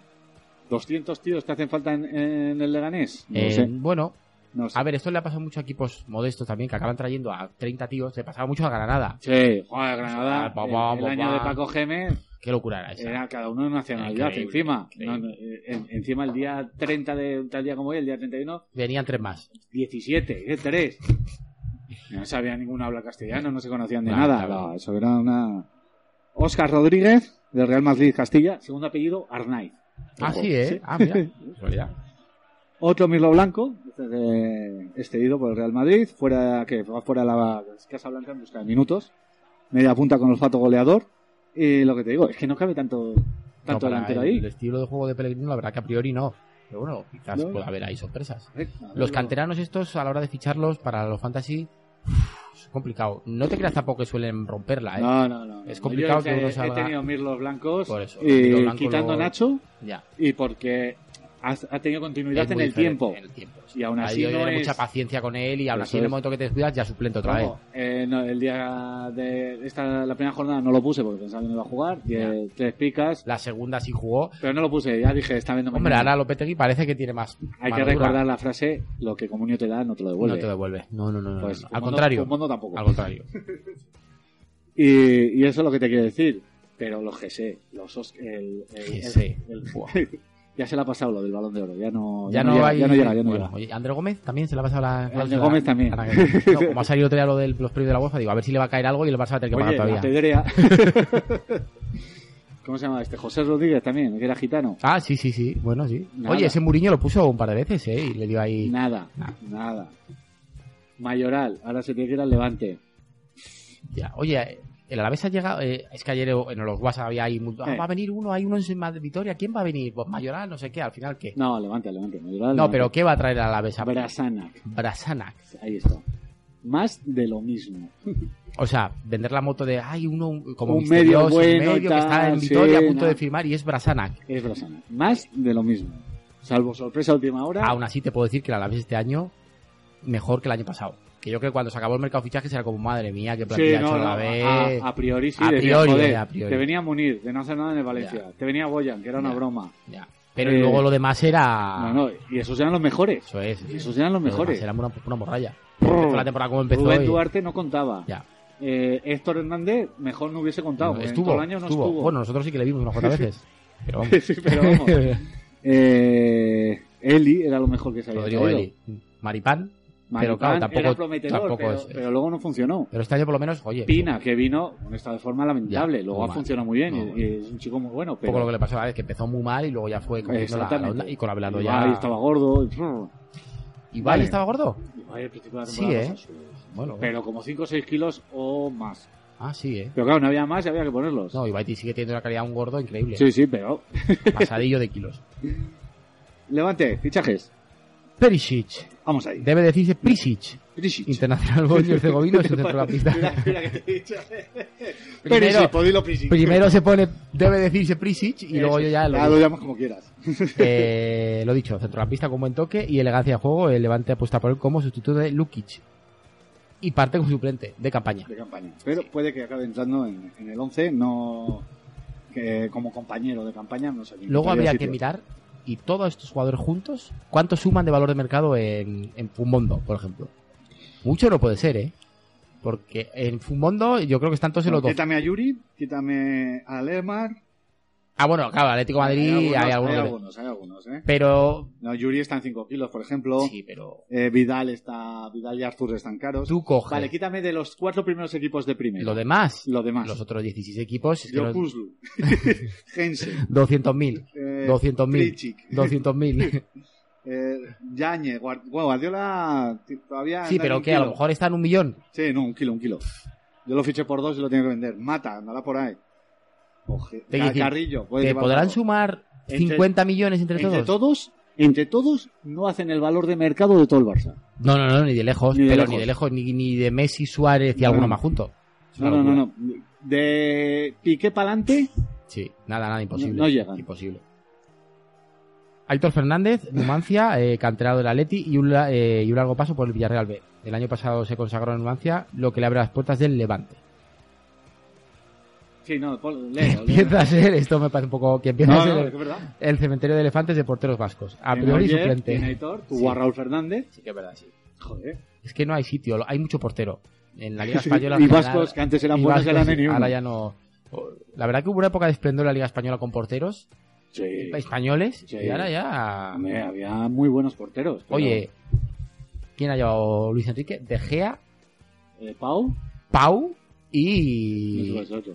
D: 200 tíos te hacen falta en, en el Leganés. No
E: Eh,
D: sé.
E: Bueno,
D: No sé.
E: a ver, esto le ha pasado mucho a equipos modestos también, que acaban trayendo a 30 tíos. Le pasaba mucho a Granada.
D: Sí, joder, Granada.
E: Ah, pa,
D: el-
E: pa,
D: el,
E: pa,
D: año
E: pa.
D: de Paco Gémez
E: Qué locura era esa.
D: era cada uno de nacionalidad.
E: Increíble,
D: encima,
E: increíble.
D: No, no, eh, en- encima el día 30 de un tal día como hoy, el día 31,
E: Venían tres más.
D: 17, ¿qué 3? No sabía ninguno hablar castellano, no se conocían de
E: No,
D: nada.
E: claro.
D: No, eso era una. Óscar Rodríguez, del Real Madrid Castilla, segundo apellido Arnaiz.
E: Ah,
D: Ojo,
E: sí, ¿eh?
D: sí.
E: Ah, mira. Casualidad.
D: Otro Mirlo Blanco, este de- excedido por el Real Madrid, fuera que va fuera de la Casa Blanca en busca de minutos, media punta con olfato goleador. Y lo que te digo, es que no cabe tanto,
E: No,
D: tanto
E: para
D: delantero
E: el,
D: ahí.
E: el estilo de juego de Pellegrino, la verdad que a priori no. Pero bueno, quizás
D: No.
E: pueda haber ahí sorpresas.
D: Eh, a ver,
E: Los
D: no.
E: canteranos estos, a la hora de ficharlos para los fantasy, es complicado. No te creas tampoco que suelen romperla, ¿eh?
D: No, no, no.
E: Es complicado
D: Yo he-
E: que uno
D: He
E: salga-
D: tenido Mirlos Blancos,
E: Por eso,
D: y
E: Mirlo Blanco
D: quitando a
E: luego-
D: Nacho.
E: Ya.
D: y porque has- ha tenido continuidad
E: Es
D: en
E: muy
D: el
E: diferente
D: tiempo.
E: en el tiempo, sí.
D: Y aún
E: Ahí
D: así
E: yo
D: no
E: llevé
D: es-
E: mucha paciencia con él y aún
D: Eso
E: así
D: es.
E: en el momento que te descuidas ya suplente otra vez.
D: Vamos, eh, no, el día de esta, la primera jornada no lo puse porque pensaba que no iba a jugar. Die- Tres picas.
E: La segunda sí jugó.
D: Pero no lo puse, ya dije, está viendo
E: Hombre, ahora Lopetegui parece que tiene más.
D: Hay que
E: mano dura.
D: recordar la frase, lo que comunio te da no te lo devuelve.
E: No te devuelve. No, no, no. no,
D: Pues,
E: no.
D: un
E: Al
D: mono-
E: contrario.
D: un mono tampoco.
E: Al contrario.
D: Y, y eso es lo que te quiero decir. Pero los GC, los Os- el, el- el-
E: GC.
D: el-
E: Buah.
D: ya se le ha pasado lo del balón de oro, ya no,
E: Ya no
D: llega,
E: hay.
D: ya no llega, ya no
E: Bueno,
D: llega.
E: oye, André Gómez también se le ha pasado la.
D: André
E: la-
D: Gómez también.
E: la- No, como ha salido otro día lo de los premios de la UEFA, digo, a ver si le va a caer algo y el Barça va a tener que
D: Oye,
E: pagar
D: la
E: todavía.
D: pedrea. ¿Cómo se llama este? José Rodríguez también, que era gitano.
E: Ah, sí, sí, sí. Bueno, sí.
D: Nada.
E: Oye, ese Muriño lo puso un par de veces, ¿eh? Y le dio ahí.
D: Nada,
E: Nah.
D: nada. Mayoral, ahora se tiene que ir al Levante.
E: Ya, oye, el Alavés ha llegado. eh, es que ayer en los WhatsApp había ahí. mu- ah,
D: Eh.
E: va a venir uno, hay uno en Sin Madrid, Vitoria. ¿Quién va a venir? Pues Mayoral, no sé qué. Al final, ¿qué?
D: No, Levante, Levante. Mayoral,
E: No, pero ¿qué va a traer el Alavés? A
D: Brasanac,
E: Brasanac.
D: ahí está. Más de lo mismo.
E: O sea, vender la moto de. Hay uno un- como
D: Un
E: misterioso,
D: medio bueno
E: un
D: y
E: medio que está
D: tal,
E: en Vitoria
D: sí,
E: a punto
D: no.
E: de firmar y es Brasanac.
D: Es Brasanac, más de lo mismo. Salvo sorpresa a última hora.
E: Aún así, te puedo decir que el Alavés este año mejor que el año pasado. Que yo creo que cuando se acabó el mercado de fichajes era como, madre mía, qué
D: Sí,
E: plantilla ha
D: no, ah,
E: hecho el
D: no,
E: Alavés.
D: a, a priori sí.
E: A
D: decía,
E: priori,
D: joder,
E: a priori.
D: Te venía Munir, de no hacer nada en el Valencia. Te venía Boyan, que era una
E: Ya. Ah.
D: broma.
E: Ya. Pero
D: Eh,
E: luego lo demás era.
D: No, no, y esos eran los mejores.
E: Eso es.
D: Esos eran los
E: Lo demás
D: mejores.
E: Era una, una morralla.
D: Brr.
E: Empezó la temporada como empezó.
D: Rubén
E: y-
D: Duarte no contaba.
E: Ya.
D: Eh, Héctor Hernández mejor no hubiese contado. porque en
E: estuvo,
D: todo el año no
E: estuvo.
D: estuvo.
E: Bueno, nosotros sí que le vimos unas cuantas veces. Pero vamos.
D: Sí, pero vamos. Eh, Eli era lo mejor que se había
E: Rodrigo
D: traído.
E: Eli. Maripán. Pero claro, tampoco,
D: era prometedor,
E: tampoco
D: pero,
E: es-
D: pero luego no funcionó.
E: Pero este año por lo menos, oye,
D: Pina, que vino con esta de forma lamentable,
E: Ya,
D: luego
E: muy
D: ha
E: mal.
D: funcionado muy bien,
E: Muy
D: y-
E: bueno.
D: y es un chico muy bueno,
E: un poco lo
D: pero
E: que le pasó a vez, que empezó muy mal y luego ya fue cogiendo la, la onda y con Abelardo
D: Ibai
E: ya.
D: estaba gordo. y-
E: ¿Y
D: Vale.
E: estaba gordo?
D: Ibai al principio de la
E: Sí,
D: temporada
E: ¿eh?
D: pasó su-
E: Bueno,
D: pero como 5 o 6 kilos o más.
E: Ah, sí, ¿eh?
D: Pero claro, no había más y había que ponerlos.
E: No, Ibai sigue teniendo una calidad un gordo increíble.
D: Sí, sí, pero.
E: Pasadillo de kilos.
D: Levante, fichajes.
E: Perisic.
D: Vamos ahí.
E: Debe decirse Prisic.
D: Perisic.
E: Internacional Bosnio Herzegovino es un centrocampista.
D: Mira, mira que te he dicho. pues
E: Primero-
D: Perisic, podilo Perisic.
E: Primero se pone, debe decirse Prisic y
D: Eso
E: luego
D: es.
E: yo ya lo,
D: Ya lo llamas como quieras.
E: Eh, lo dicho, centrocampista con buen toque y elegancia de juego. El Levante apuesta por él como sustituto de Lukic. Y parte con suplente de campaña.
D: de campaña. Pero puede que acabe entrando en, en el 11, no que como compañero de campaña. No sé,
E: Luego habría
D: sitio.
E: que mirar, y todos estos jugadores juntos, ¿cuánto suman de valor de mercado en, en Fumondo, por ejemplo? Mucho no puede ser, ¿eh? Porque en Fumondo yo creo que están todos en los dos.
D: Quítame a Yuri, quítame a Lermar.
E: Ah, bueno, claro, Atlético de Madrid hay algunos.
D: hay
E: que-
D: algunos, hay algunos, ¿eh?
E: Pero,
D: No, Yuri está en 5 kilos, por ejemplo.
E: sí, pero
D: Eh, Vidal está, Vidal y Arthur están caros.
E: tú coges
D: Vale, quítame de los cuatro primeros equipos de primera.
E: lo demás,
D: Lo demás.
E: los otros 16 equipos, es que no-
D: Yokuzlu. Jensen.
E: 200.000,
D: Eh,
E: 200.000,
D: Kricic.
E: 200.000.
D: Eh, Yañe, Guard- bueno, Guardiola t- todavía.
E: Sí,
D: anda en
E: pero
D: Ah, un
E: que a lo
D: kilo.
E: mejor está en un millón.
D: Sí, no, un kilo, un kilo. Yo lo fiché por dos y lo tengo que vender. Mata, andará por ahí. Oje,
E: Te
D: Ca-
E: dicen,
D: Carrillo, puede
E: ¿Te
D: llevar
E: podrán
D: algo.
E: sumar
D: Entre-
E: 50 millones entre todos?
D: Entre todos, entre todos, no hacen el valor de mercado de todo el Barça.
E: No, no, no, ni de lejos,
D: Ni de
E: pero
D: lejos.
E: ni de lejos, ni, ni de Messi, Suárez y
D: No,
E: alguno
D: no.
E: más junto. Es
D: No,
E: una
D: no, no,
E: locura.
D: no. De Piqué para adelante,
E: Sí, nada, nada, imposible.
D: No- no llegan.
E: Imposible. Aitor Fernández, Numancia, eh, canterano del Atleti y un, la- eh, y un largo paso por el Villarreal B. El año pasado se consagró en Numancia, lo que le abre las puertas del Levante.
D: sí, no, Paul, léelo, léelo.
E: Empieza a ser, esto me parece un poco, que empieza a
D: No,
E: ser
D: no, es
E: el,
D: verdad.
E: el cementerio de elefantes de porteros vascos. A
D: Tiene
E: priori
D: Neuer, tiene
E: suplente.
D: Aitor, tuvo
E: Sí.
D: a Raúl Fernández.
E: Sí, que es verdad, sí.
D: Joder.
E: Es que no hay sitio, lo- hay mucho portero. En la Liga
D: Sí,
E: Española.
D: y
E: en general,
D: vascos que antes eran
E: y
D: buenos
E: vascos,
D: eran
E: sí,
D: en
E: Ahora ya no. La verdad que hubo una época de esplendor en la Liga Española con porteros
D: Sí.
E: españoles
D: Sí.
E: y ahora ya.
D: Hombre, había muy buenos porteros. pero,
E: Oye, ¿quién ha llevado Luis Enrique? De Gea,
D: eh, Pau.
E: Pau
D: no
E: y.
D: sé, ocho.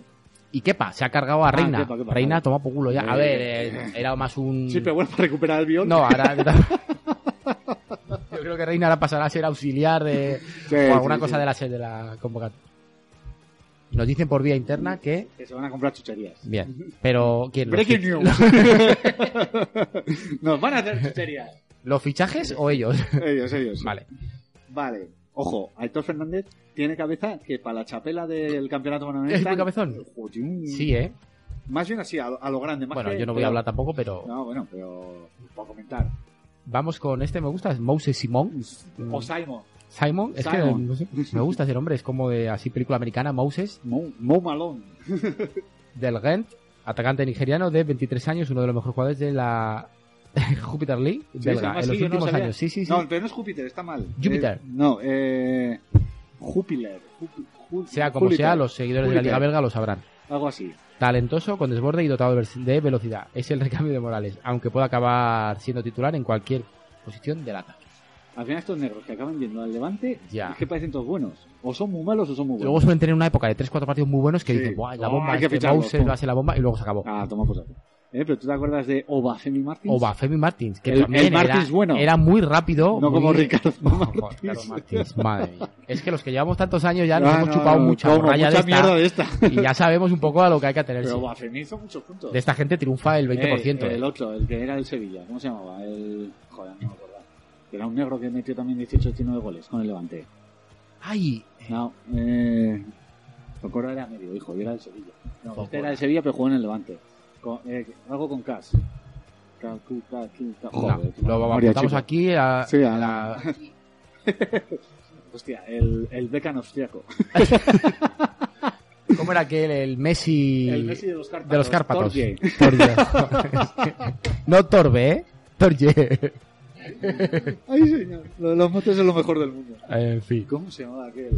E: Y Kepa, se ha cargado a
D: Ah,
E: Reina.
D: Kepa, Kepa,
E: Reina
D: vale.
E: toma por culo ya. A
D: Eh.
E: ver, eh, era más un.
D: Sí, pero bueno, para recuperar el guión.
E: No, ahora. Yo creo que Reina ahora pasará a ser auxiliar de.
D: Sí,
E: o alguna
D: Eh, sí,
E: cosa
D: sí.
E: de la sede de la convocatoria. Nos dicen por vía interna que.
D: Que se van a comprar chucherías.
E: Bien. Pero. ¿quién? ¿Los,
D: Breaking
E: fi-
D: news. Nos van a hacer chucherías.
E: ¿Los fichajes o ellos?
D: Ellos, ellos.
E: vale.
D: Vale. Ojo, Aitor Fernández tiene cabeza que para la chapela del campeonato
E: ¿Es
D: managerista...
E: muy cabezón?
D: Joder.
E: Sí, ¿eh?
D: Más bien así, a lo, a lo grande. Más
E: Bueno,
D: que-
E: yo no voy a hablar tampoco, pero.
D: No, bueno, pero... Puedo comentar.
E: Vamos con este, me gusta, es Moses Simón.
D: O Simon.
E: Simon, es que
D: Simon.
E: no sé, me gusta ese nombre, es como de así película americana, Moses,
D: Mo, Mo Malone.
E: del Ghent, atacante nigeriano de 23 años, uno de los mejores jugadores de la Jupiter League, belga,
D: llama
E: en
D: así,
E: los
D: yo no
E: últimos
D: sabía.
E: años. Sí, sí, sí.
D: No, pero no es Júpiter, está mal.
E: Júpiter.
D: Eh, no, eh... Júpiter. Jú- Jú-
E: sea como
D: Júpiter.
E: sea, los seguidores de la Liga
D: Júpiter.
E: Belga lo sabrán.
D: Algo así.
E: Talentoso, con desborde y dotado de ve- de velocidad. Es el recambio de Morales, aunque pueda acabar siendo titular en cualquier posición del ataque.
D: Al final estos negros que acaban yendo al Levante,
E: Ya.
D: es que parecen todos buenos. O son muy malos o son muy buenos.
E: Luego suelen tener una época de 3-4 partidos muy buenos que
D: Sí.
E: dicen, "Buah, la
D: Oh,
E: bomba,
D: hay que
E: este
D: ficharlo,
E: Moses
D: pum".
E: va a ser la bomba, y luego se acabó.
D: Ah, toma por saco. ¿Eh? Pero tú te acuerdas de Obafemi Martins.
E: O va Femi Martins, que
D: El- el
E: también era,
D: Martins bueno.
E: era muy rápido.
D: No
E: muy-
D: como Ricardo
E: Joder,
D: Martins.
E: Ricardo Martins, madre mía. Es que los que llevamos tantos años ya nos
D: Ah,
E: hemos
D: no,
E: chupado
D: no,
E: mucha
D: como
E: morralla
D: mucha
E: de esta,
D: mierda de esta.
E: y ya sabemos un poco a lo que hay que atenerse.
D: Pero Obafemi hizo muchos puntos.
E: De esta gente triunfa el 20%.
D: Eh, el otro, el que era del Sevilla. ¿Cómo se llamaba? El... Joder, no me acuerdo. Que Era un negro que metió también 18 o 19 goles con el Levante.
E: Eh. Ay,
D: No, eh... Tocoro era medio hijo y era del Sevilla. No,
E: Tocoro.
D: este era del Sevilla pero jugó en el Levante. Con- eh, algo con Cas. Cacu, Cacu, Cacu.
E: no,
D: Joder, qué
E: lo
D: memoria,
E: apuntamos
D: chico.
E: aquí a,
D: Sí,
E: a
D: a
E: la-
D: la... Hostia, el, el Beckham austriaco.
E: ¿Cómo era aquel? El Messi,
D: El Messi de los Cárpatos.
E: de los Cárpatos.
D: Torje.
E: Torje. no Torbe, ¿eh? Torje.
D: Ay, señor. Lo de los motes es lo mejor del mundo.
E: Eh, En fin.
D: ¿Cómo se llamaba aquel?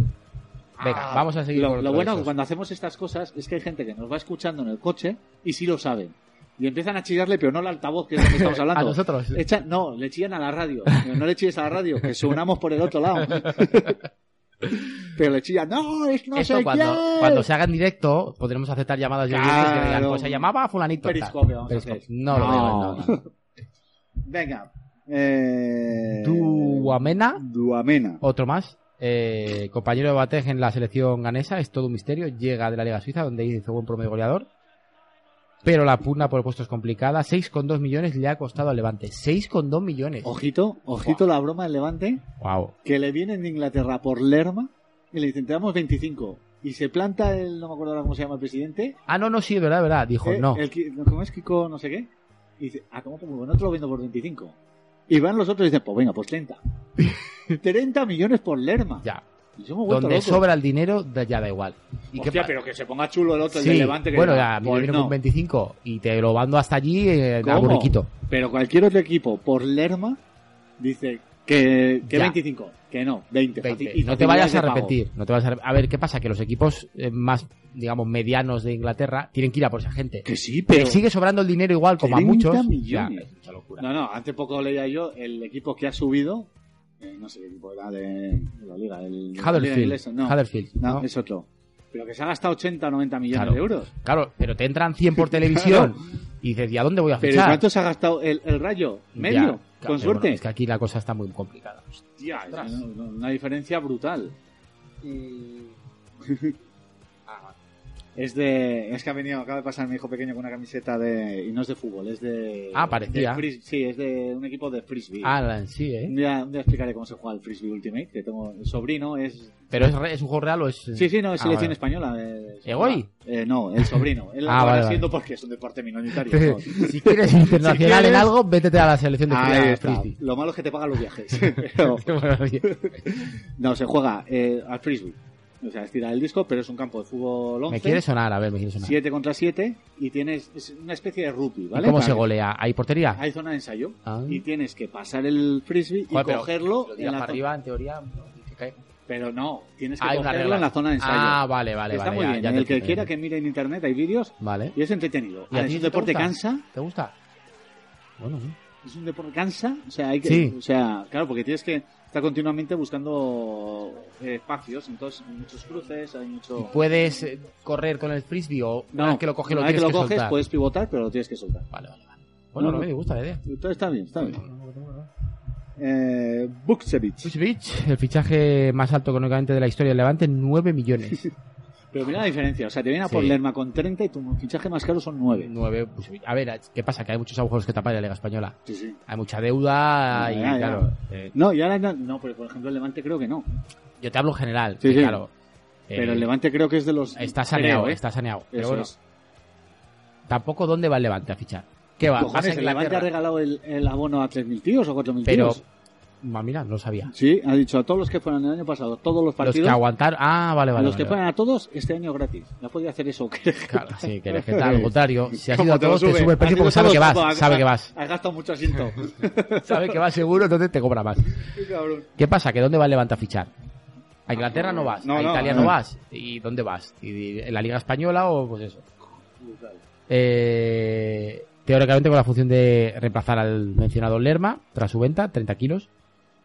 E: Venga, vamos a seguir.
D: Ah, Lo,
E: con
D: lo
E: otro de
D: bueno
E: esos.
D: cuando hacemos estas cosas es que hay gente que nos va escuchando en el coche y sí lo saben. Y empiezan a chillarle, pero no al altavoz que es donde estamos hablando.
E: A nosotros.
D: Echan- no, le chillan a la radio. Digo, No le chilles a la radio, que se unamos por el otro lado. pero le chillan, no, es no
E: Esto
D: sé
E: cuando,
D: quién.
E: cuando se haga en directo podremos aceptar llamadas de oyentes que digan,
D: Claro.
E: pues se llamaba fulanito. tal.
D: Periscope vamos a
E: Periscope.
D: hacer.
E: No lo veo, no, no, no.
D: Venga. Eh...
E: Duamena,
D: Duamena.
E: otro más. eh, compañero de Batej en la selección ganesa, es todo un misterio. Llega de la Liga Suiza, donde hizo buen promedio goleador. Pero la pugna por puestos es complicada. 6,2 millones le ha costado al Levante. 6,2 millones.
D: Ojito, ojito la broma del Levante,
E: Wow.
D: que le vienen de Inglaterra por Lerma y le dicen, te damos 25. Y se planta el, no me acuerdo ahora cómo se llama el presidente.
E: Ah, no, no, sí, es verdad, es verdad. Dijo,
D: eh,
E: no.
D: el Ki- ¿Cómo es Kiko no sé qué? Y dice, ah, ¿cómo? Pues no te lo vendo por 25. Y van los otros y dicen, pues venga, pues 30. 30 millones por Lerma.
E: Ya.
D: Y somos vueltos
E: Donde
D: locos.
E: sobra el dinero, da- ya da igual. ¿Y qué
D: Hostia,
E: pa-
D: pero que se ponga chulo el otro, el
E: Sí,
D: del Levante. Que
E: bueno,
D: diga,
E: ya, me
D: pues
E: viene
D: no.
E: con 25 y te lo mando hasta allí eh, a
D: ¿Cómo?
E: Burriquito.
D: Pero cualquier otro equipo por Lerma dice que, que
E: Ya.
D: 25, que no, 20.
E: 20.
D: fati- y
E: no te
D: facilidades
E: vayas a
D: de pago.
E: arrepentir. No te vayas a... arrep- a ver, ¿qué pasa? Que los equipos eh, más, digamos, medianos de Inglaterra tienen que ir a por esa gente.
D: Que sí,
E: Te
D: pero.
E: sigue sobrando el dinero igual, como a
D: 30
E: muchos. Ya,
D: millones.
E: es mucha locura.
D: No, no, hace poco leía yo el equipo que ha subido. eh, no sé qué equipo era de, de la liga. El, la liga
E: Huddersfield.
D: inglesa, no,
E: Huddersfield,
D: no,
E: ¿no?
D: es otro. Pero que se ha gastado 80 o 90 millones
E: Claro.
D: de euros.
E: Claro, pero te entran 100 por televisión y dices, ¿y a dónde voy a
D: Pero ¿y
E: fichar?
D: ¿cuánto se ha gastado el, el Rayo?
E: Ya,
D: ¿Medio?
E: claro, pero
D: con
E: bueno,
D: suerte.
E: es que aquí la cosa está muy complicada.
D: Hostia, es una, una diferencia brutal. Ah, Es de. Es que ha venido, acaba de pasar mi hijo pequeño con una camiseta de. Y no es de fútbol, es de.
E: Ah, parecía.
D: de fris- sí, es de un equipo de frisbee.
E: Alan, sí, ¿eh?
D: Un día, un día explicaré cómo se juega el frisbee ultimate, que tengo el sobrino, es.
E: Pero es, re- es un juego real o es.
D: Sí, sí, no, es
E: Ah,
D: selección
E: vale.
D: española. eh,
E: ¿Egoi?
D: eh, no, el sobrino. Él lo
E: Ah,
D: acaba
E: vale,
D: haciendo porque es un deporte minoritario. ¿no?
E: si quieres internacional
D: Si quieres-
E: en algo, vétete a la selección de
D: Ahí
E: Corea,
D: Ah, está.
E: frisbee.
D: Lo malo es que te pagan los viajes. Pero-
E: Bueno, bien.
D: no, se juega eh, al frisbee. O sea, estira el disco, pero es un campo de fútbol 11.
E: me quiere sonar, a ver, me quiere sonar.
D: 7 contra 7 y tienes es una especie de rugby,
E: ¿Y
D: ¿vale?
E: ¿Cómo
D: Para
E: se
D: que-
E: golea? ¿Hay portería?
D: Hay zona de ensayo
E: Ah.
D: y tienes que pasar el frisbee y
E: Joder, pero
D: cogerlo
E: lo
D: en
E: tiras
D: la
E: para
D: zo-
E: arriba, en teoría. que cae.
D: Pero no, tienes que
E: Hay una
D: cogerlo
E: regla.
D: en la zona de ensayo.
E: Ah, vale, vale,
D: Está
E: vale,
D: muy
E: ya-
D: bien. ¿eh?
E: ya te
D: el que
E: entiendo.
D: quiera que mire en internet hay vídeos
E: Vale.
D: y es entretenido.
E: ¿Y a
D: Ah,
E: ti
D: es
E: sí
D: un
E: te
D: deporte
E: gusta?
D: cansa,
E: ¿Te gusta? Bueno, sí.
D: es un deporte cansa, o sea, hay que,
E: Sí.
D: o sea, claro, porque tienes que estar continuamente buscando eh, espacios, entonces hay muchos cruces, hay
E: ¿Y
D: mucho
E: puedes eh, correr con el frisbee o una vez que lo coges lo
D: una vez
E: tienes
D: que
E: que,
D: lo coges
E: soltar?
D: puedes pivotar, pero lo tienes que soltar.
E: Vale, vale, vale. Bueno,
D: No,
E: no,
D: no.
E: me gusta la idea.
D: Entonces está bien, está bien. Eh, Buksevich.
E: Vucevic, el fichaje más alto económicamente de la historia del Levante, 9 millones.
D: Pero mira la diferencia, o sea, te viene a por
E: Sí.
D: Lerma con 30 y tu fichaje más caro son 9.
E: 9, a ver, ¿qué pasa? Que hay muchos agujeros que tapar en la Liga Española.
D: Sí, sí.
E: Hay mucha deuda y,
D: Ya, ya.
E: claro, eh,
D: No, y ahora no, no, pero por ejemplo el Levante creo que no.
E: yo te hablo en general,
D: Sí,
E: que
D: sí.
E: claro. eh,
D: Pero el Levante creo que es de los...
E: Está saneado,
D: creo, ¿eh?
E: está saneado. Pero
D: Eso
E: bueno,
D: es.
E: tampoco dónde va el Levante a fichar. ¿Qué va?
D: Cojones,
E: ¿Vas a
D: el Levante ha
E: Inglaterra?
D: regalado el, el abono a 3.000 tíos o 4.000
E: Pero,
D: tíos.
E: ma, mira, no lo sabía.
D: Sí, ha dicho a todos los que fueron el año pasado, todos los
E: Los que
D: partidos,
E: aguantar. Ah, vale,
D: a
E: vale.
D: los que
E: vale,
D: fueran a todos, este año gratis. No podía hacer eso.
E: vale. Claro, sí, que el Getafe, al contrario. Si has ido
D: Como
E: a todos, te
D: sube.
E: sube el
D: Has ido
E: precio porque este sabe
D: todos,
E: que
D: guapo,
E: vas. Sabe
D: has-
E: que vas.
D: Has gastado mucho asiento.
E: Sabe que vas seguro, entonces te cobra más.
D: Cabrón.
E: ¿Qué pasa? ¿Que dónde va el Levante a fichar? A Inglaterra no vas,
D: No,
E: a
D: no,
E: Italia
D: no.
E: no, vas. ¿Y dónde vas? ¿Y ¿En la Liga Española o pues eso? Eh, teóricamente con la función de reemplazar al mencionado Lerma tras su venta, 30 kilos.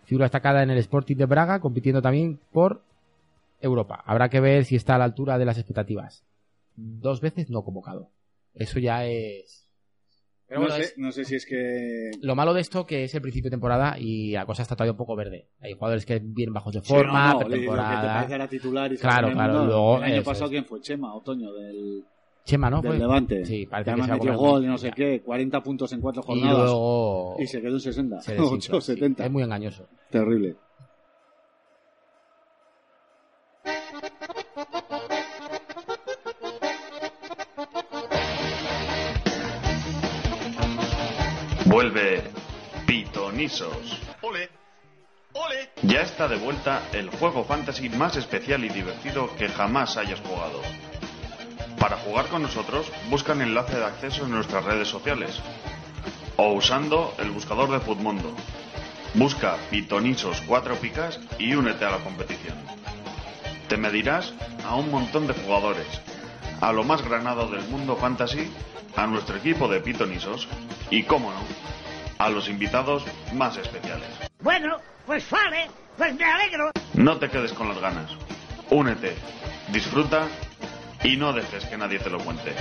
E: Figura destacada en el Sporting de Braga, compitiendo también por Europa. Habrá que ver si está a la altura de las expectativas. Dos veces no convocado. Eso ya es... Pero
D: no,
E: bueno,
D: sé,
E: es-
D: no sé si es que...
E: Lo malo de esto que es el principio de temporada y la cosa está todavía un poco verde. Hay jugadores que vienen bajos de
D: Sí, no, no,
E: forma,
D: lo que te
E: pretemporada.
D: parece era titular y se
E: Claro,
D: pone en
E: claro,
D: mundo.
E: luego,
D: el año
E: eso
D: pasado
E: es.
D: quién fue Chema Otoño del,
E: Chema, ¿no?
D: del
E: Fue-
D: Levante.
E: Sí, parece que
D: Además
E: se va a
D: metió
E: comer
D: gol y
E: mucho.
D: no sé qué, 40 puntos en cuatro
E: Y
D: jornadas
E: luego
D: y, se quedó en 60,
E: se desinfla, sí.
D: 8, 70.
E: Es muy engañoso.
D: Terrible.
K: Vuelve Pitonisos.
H: ¡Ole! ¡Ole!
K: Ya está de vuelta el juego fantasy más especial y divertido que jamás hayas jugado. Para jugar con nosotros, busca el enlace de acceso en nuestras redes sociales o usando el buscador de Futmundo. Busca Pitonisos 4 picas y únete a la competición. Te medirás a un montón de jugadores, a lo más granado del mundo fantasy, a nuestro equipo de pitonisos y, cómo no, a los invitados más especiales.
L: Bueno, pues vale, pues me alegro.
K: No te quedes con las ganas. Únete, disfruta y no dejes que nadie te lo cuente.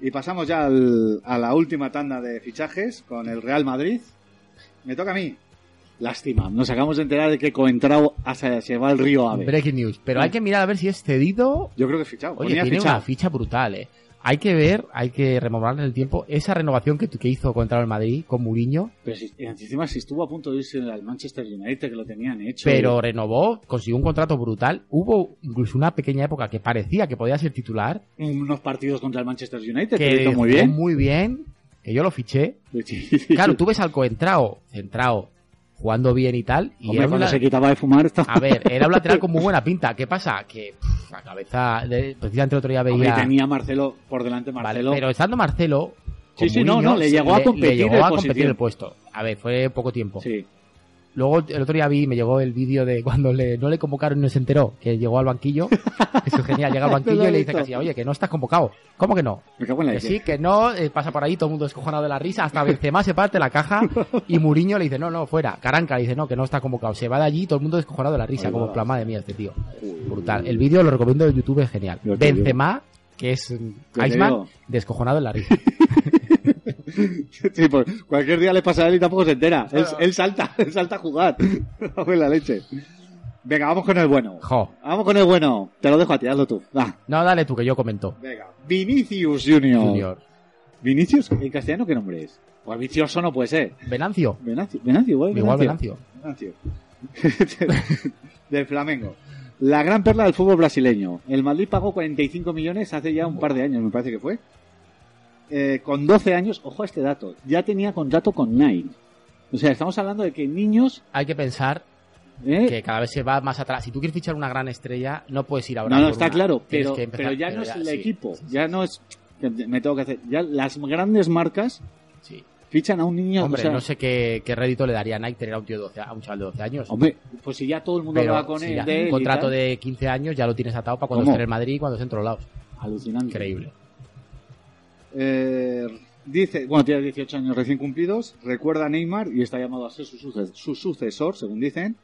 D: Y pasamos ya al- a la última tanda de fichajes con el Real Madrid. Me toca a mí. Lástima, nos acabamos de enterar de que Coentrao se, se va al río Ave.
E: Breaking news. Pero hay que mirar a ver si es cedido.
D: Yo creo que fichado.
E: Oye,
D: Ponía
E: tiene
D: fichado.
E: una ficha brutal, eh. Hay que ver, hay que remover en el tiempo esa renovación que, que hizo contra el Madrid con Mourinho.
D: Pero si- y encima si estuvo a punto de irse al Manchester United, que lo tenían hecho.
E: Pero renovó, consiguió un contrato brutal. Hubo incluso una pequeña época que parecía que podía ser titular.
D: unos partidos contra el Manchester United, que
E: que
D: lo hizo muy
E: jugó
D: bien.
E: muy bien, que yo lo fiché. Claro, tú ves al Coentrao, centrao, jugando bien y tal.
D: Hombre,
E: Y era Ah, un
D: cuando
E: la-
D: se quitaba de fumar estaba...
E: A ver, era un lateral con muy buena pinta. ¿Qué pasa? Que pff, la cabeza, de, precisamente el otro día
D: Hombre,
E: veía...
D: tenía Marcelo por delante
E: Vale,
D: Marcelo.
E: pero estando Marcelo... con
D: Sí, sí, no,
E: Mourinho,
D: no, le llegó a competir
E: llegó
D: en
E: a competir
D: posición.
E: el puesto. A ver, fue poco tiempo. Luego el otro día vi, me llegó el vídeo de cuando le, no le convocaron y no se enteró, que llegó al banquillo. Eso es genial, llega al banquillo y le dice casi, oye, que no estás convocado. ¿Cómo que no?
D: Me cago en la
E: Que
D: leche.
E: sí, que no, eh, pasa por ahí, todo el mundo descojonado de la risa, hasta Benzema se parte la caja y Muriño le dice, no, no, fuera. Caranca le dice, no, que no está convocado. Se va de allí, todo el mundo descojonado de la risa,
D: Ahí
E: como
D: va.
E: plama de mía este tío. Brutal. El vídeo lo recomiendo de YouTube, es genial.
D: te digo.
E: Benzema, que es mm,
D: te
E: Iceman,
D: digo.
E: descojonado de la risa.
D: Sí, pues, cualquier día le pasa a él y tampoco se entera. Él, él salta, él salta a jugar. Joder, la leche. Venga, vamos con el bueno.
E: Jo.
D: Vamos con el bueno. Te lo dejo a ti, hazlo tú. Va.
E: No, dale tú, que yo comento.
D: Vinicius Junior.
E: Junior.
D: Vinicius, en castellano, ¿qué nombre es? Pues vicioso no puede ser.
E: Venancio.
D: Venancio, Venancio igual.
E: Igual
D: Venancio. Ah, Del Flamengo. La gran perla del fútbol brasileño. El Madrid pagó 45 millones hace ya un par de años, me parece que fue. Eh, con 12 años, ojo a este dato, ya tenía contrato con Nike. O sea, estamos hablando de que niños...
E: Hay que pensar
D: ¿eh?
E: que cada vez se va más atrás. Si tú quieres fichar una gran estrella, no puedes ir ahora.
D: no, no,
E: por
D: está
E: una.
D: claro,
E: Tienes
D: pero,
E: que empezar,
D: pero ya no es
E: ya,
D: el
E: sí.
D: equipo, ya no es... que Me tengo que hacer... Ya las grandes marcas fichan a un niño...
E: Hombre,
D: o sea,
E: no sé qué, qué rédito le daría a Nike tener a un, tío de 12, a un chaval de 12 años.
D: Hombre, pues si ya todo el mundo
E: Pero
D: va con
E: si
D: él,
E: ya
D: de él
E: un
D: y
E: contrato
D: tal.
E: de 15 años ya lo tienes atado para cuando
D: ¿Cómo?
E: esté en el Madrid y cuando esté en todos lados.
D: Alucinante.
E: Increíble.
D: Eh, dice, bueno, tiene 18 años recién cumplidos, recuerda a Neymar y está llamado a ser su, suce- su sucesor, según dicen.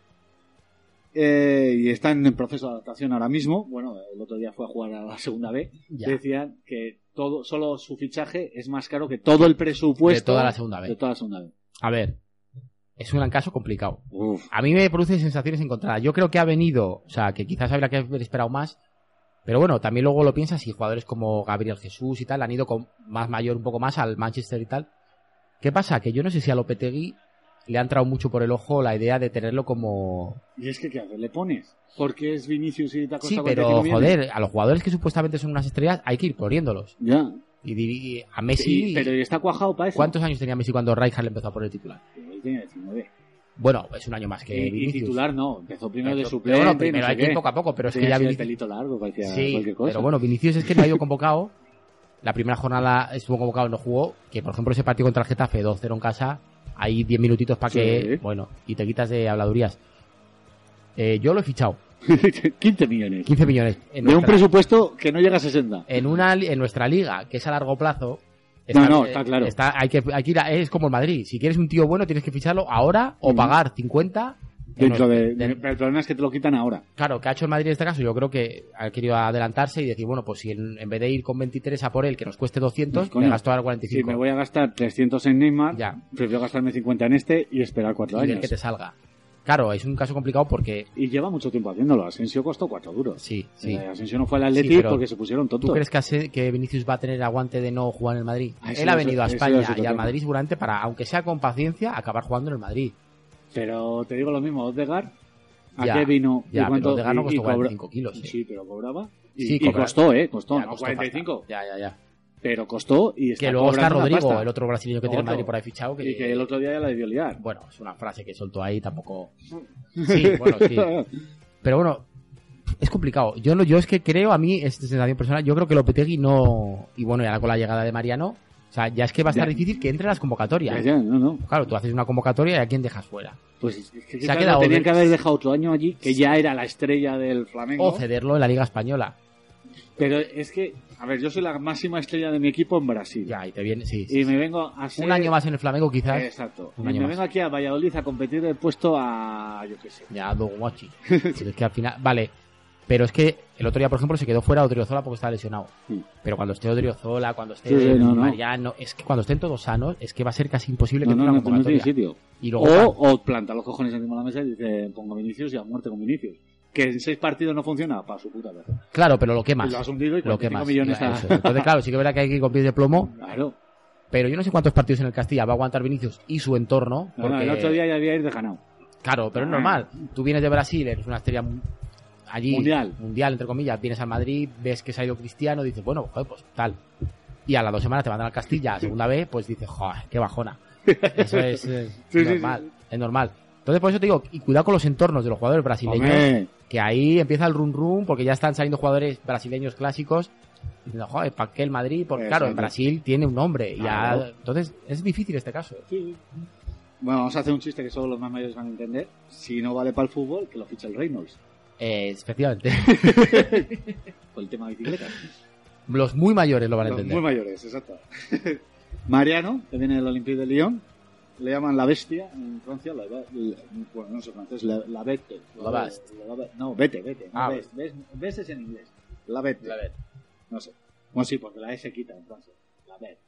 D: Eh, y está en proceso de adaptación ahora mismo. Bueno, el otro día fue a jugar a la segunda B.
E: Ya.
D: Decían que todo, solo su fichaje es más caro que todo el presupuesto
E: De toda la segunda B.
D: de toda la segunda B.
E: A ver, es un caso complicado. A mí me produce sensaciones encontradas. Yo creo que ha venido, o sea, que quizás habría que haber esperado más. Pero bueno, también luego lo piensas y jugadores como Gabriel Jesús y tal han ido con más mayor un poco más al Manchester y tal. ¿Qué pasa? Que yo no sé si a Lopetegui le ha entrado mucho por el ojo la idea de tenerlo como...
D: Y es que, ¿qué haces? ¿Le pones? Porque es Vinicius y te ha
E: Sí,
D: costado
E: pero
D: 45 millones.
E: joder, a los jugadores que supuestamente son unas estrellas hay que ir poniéndolos.
D: Ya.
E: Y di- a Messi...
D: Sí, pero está cuajado para eso.
E: Eh, ¿Cuántos años tenía Messi cuando Rijkaard le empezó a poner titular?
D: Él tiene 19.
E: Bueno, es un año más que
D: Y- y,
E: Vinicius.
D: titular no, empezó primero de
E: Empezó-
D: suplente.
E: pero bueno, primero
D: no sé
E: hay que ir
D: qué.
E: poco a poco, pero es que
D: Tenía
E: ya
D: así el
E: Vinicius-
D: pelito largo, parecía
E: Sí,
D: cualquier cosa.
E: pero bueno, Vinicius es que no ha ido convocado. La primera jornada estuvo convocado, no jugó. Que por ejemplo ese partido contra el Getafe, 2-0 en casa, hay 10 minutitos para que.
D: Sí.
E: Bueno, y te quitas de habladurías. Eh, yo lo he fichado,
D: 15 millones.
E: 15 millones. En
D: de un
E: nuestra-
D: presupuesto que no llega a 60.
E: en una li- en nuestra liga, que es a largo plazo.
D: no, está
E: eh,
D: claro.
E: está- hay, que, hay que ir a- es como el Madrid. Si quieres un tío bueno, tienes que ficharlo ahora o
D: Ujú.
E: pagar 50. en
D: Dentro
E: los-
D: de,
E: de-
D: pero el problema es que te lo quitan ahora.
E: Claro, que ha hecho el Madrid en este caso? Yo creo que ha querido adelantarse y decir, bueno, pues si en, en vez de ir con 23 a por él, que nos cueste 200,
D: Pues, Coño,
E: me gasto ahora
D: Si
E: 45.
D: me voy a gastar 300 en Neymar,
E: Ya.
D: prefiero gastarme 50 en este y esperar 4
E: y ver
D: años.
E: que te salga. Claro, es un caso complicado porque...
D: Y lleva mucho tiempo haciéndolo. Asensio costó 4 duros.
E: Sí, sí.
D: Eh, Asensio no fue al
E: Sí,
D: Atleti
E: pero
D: porque se pusieron tontos.
E: ¿Tú crees que, Ase- que Vinicius va a tener aguante de no jugar en el Madrid?
D: Ah, eso
E: él ha
D: es-
E: venido a
D: eso es
E: España
D: otro
E: y al
D: tema.
E: Madrid seguramente para, aunque sea con paciencia, acabar jugando en el Madrid.
D: Pero te digo lo mismo, Odegar, ¿a
E: Ya,
D: qué vino? ¿Y
E: ya, pero
D: cuánto?
E: Odegaard no
D: y-
E: costó
D: y cobra-
E: 45 kilos, eh.
D: Sí, pero cobraba. Y,
E: Sí,
D: y
E: cobra-
D: costó, ¿eh? Costó,
E: Ya,
D: no,
E: costó
D: 45.
E: pasta. Ya, ya, ya.
D: Pero costó y está
E: que luego está
D: cobrando una
E: Rodrigo,
D: pasta.
E: el otro brasileño que tiene el
D: Otro.
E: Madrid por ahí fichado. Que,
D: Y que el otro día ya la debió liar.
E: Bueno, es una frase que soltó ahí, tampoco... Sí, bueno, sí. Pero bueno, es complicado. Yo, no- yo es que creo, a mí, es sensación personal, yo creo que Lopetegui no... Y bueno, y ahora con la llegada de Mariano, o sea, ya es que va a estar
D: Ya.
E: difícil que entre en las convocatorias.
D: Ya, ya, no, no.
E: Claro, tú haces una convocatoria y a quién dejas fuera.
D: Pues es que
E: Se ha
D: claro,
E: quedado
D: tenían
E: de-
D: que haber dejado otro año allí, que ya era la estrella del Flamengo.
E: O cederlo en la Liga Española.
D: Pero es que, a ver, yo soy la máxima estrella de mi equipo en Brasil.
E: Ya, y te viene, sí.
D: Y me vengo a ser-
E: Un año más en el Flamengo, quizás.
D: Exacto.
E: Un
D: Y
E: año
D: me
E: más.
D: vengo aquí a Valladolid a competir el puesto a, yo qué sé.
E: Ya, Doguachi. Pero es que al final. Vale. Pero es que el otro día, por ejemplo, se quedó fuera Odriozola porque estaba lesionado. Pero cuando esté Odriozola, cuando esté
D: Sí, sí, no, no.
E: Mariano, es que cuando estén todos sanos, es que va a ser casi imposible que
D: No,
E: tenga
D: no, pues
E: una
D: no, no tiene
E: convocatoria.
D: sitio.
E: Y luego,
D: O, o planta los cojones encima de la mesa y dice, pongo a Vinicius y a muerte con Vinicius. Que en seis partidos no funciona, para su puta cabeza.
E: claro, pero lo quemas.
D: Lo has hundido y 45
E: Lo quemas.
D: millones
E: Claro,
D: a-
E: eso. Entonces, claro, sí que es verdad que hay que ir con pies de plomo.
D: Claro.
E: Pero yo no sé cuántos partidos en el Castilla va a aguantar Vinicius y su entorno.
D: No, no,
E: porque-
D: el otro día ya había ir de ganado.
E: Claro,
D: Ah.
E: pero es normal. Tú vienes de Brasil, eres una estrella mu- allí.
D: Mundial.
E: Mundial, entre comillas. Vienes a Madrid, ves que se ha ido Cristiano, dices, bueno, joder, pues tal. Y a las dos semanas te mandan al Castilla, a segunda vez, pues dices, joder, qué bajona. Eso es eh,
D: Sí, sí,
E: normal, es normal. Entonces, por eso te digo, y cuidado con los entornos de los jugadores brasileños,
D: Hombre.
E: que ahí empieza el run run, porque ya están saliendo jugadores brasileños clásicos, diciendo, joder, ¿para qué el Madrid? Porque claro, en
D: Exacto.
E: Brasil tiene un nombre, y
D: Claro.
E: ya, entonces es difícil este caso.
D: Bueno, vamos a hacer un chiste que solo los más mayores van a entender. Si no vale para el fútbol, que lo ficha el Reynolds.
E: Eh, efectivamente.
D: Por el tema de bicicletas.
E: Los muy mayores lo van a
D: Los
E: entender.
D: muy mayores, exacto. Mariano, que viene del Olympique de Lyon, le llaman la bestia en Francia, la, la- bueno, no sé francés, la, la bete.
E: La bast.
D: la- la- no, vete, vete. No
E: Ah,
D: ves, ves, ves es en inglés. La bete. No sé. Bueno, sí, porque la S quita en Francia. La bete.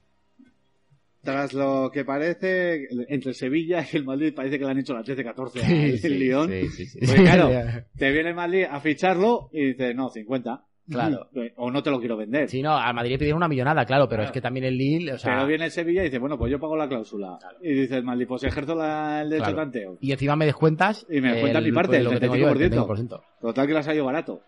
D: Tras lo que parece, entre Sevilla y el Madrid parece que le han hecho la 13-14 al
E: Sí, sí,
D: Lyon.
E: sí, sí, sí.
D: Pues claro, te viene el Madrid a ficharlo y dices, no, 50.
E: Claro.
D: O no te lo quiero vender.
E: Sí, no, al Madrid le pidieron una millonada, claro, pero
D: Claro.
E: es que también el Lille, o sea,
D: Pero viene el Sevilla y dice, bueno, pues yo pago la cláusula. Y dice el Madrid, pues ejerzo la, el derecho
E: Claro.
D: de tanteo.
E: y encima me descuentas pues,
D: Y me descuentan mi parte,
E: lo
D: el
E: que tengo yo, el
D: 35%.
E: 35%.
D: Total que las ha ido barato.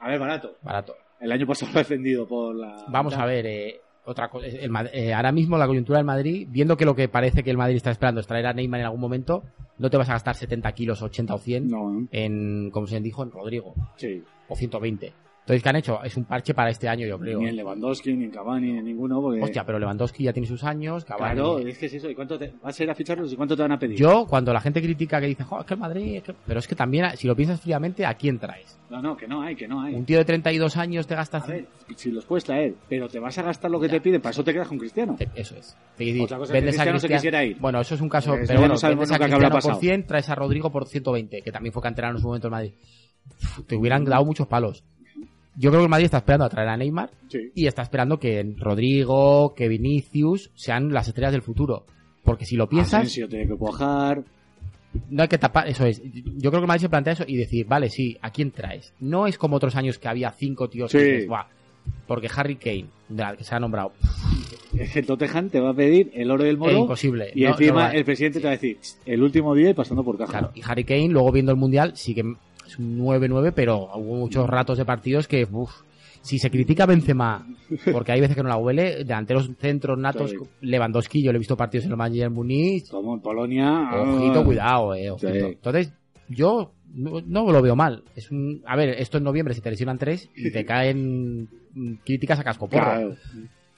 D: A ver, barato.
E: Barato.
D: El año pasado lo he defendido por la...
E: Vamos a ver, eh, otra cosa, el Mad- eh, ahora mismo la coyuntura del Madrid, viendo que lo que parece que el Madrid está esperando es traer a Neymar en algún momento, no te vas a gastar 70 kilos, 80 o 100
D: No. ¿eh?
E: en, como se dijo, en Rodrigo,
D: Sí.
E: o 120. Entonces, ¿qué han hecho? Es un parche para este año, yo creo.
D: Ni en Lewandowski, ni en Cavani, ni ninguno. Porque...
E: Hostia, pero Lewandowski ya tiene sus años, Cavani-
D: eh. Claro, es que es eso. ¿Y cuánto te... vas a ir a ficharlos y cuánto te van a pedir?
E: Yo, cuando la gente critica que dice, "Jo, es que el Madrid, es que-". pero es que también, si lo piensas fríamente, ¿a quién traes?
D: No, no, que no hay, que no hay.
E: Un tío de 32 años te gasta.
D: A ver, si los puedes traer, pero te vas a gastar lo que te piden, para eso te quedas con Cristiano.
E: Eso es. Te dice,
D: Otra cosa es que
E: vendes a
D: Cristiano se
E: Cristiano-
D: quisiera ir.
E: Bueno, eso es un caso.
D: Porque
E: pero
D: ya
E: bueno,
D: no sabemos
E: vendes a
D: nunca qué habrá
E: Cristiano por
D: pasado.
E: 100, traes a Rodrigo por 120, que también fue canterano en su momento el Madrid. Uf, te hubieran dado muchos palos. Yo creo que el Madrid está esperando a traer a Neymar
D: Sí.
E: y está esperando que Rodrigo, que Vinicius sean las estrellas del futuro. Porque si lo piensas,
D: Asensio tiene que cuajar.
E: no hay que tapar, eso es. Yo creo que el Madrid se plantea eso y decir, vale, sí, ¿a quién traes? No es como otros años que había cinco tíos que
D: Sí.
E: dices, "Buah", porque Harry Kane, de la que se ha nombrado,
D: El Tottenham te va a pedir el oro y el
E: es
D: moro.
E: imposible.
D: Y
E: No-
D: encima
E: no va.
D: el presidente te va a decir, el último día y pasando por caja.
E: Y Harry Kane, luego viendo el Mundial, sí que es un 9-9, pero hubo
D: Mm.
E: muchos ratos de partidos que, uff, si se critica a Benzema, porque hay veces que no la huele, delanteros centros natos,
D: Sí.
E: Lewandowski, yo le he visto partidos en el Bayern Munich,
D: Como en Polonia.
E: Ojito,
D: ah,
E: cuidado, eh, ojito.
D: Sí.
E: Entonces, yo no, no lo veo mal. Es un, a ver, esto en noviembre se te lesionan tres y te caen mm, críticas a casco porro.
D: Claro.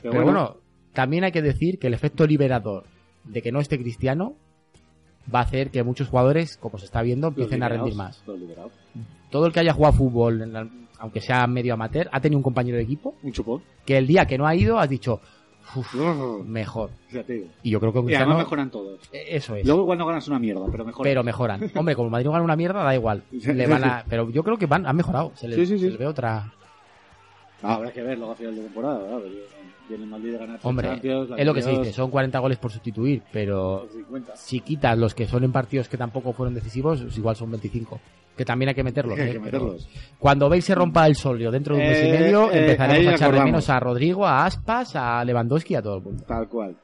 E: Pero, bueno, también hay que decir que el efecto liberador de que no esté Cristiano va a hacer que muchos jugadores, como se está viendo,
D: los
E: empiecen a rendir
D: liberados,
E: más.
D: los liberados.
E: Todo el que haya jugado fútbol, en la- aunque sea medio amateur, ha tenido un compañero de equipo
D: Un chupón.
E: que el día que no ha ido has dicho, "Uf, mejor.
D: Ya te digo.
E: Y yo creo que con
D: Y además
E: Cristiano, e-,
D: mejoran todos.
E: eso es.
D: Luego igual no ganas una mierda, pero mejoran.
E: pero mejoran. Hombre, como el Madrid no gana una mierda, da igual. Le van a- pero yo creo que van, han mejorado. Se les,
D: Sí, sí, sí.
E: se les ve otra.
D: Ah, habrá que ver luego a final de temporada, ¿verdad? Porque eh, Viene el Madrid de ganar tres
E: Hombre,
D: Champions, la
E: es lo que se
D: Champions,
E: dice, son 40 goles por sustituir, pero
D: 50.
E: si quitas los que son en partidos que tampoco fueron decisivos, pues igual son 25. Que también hay que meterlos.
D: Hay
E: ¿eh?
D: que
E: Pero
D: meterlos.
E: Cuando veis se rompa el solio dentro de un mes y
D: Eh,
E: medio,
D: eh, ahí
E: empezaremos a echar de
D: acordamos.
E: menos a Rodrigo, a Aspas, a Lewandowski, a todo el mundo.
D: Tal cual.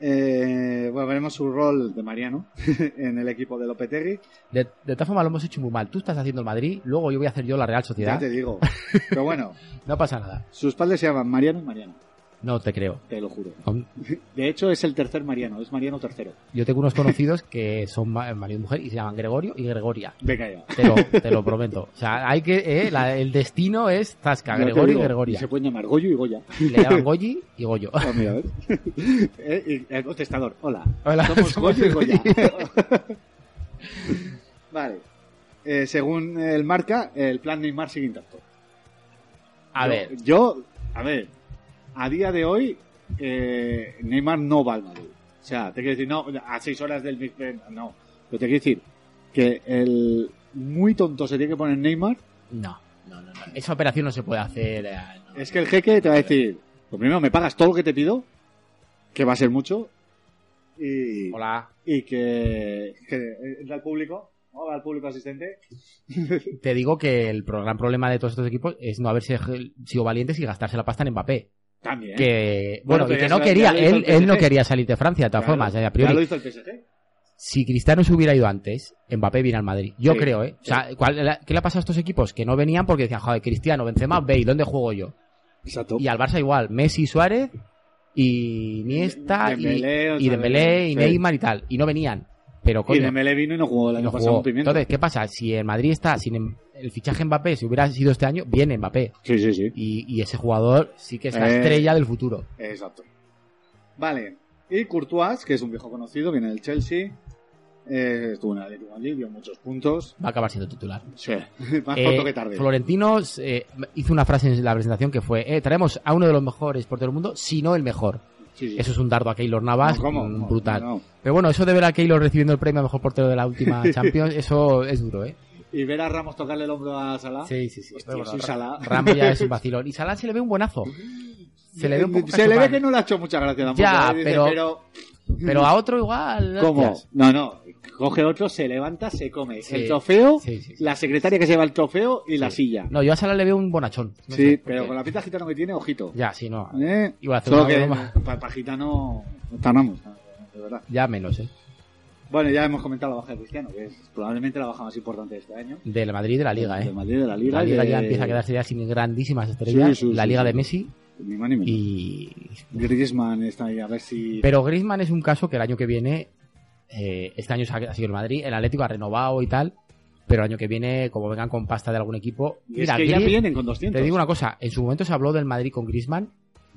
D: Eh, bueno, veremos su rol de Mariano en el equipo de Lopetegui.
E: De, de todas formas, lo hemos hecho muy mal. Tú estás haciendo el Madrid, luego yo voy a hacer yo la Real
D: Ya
E: Sociedad.
D: te digo. Pero bueno,
E: No pasa nada.
D: sus padres se llaman Mariano y Mariano,
E: No te creo.
D: te lo juro.
E: Hom-
D: De hecho, es el tercer Mariano, es Mariano tercero.
E: Yo tengo unos conocidos que son ma- marido y mujer y se llaman Gregorio y Gregoria.
D: Venga ya.
E: Te lo, te lo prometo. O sea, hay que, eh, la- el destino es Tasca,
D: Ya te
E: Gregorio
D: digo,
E: y
D: y se
E: Gregoria.
D: pueden llamar Goyo y Goya.
E: Le llaman Goyi y Goyo.
D: Ah, mira, a ver. Eh, y el contestador, hola.
E: Hola,
D: somos
E: somos
D: Goyo y Goya. Vale. Eh, según el marca, el plan Neymar sigue intacto.
E: A
D: Yo-
E: ver.
D: Yo, a ver, a día de hoy, eh, Neymar no va al Madrid. O sea, te quiero decir, no, a seis horas del Big Ben, no. Pero te quiero decir que el muy tonto se tiene que poner Neymar.
E: No, no, no, no. Esa operación no se puede hacer. eh, no.
D: Es que el jeque te va a decir, lo primero, me pagas todo lo que te pido, que va a ser mucho, y,
E: Hola.
D: y que, que entra al público, ¿no? al público asistente.
E: Te digo que el pro- gran problema de todos estos equipos es no haberse je- sido valientes y gastarse la pasta en Mbappé.
D: También.
E: Que, bueno,
D: pero
E: y que
D: ya
E: no
D: se-
E: quería,
D: ya lo hizo
E: él,
D: el
E: él no
D: PSG.
E: quería salir de Francia, de todas
D: Claro,
E: formas, eh, a
D: Ya lo
E: priori.
D: hizo el PSG.
E: Si Cristiano se hubiera ido antes, Mbappé viene al Madrid. Yo
D: Sí,
E: creo, ¿eh? O sea, ¿cuál- la- ¿qué le ha pasado a estos equipos? Que no venían porque decían, joder, Cristiano, Benzema, Bale, ¿dónde juego yo?
D: Exacto.
E: Y al Barça igual, Messi, Suárez y Iniesta y-
D: Dembélé, o
E: y,
D: sea,
E: Dembélé y
D: sí.
E: Neymar y tal. Y no venían. Pero
D: Y
E: coño,
D: de Mele vino y no jugó el año
E: no
D: pasado
E: jugó.
D: un pimiento.
E: Entonces, ¿qué pasa? Si el Madrid está sin em- el fichaje Mbappé, si hubiera sido este año, viene Mbappé.
D: Sí, sí, sí.
E: Y, y ese jugador sí que es la
D: Eh.
E: estrella del futuro.
D: Exacto. Vale. Y Courtois, que es un viejo conocido, viene del Chelsea. Eh, estuvo en el Atlético de Madrid, dio muchos puntos.
E: Va a acabar siendo titular.
D: Sí, más
E: Eh,
D: pronto que tarde.
E: Florentino eh, hizo una frase en la presentación que fue: eh, traemos a uno de los mejores porteros del mundo, si no el mejor.
D: Sí, sí.
E: Eso es un dardo a Keylor Navas
D: No, ¿cómo?
E: mm,
D: No,
E: brutal.
D: no.
E: Pero bueno, eso de ver a Keylor recibiendo el premio a mejor portero de la última Champions, eso es duro, ¿eh?
D: Y ver a Ramos tocarle el hombro a Salah.
E: Sí, sí, sí.
D: Ah. Hostia,
E: Pero bueno,
D: soy
E: Ra-
D: Salah.
E: Ramos ya es un vacilón. Y Salah se le ve un buenazo. Se le ve un poco
D: Se le ve
E: cachopán.
D: que no le ha hecho mucha gracia tampoco.
E: Ya,
D: ¿eh? Dice,
E: pero- Pero a otro igual.
D: ¿Cómo?
E: gracias.
D: No, no. Coge otro, se levanta, se come.
E: Sí.
D: El trofeo,
E: Sí, sí,
D: la secretaria que se lleva el trofeo y la silla.
E: No, yo a Salah le veo un bonachón. No
D: sí,
E: sé,
D: pero
E: porque-
D: con la pinta gitano que tiene, ojito.
E: Ya, sí, no.
D: ¿Eh?
E: Iba a hacer
D: Solo
E: una
D: que
E: broma.
D: para gitano tardamos, de verdad.
E: Ya menos, ¿eh?
D: Bueno, ya hemos comentado la baja de Cristiano, que es probablemente la baja más importante de este año.
E: Del Madrid y de la Liga, ¿eh?
D: Del Madrid y de la Liga
E: La Liga
D: y de-
E: ya empieza a quedarse ya sin grandísimas estrellas.
D: Sí, sí,
E: la
D: sí,
E: Liga
D: sí.
E: de Messi.
D: Ni más ni menos.
E: Y...
D: Griezmann está ahí, a ver si...
E: Pero Griezmann es un caso que el año que viene. eh, este año ha ha sido el Madrid. El Atlético ha renovado y tal. Pero el año que viene, como vengan con pasta de algún equipo.
D: Y es que ya
E: Griez-
D: vienen con 200.
E: Te digo una cosa, en su momento se habló del Madrid con Griezmann,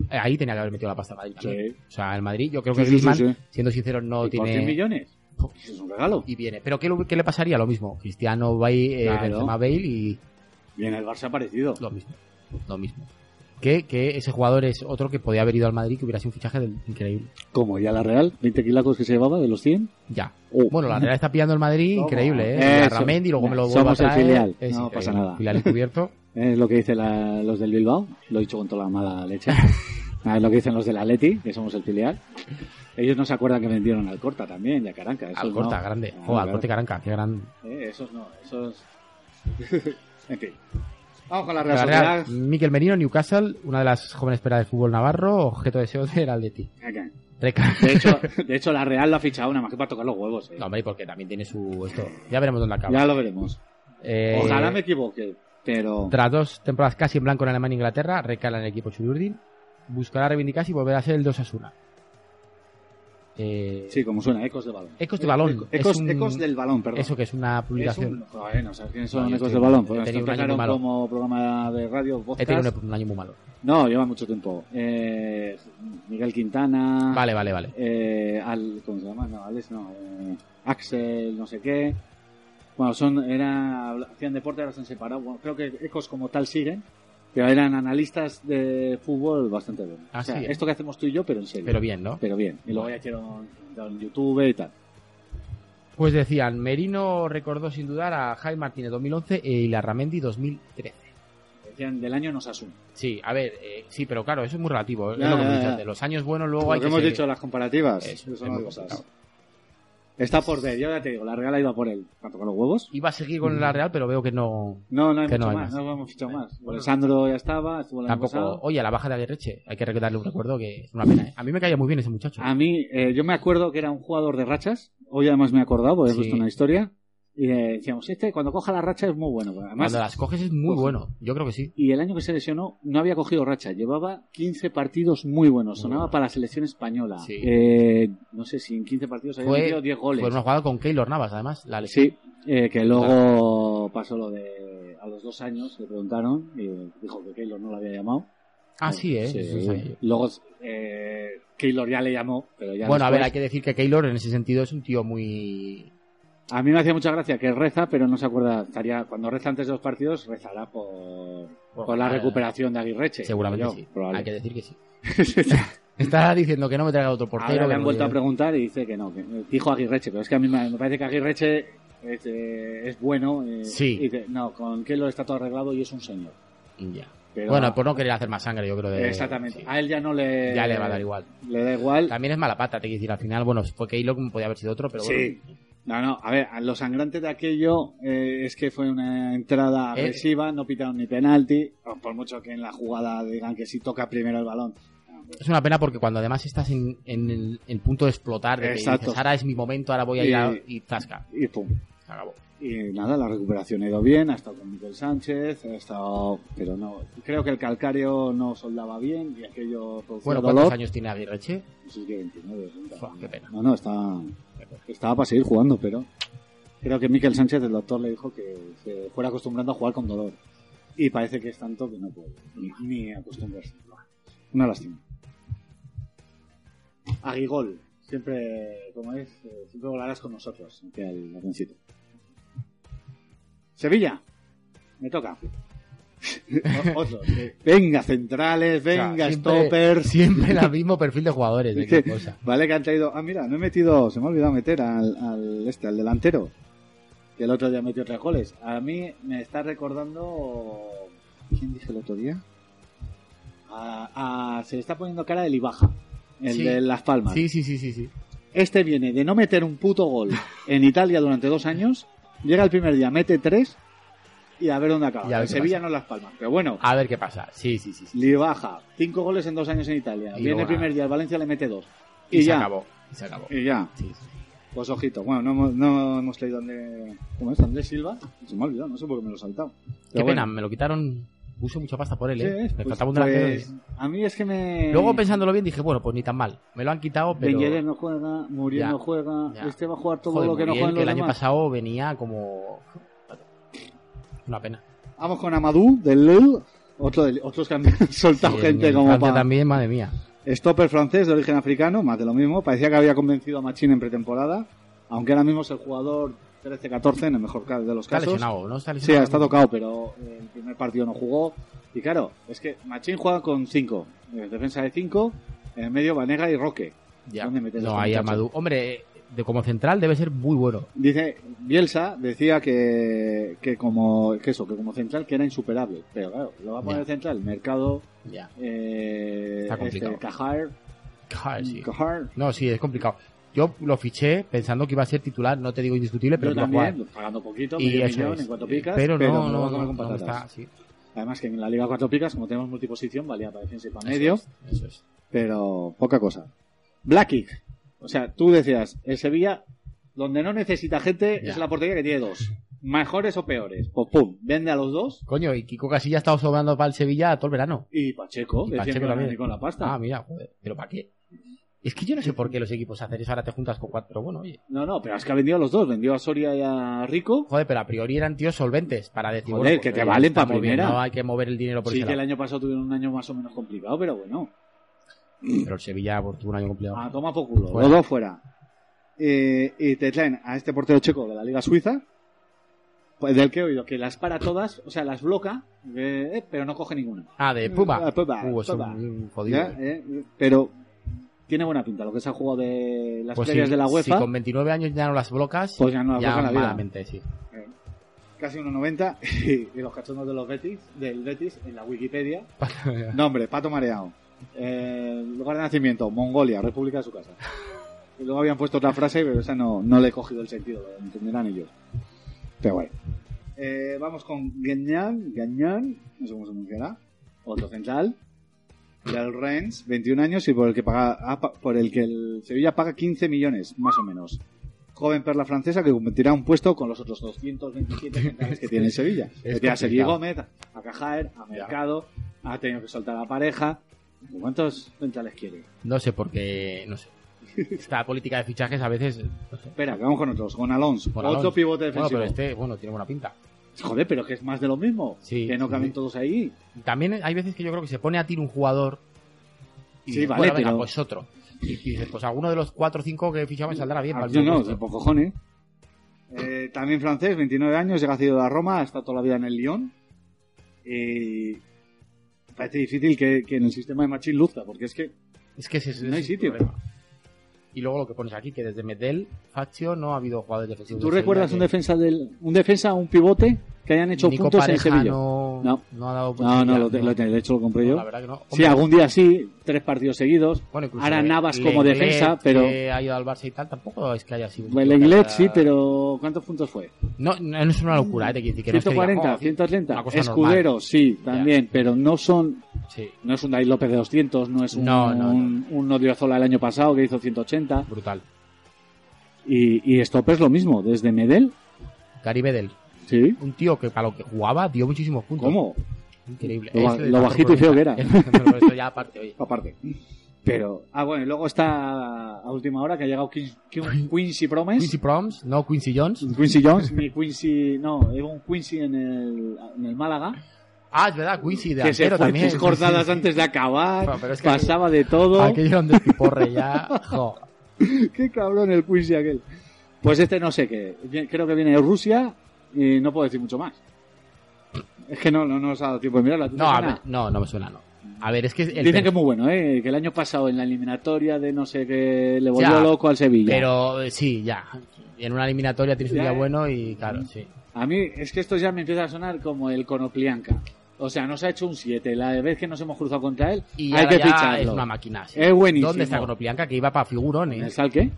E: eh, ahí tenía que haber metido la pasta Madrid. también. O sea, el Madrid, yo ¿eh? creo que
D: Sí, sí, sí,
E: Griezmann,
D: sí.
E: siendo sincero, no
D: ¿Y por
E: tiene
D: 100 millones? Es un regalo.
E: y viene. Pero ¿qué, lo- qué le pasaría? Lo mismo, Cristiano, Bale, eh,
D: Claro.
E: Benzema, Bale y
D: Viene el Barça parecido.
E: lo mismo, lo mismo. Que, que ese jugador es otro que podía haber ido al Madrid que hubiera sido un fichaje del- increíble.
D: ¿Cómo? ¿Ya la Real? ¿20 kilacos que se llevaba de los 100?
E: Ya.
D: Oh.
E: Bueno, la Real está pillando el Madrid,
D: ¿Cómo?
E: increíble, ¿eh?
D: Eso.
E: Ramendi, luego me lo vuelvo
D: Somos
E: a
D: el
E: traer.
D: filial.
E: Es
D: No pasa
E: increíble.
D: nada.
E: Filial encubierto.
D: Es lo que dicen la- los del Bilbao. Lo he dicho con toda la mala leche. Ah, Es lo que dicen los del Atleti, que somos el filial. Ellos no se acuerdan que vendieron al Corta también y a Caranca. esos
E: Al corta,
D: no.
E: grande.
D: Ah,
E: Joder, al
D: claro.
E: corte caranca, qué gran.
D: Eh, esos no, esos... en fin. Vamos con la Real
E: La Real,
D: Sociedad.
E: Miquel Merino, Newcastle, una de las jóvenes esperas del fútbol navarro, objeto de deseo del Atleti.
D: Venga.
E: Reca.
D: De hecho, de hecho, la Real lo ha fichado nada más que para tocar los huevos. eh.
E: No, hombre, porque también tiene su esto. Ya veremos dónde acaba.
D: ya lo veremos.
E: Eh,
D: Ojalá me equivoque, pero...
E: Tras dos temporadas casi en blanco en Alemania e Inglaterra, recala en el equipo Chururdin, buscará reivindicarse y volver a ser el 2 a 1. Eh,
D: Sí, como suena, ecos de balón.
E: Ecos de balón.
D: Eco- Ecos,
E: Es un-
D: ecos del balón, perdón.
E: Eso que es una
D: es
E: publicación.
D: un... Joder, no sabes quiénes
E: No,
D: son
E: yo
D: ecos
E: estoy-
D: del balón.
E: he
D: Porque esto
E: tenido un año muy
D: empezaron
E: malo.
D: como programa de radio,
E: He tenido
D: podcast...
E: un, un año muy malo.
D: No, lleva mucho tiempo. Eh, Miguel Quintana...
E: Vale, vale, vale.
D: eh, al, ¿Cómo se llama? No, Alex, no. eh, Axel, no sé qué. Bueno, son, era, hacían deporte, ahora se han separado. Bueno, creo que ecos como tal siguen. Pero eran analistas de fútbol bastante buenos.
E: Ah,
D: o sea,
E: sí, eh.
D: esto que hacemos tú y yo, pero en serio.
E: Pero bien, ¿no?
D: Pero bien. Y luego ya hicieron hicieron YouTube y tal.
E: Pues decían, Merino recordó sin dudar a Jaime Martínez 2011 y Larramendi 2013.
D: Decían, del año nos asume.
E: Sí, a ver, eh, sí, pero claro, eso es muy relativo. es
D: Ya,
E: lo que
D: ya,
E: me
D: ya.
E: dices, de los años buenos luego
D: Lo
E: hay
D: que
E: que
D: hemos
E: seguir.
D: dicho, las comparativas.
E: Eso,
D: son
E: es
D: las
E: muy
D: cosas.
E: complicado.
D: Está por ver, yo ya te digo, la Real ha ido a por él. ¿Tanto con los huevos?
E: Iba a seguir con
D: Mm.
E: la Real, pero veo que no.
D: No, no hay
E: Que
D: mucho
E: no hay
D: más,
E: más.
D: no hemos fichado más. Alessandro ya estaba, estuvo el año
E: Tampoco.
D: pasado.
E: Oye, a la baja de Aguirreche, hay que darle un recuerdo que es una pena. ¿eh? A mí me caía muy bien ese muchacho.
D: A mí, eh, yo me acuerdo que era un jugador de rachas. Hoy además me he acordado, porque he
E: Sí.
D: puesto una historia. Y eh, decíamos, este cuando coja la racha es muy bueno. Además,
E: Cuando las coges es muy
D: Ojo.
E: bueno. Yo creo que sí.
D: y el año que se lesionó no había cogido racha. Llevaba 15 partidos muy buenos. Sonaba para la selección española.
E: Sí.
D: Eh, no sé si en 15 partidos había
E: Fue,
D: metido 10 goles.
E: fue una jugada Pues con Keylor Navas, además. La lesión.
D: Sí, eh, que luego pasó lo de a los dos años, le preguntaron y dijo que Keylor no lo había llamado.
E: Ah, sí, ¿eh? Eso no sabía yo.
D: Luego eh, Keylor ya le llamó, pero ya
E: bueno, a ver, hay
D: después-
E: que decir que Keylor en ese sentido es un tío muy.
D: A mí me hacía mucha gracia que reza, pero no se acuerda. Estaría, cuando reza antes de los partidos, rezará por, por la
E: para-
D: recuperación de Aguirreche.
E: Ah, Seguramente
D: Yo,
E: sí.
D: probable.
E: Hay que decir que sí. Está diciendo que no me traiga otro portero.
D: Ahora
E: que
D: le han
E: no
D: vuelto a
E: me-
D: preguntar y dice que no, que dijo Aguirreche, pero es que a mí me me parece que Aguirreche es, eh, es bueno. eh,
E: Sí.
D: Y dice, no, con que lo está todo arreglado y es un señor.
E: Ya.
D: Pero-
E: Bueno, por no querer hacer más sangre, yo creo. De...
D: Exactamente. Eh, A él ya no le.
E: Ya le va a dar igual.
D: Le da igual.
E: También es mala pata, te quiero decir. Al final, bueno, fue Keylor como podía haber sido otro, pero
D: Sí.
E: bueno.
D: No, no, a ver, a lo sangrante de aquello eh, es que fue una entrada
E: Eh.
D: agresiva, no pitaron ni penalti, por mucho que en la jugada digan que sí toca primero el balón.
E: Es una pena porque cuando además estás en, en el, el punto de explotar, de que
D: Exacto.
E: dices, ahora es mi momento, ahora voy a ir a- y tasca.
D: Y pum.
E: Se acabó.
D: Y nada, la recuperación ha ido bien, ha estado con Miguel Sánchez, ha estado. Pero no, creo que el calcario no soldaba bien y aquello. producía
E: Bueno,
D: dolor.
E: ¿cuántos años tiene Aguirreche?
D: Sí, que 29. ¿no?
E: Fua, qué pena.
D: No, no, está, estaba para seguir jugando, pero creo que Miquel Sánchez, el doctor, le dijo que se fuera acostumbrando a jugar con dolor. Y parece que es tanto que no puede ni, ni acostumbrarse. Una lástima. Aguigol, siempre, como es, eh, siempre volarás con nosotros, que el avioncito. Sevilla, me toca. O- Otro. eh, Venga, centrales, venga,
E: O sea, siempre-
D: stoppers.
E: Siempre el mismo perfil de jugadores. de
D: Dice,
E: qué cosa.
D: Vale que han traído. Ah, mira, no he metido. Se me ha olvidado meter al, al este, al delantero. Que el otro día metió tres goles. A mí me está recordando. ¿Quién dije el otro día? A- a- se le está poniendo cara el Ibaja. El
E: Sí.
D: de Las Palmas.
E: Sí, sí, sí, sí, sí.
D: Este viene de no meter un puto gol en Italia durante dos años. Llega el primer día, mete tres. Y a ver dónde
E: Y a
D: acaba.
E: ver
D: En
E: qué
D: Sevilla
E: pasa.
D: no Las Palmas. Pero bueno.
E: A ver qué pasa. Sí, sí, sí. sí.
D: Libaja, cinco goles en dos años en Italia.
E: Y
D: Viene
E: luego
D: el primer día, el Valencia le mete dos.
E: Y,
D: Y,
E: se
D: ya. Eh,
E: acabó. y se acabó.
D: Y ya.
E: Sí,
D: Pues ojito, bueno, no hemos, no hemos leído André, ¿cómo es? Andrés Silva. Se me ha olvidado, no sé por qué me lo he saltado.
E: Qué
D: Pero
E: pena,
D: bueno.
E: me lo quitaron. Puse mucha pasta por él,
D: Sí,
E: ¿eh?
D: es,
E: Me
D: pues-
E: faltaba un
D: pues, eh.
E: delantero.
D: A mí es que me.
E: Luego pensándolo bien dije, bueno, pues ni tan mal. Me lo han quitado, pero.
D: Benguerel no juega, Muriel
E: Ya,
D: no juega,
E: ya.
D: este va a jugar todo
E: Joder,
D: lo que no
E: Muriel,
D: juegan
E: que
D: los
E: el año
D: demás.
E: pasado venía como. Una pena.
D: Vamos con Amadou, del Lille. Otro del- otros que han soltado
E: Sí,
D: gente
E: en
D: como
E: Francia
D: para.
E: también, madre mía.
D: Stopper francés de origen africano, más de lo mismo. Parecía que había convencido a Machín en pretemporada, aunque ahora mismo es el jugador 13-14 en el mejor ca- de los
E: Está
D: casos.
E: lesionado, ¿no? Está
D: Sí,
E: lesionado.
D: está tocado, pero eh, el primer partido no jugó. Y claro, es que Machín juega con 5, defensa de 5, en el medio Vanega y Roque.
E: Ya.
D: ¿Dónde metes a
E: No,
D: este
E: ahí
D: muchacho?
E: Amadou. Hombre, eh, de como central debe ser muy bueno.
D: Dice, Bielsa decía que, que como que eso, que como central que era insuperable. Pero claro, lo va a poner
E: Ya.
D: central, mercado,
E: Ya.
D: eh,
E: Está complicado.
D: este, Cajar, Mm,
E: Joder, sí.
D: Cajar.
E: No, sí, es complicado. Yo lo fiché pensando que iba a ser titular, no te digo indiscutible, pero
D: Yo
E: que iba a jugar.
D: también, pagando poquito,
E: Y
D: medio
E: eso
D: millón
E: es.
D: en cuatro picas,
E: Pero no,
D: me lo
E: no,
D: voy a comer con
E: no, no
D: patatas.
E: está, sí.
D: Además que en la Liga Cuatro Picas, como tenemos multiposición, valía para defensa y para medio.
E: Eso es, eso es.
D: pero poca cosa. Blackick. O sea, tú decías, el Sevilla, donde no necesita gente,
E: Ya.
D: es la portería que tiene dos. Mejores o peores. Pues pum, vende a los dos
E: Coño, y Kiko Casilla ha estado sobrando para el Sevilla todo el verano.
D: y Pacheco,
E: Y
D: decían
E: Pacheco
D: que lo
E: también.
D: vendí con la pasta.
E: Ah, mira, joder, pero ¿para qué? Es que yo no sé por qué los equipos hacen eso, ahora te juntas con cuatro, pero bueno, oye.
D: No, no, pero es que ha vendido a los dos, vendió a Soria y a Rico.
E: Joder, pero a priori eran tíos solventes para decir,
D: Joder,
E: bueno,
D: que te
E: oye,
D: valen pa'
E: estamos bien,
D: primera.
E: No hay que mover el dinero por
D: Sí
E: ese
D: que el
E: lado.
D: año pasado tuvieron un año más o menos complicado, pero bueno.
E: Pero el Sevilla por, tuvo un año complicado.
D: A toma por culo,
E: Fuera.
D: los dos fuera. Eh, y te traen a este portero checo de la Liga Suiza, pues del que he oído que las para todas, o sea, las bloca, eh, pero no coge ninguna.
E: Ah, de Puma.
D: Ah, Puma,
E: Uh, eso es
D: Puma.
E: un jodido.
D: Ya, eh, pero tiene buena pinta lo que se ha jugado de las
E: Pues
D: playas
E: sí,
D: de la
E: si
D: UEFA.
E: con 29 años ya no las blocas,
D: Pues ya no las bloca en la vida.
E: malamente, sí.
D: Casi 1,90 y, y los cachondos de los Betis, del Betis en la Wikipedia. Nombre, Pato Mareado. Eh, lugar de nacimiento, Mongolia, República de su casa. Y luego habían puesto otra frase, pero esa no, no le he cogido el sentido, lo entenderán ellos. Pero bueno. Eh, vamos con Gagnan, Gagnan, no sé cómo se pronunciará, otro central, del Rennes, 21 años y por el que paga, ah, pa- por el que el Sevilla paga 15 millones, más o menos. Joven perla francesa que competirá un puesto con los otros 227 centrales que tiene el Sevilla.
E: Es
D: Que tiene a Sergi
E: complicado.
D: Gómez, a Cajaer, a Mercado, ha tenido que soltar a pareja. ¿Cuántos centrales quiere?
E: No sé por qué, no sé. Esta política de fichajes a veces... no sé.
D: Espera, que vamos con otros, con Alonso,
E: Con
D: otro
E: Alonso.
D: pivote
E: Bueno,
D: defensivo.
E: pero este, bueno, tiene buena pinta.
D: Joder, pero que es más de lo mismo.
E: Sí,
D: que no
E: sí,
D: caben
E: sí.
D: todos ahí.
E: También hay veces que yo creo que se pone a tiro un jugador y
D: Sí,
E: dice,
D: vale,
E: bueno, venga,
D: pero-
E: pues otro. Y dices, pues alguno de los 4 o 5 que fichamos saldrá bien.
D: Ah,
E: para el
D: no,
E: mismo
D: no,
E: puesto.
D: por cojones. Eh, también francés, 29 años, llega ciudad a Roma, ha estado toda la vida en el Lyon. Y parece difícil que, que en el sistema de Machín luzca, porque es que
E: Es que ese es
D: no hay
E: ese es el
D: sitio.
E: problema. Y luego lo que pones aquí, que desde Medel, Faccio, no ha habido jugadores defensivos.
D: ¿Tú
E: del Sevilla
D: recuerdas un
E: que-
D: defensa, del, un defensa, un pivote que hayan hecho
E: Nico
D: puntos
E: Pareja
D: en Sevilla?
E: No, pues
D: No.
E: no ha dado
D: No, no,
E: posibilidad,
D: lo, te- lo te- de hecho lo compré yo.
E: la verdad que no.
D: Sí,
E: Hombre,
D: algún día sí, tres partidos seguidos.
E: bueno, incluso
D: Ahora
E: Le-
D: Navas como
E: Lenglet,
D: defensa, pero
E: que ha ido al Barça y tal, tampoco es que haya sido.
D: el inglés sí, pero ¿cuántos puntos fue?
E: No, no es una locura, eh, te quiero decir que no es que
D: 140,
E: diga, "Oh,
D: 130.
E: una cosa
D: Escudero,
E: normal".
D: sí, también, pero no son.
E: Sí.
D: No es un David López de 200, no es un,
E: No, no, no.
D: un, un Odriozola el año pasado que hizo 180.
E: Brutal.
D: Y, y Stopper es lo mismo, desde Medel.
E: Gary Medel.
D: Sí.
E: Un tío que para lo que jugaba dio muchísimos puntos.
D: ¿Cómo?
E: Increíble.
D: Lo, ba-
E: Ese es
D: lo
E: otro
D: bajito y feo que era.
E: problema. Pero esto ya aparte, oye.
D: Aparte. Pero, ah, bueno, y luego está a última hora que ha llegado Quin- Quin- Quincy Promes.
E: Quincy Proms, no Quincy Jones.
D: Quincy Jones, mi Quincy, no, era un Quincy en el, en el Málaga.
E: Ah, es verdad, Quincy de
D: que se
E: arquero
D: fue
E: también.
D: tres jornadas
E: Sí, sí, sí.
D: antes de acabar,
E: No, pero es que-
D: pasaba de todo.
E: Aquello era un despiporre ya. Jo.
D: Qué cabrón el Quincy aquel. Pues este no sé qué, vi- creo que viene de Rusia y no puedo decir mucho más. Es que no, no, no nos ha dado tiempo de mirarla. ¿Tú te
E: No, a
D: suena?
E: ver, no, no me suena, no. A ver, es que. El
D: Dicen que es muy bueno, ¿eh? que el año pasado en la eliminatoria de no sé qué le volvió
E: Ya,
D: loco al Sevilla.
E: Pero eh, sí, ya. En una eliminatoria tienes un
D: Ya,
E: día
D: eh.
E: bueno y claro, sí.
D: A mí es que esto ya me empieza a sonar como el Conoplianca. O sea, nos ha hecho un 7. La vez que nos hemos cruzado contra él,
E: Y
D: hay
E: ahora
D: que
E: ya
D: ficharlo.
E: es una máquina. sí.
D: Es buenísimo.
E: ¿Dónde está Conoplianca? Que iba para
D: ¿En el
E: figurones.
D: Salque?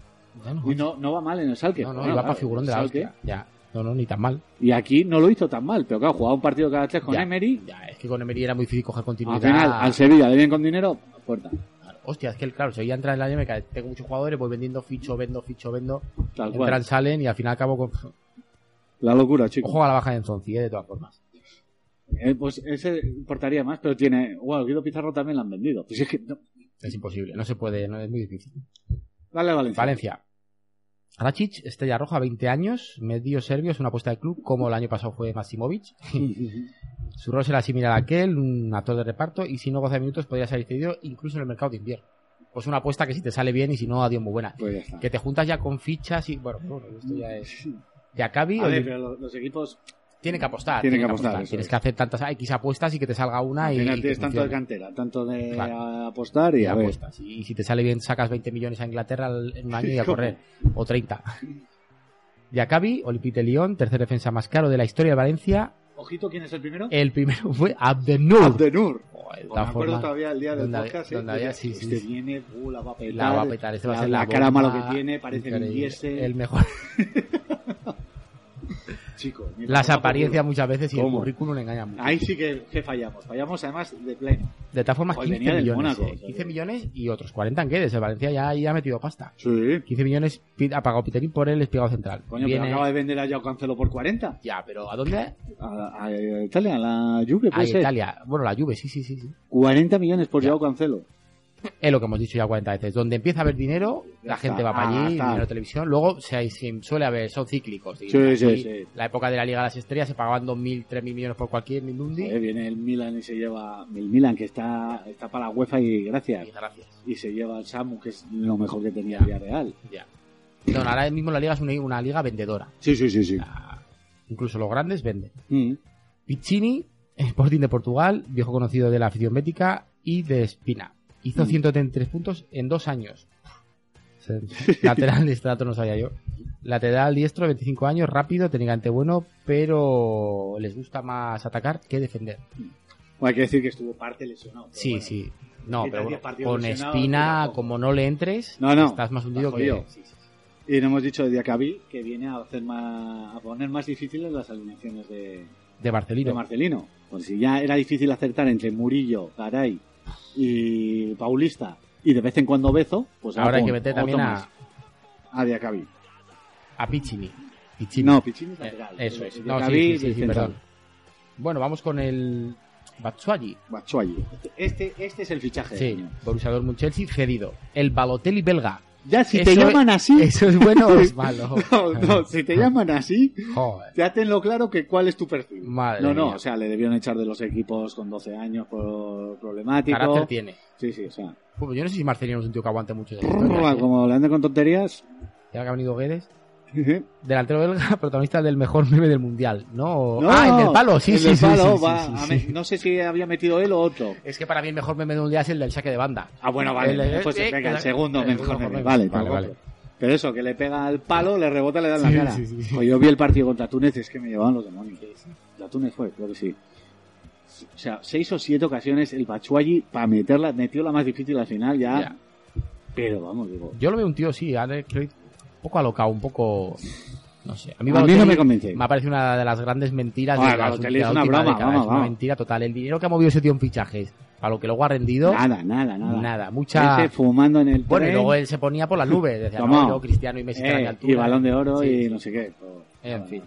E: Ya no,
D: Y no, no va mal en el Salque.
E: no, no,
D: Bueno,
E: iba
D: claro,
E: para figurón de
D: el
E: la
D: Salque.
E: hostia. Ya. No, no, ni tan mal.
D: Y aquí no lo hizo tan mal, pero claro, jugaba un partido cada tres con
E: Ya,
D: Emery.
E: Ya, es que con Emery era muy difícil coger
D: Al
E: continuidad.
D: final, al Sevilla, le vienen con dinero, puerta.
E: Hostia, es que el- claro, se oía entrar en la dinámica. de, Tengo muchos jugadores, voy vendiendo ficho, vendo, ficho, vendo.
D: Tal cual.
E: Entran, salen y al final acabo con.
D: La locura, chicos.
E: Ojo a la baja de Enzonzi, eh, de todas formas.
D: Eh, pues ese importaría más, pero tiene. Wow, Guido Pizarro también lo han vendido. Pues es que. no.
E: Es imposible, no se puede, no es muy difícil.
D: Dale a Valencia.
E: Valencia. Racic, estrella roja, 20 años, medio serbio, es una apuesta de club, como el año pasado fue Maximovic. Su rol será similar a aquel, un actor de reparto, y si no goza de minutos podría salir cedido incluso en el mercado de invierno. Pues una apuesta que si te sale bien y si no, adiós muy buena.
D: Pues ya está.
E: Que te juntas ya con fichas y bueno, bueno, esto ya es... Ya Cabi,
D: A ver,
E: oye,
D: pero lo- los equipos.
E: tiene que apostar.
D: Tiene
E: tiene
D: que apostar, eso
E: Tienes
D: es.
E: que hacer tantas X apuestas y que te salga una
D: al
E: y...
D: final
E: y que
D: tienes tanto de
E: funcione.
D: cantera, tanto de
E: Claro.
D: apostar y
E: Y
D: a ver.
E: apuestas. Y si te sale bien, sacas 20 millones a Inglaterra al- en un año y a correr. O 30. Yacabi, Olympique de Lyon, tercer defensa más caro de la historia de Valencia.
D: Ojito, ¿quién es el primero?
E: El primero fue Abdenur.
D: Abdenur.
E: Joder, de
D: Pues me
E: todas
D: acuerdo
E: formas,
D: todavía el día del
E: donde había-
D: podcast. ¿eh?
E: donde había- sí,
D: este
E: sí, sí.
D: viene, uh, la va a petar.
E: La va a petar, este va a
D: la,
E: ser
D: la
E: la
D: cara
E: bomba.
D: malo que tiene, parece que
E: Increíble.
D: diese.
E: El mejor.
D: Chico, mira,
E: Las
D: toma por
E: apariencias
D: culo.
E: muchas veces y el
D: ¿Cómo? Ah.
E: currículum engañan mucho.
D: Ahí sí que, que fallamos. Fallamos además de pleno.
E: De todas formas,
D: Joder,
E: 15
D: venía del
E: millones.
D: Mónaco,
E: eh,
D: o sea,
E: 15 millones y otros 40 en quedes. El Valencia ya, ahí ha metido pasta.
D: Sí.
E: 15 millones pi- ha pagado Piterín por él, espigado central.
D: Coño,
E: Viene-
D: pero acaba de vender a Yao Cancelo por 40.
E: Ya, pero ¿a dónde?
D: A, a Italia, a la Juve,
E: A
D: puede ser.
E: Italia. Bueno, la Juve, sí, sí, sí. sí.
D: 40 millones por Yao Cancelo.
E: Es lo que hemos dicho ya 40 veces. Donde empieza a haber dinero, la gente
D: está.
E: va para
D: Ah,
E: allí,
D: está.
E: dinero televisión. Luego se, se- suele haber, son cíclicos. Y
D: Sí, sí,
E: aquí,
D: sí.
E: La época de la Liga de las Estrellas se pagaban 2.000, 3.000 millones por cualquier Mindundi.
D: Eh, viene el Milan y se lleva. El Milan que está, está para la UEFA y gracias.
E: Y gracias.
D: Y se lleva al Samu, que es lo mejor que tenía el Villarreal.
E: Ya. No, ahora mismo la Liga es una, una liga vendedora.
D: Sí, sí, sí, sí.
E: Incluso los grandes venden.
D: Mm.
E: Piccini, eh, Sporting de Portugal, viejo conocido de la afición bética y de Espina. Hizo
D: Mm.
E: 133 puntos en dos años. Se- Lateral de este dato no sabía yo. Lateral diestro, 25 años, rápido, técnicamente bueno, pero les gusta más atacar que defender.
D: Bueno, hay que decir que estuvo parte lesionado. pero
E: Sí,
D: bueno.
E: sí. No,
D: Y
E: pero
D: tal día
E: bueno,
D: partido
E: con
D: lesionado,
E: Espina,
D: cuidado.
E: como no le entres,
D: No, no.
E: estás más hundido
D: Está
E: que
D: jodido. Y no hemos dicho de Diacabí que viene a hacer más, a poner más difíciles las alineaciones de,
E: de Marcelino.
D: de Marcelino. Pues si ya era difícil acertar entre Murillo, Garay y Paulista y de vez en cuando Bezo, pues
E: Ahora hay
D: pon
E: que meter
D: otro
E: también
D: más.
E: a,
D: a Diacabí.
E: a Piccini. Piccini.
D: No, Pichín es
E: Eh,
D: lateral.
E: Eso es. No,
D: Diacabí
E: sí, sí,
D: es
E: sí, sí,
D: central.
E: perdón. Bueno, vamos con el Batshuayi.
D: Batshuayi. Este, este es el fichaje. del
E: Sí,
D: año.
E: Borussia Dortmund Chelsea cedido. El Balotelli belga.
D: Ya, si te
E: Eso
D: llaman
E: es-
D: así.
E: ¿Eso es bueno o es malo?
D: No, no, si te llaman así,
E: Joder.
D: ya tenlo claro que cuál es tu perfil.
E: Madre
D: no, no,
E: mía.
D: o sea, le debieron echar de los equipos con 12 años por problemático.
E: Carácter tiene.
D: Sí, sí, o sea,
E: Pues yo no sé si Marcelino es un tío que aguante mucho. esas
D: prrr,
E: historias, ¿eh?
D: como le anden con tonterías,
E: Ya que ha venido Guedes. delantero belga, protagonista del mejor meme del mundial, ¿no?
D: No,
E: ah, en el palo, sí,
D: en
E: sí,
D: el
E: sí,
D: palo,
E: sí, sí,
D: va,
E: sí,
D: a
E: sí.
D: me- No sé si había metido él o otro.
E: Es que para mí el mejor meme del mundial es el del saque de banda.
D: Ah, bueno, vale.
E: El- el-
D: pues
E: eh,
D: venga,
E: el-
D: el segundo
E: el
D: mejor
E: mejor
D: meme.
E: meme.
D: Vale,
E: Vale,
D: tampoco.
E: vale.
D: Pero eso, que le pega al palo, le rebota, le da en la
E: Sí,
D: cara.
E: sí, sí, sí.
D: Pues yo vi el partido contra Túnez, es que me llevaban los demonios. La Túnez fue, creo que sí. O sea, seis o siete ocasiones el Bachuayi para meterla, metió la más difícil al final ya.
E: Ya.
D: Pero vamos, digo.
E: Yo lo veo un tío, sí, Alex Lloyd, un poco alocado, un poco. No sé. A mí,
D: A mí
E: Balotelli
D: no me convence.
E: Me ha parecido una de las grandes mentiras.
D: Ah,
E: de las-
D: Balotelli
E: de
D: es
E: la
D: una
E: última
D: broma,
E: década.
D: vamos,
E: Es una
D: vamos.
E: mentira total. El dinero que ha movido ese tío en fichajes, a lo que luego ha rendido.
D: Nada, nada, nada.
E: Nada, mucha.
D: Ese fumando en el
E: Bueno, y
D: tren.
E: luego él se ponía por las nubes. Decía, no,
D: Toma.
E: yo, Cristiano y Messi
D: Eh,
E: están a mi altura.
D: Y balón de oro
E: Sí, Eh,
D: y
E: sí.
D: no sé qué. Pues,
E: En fin.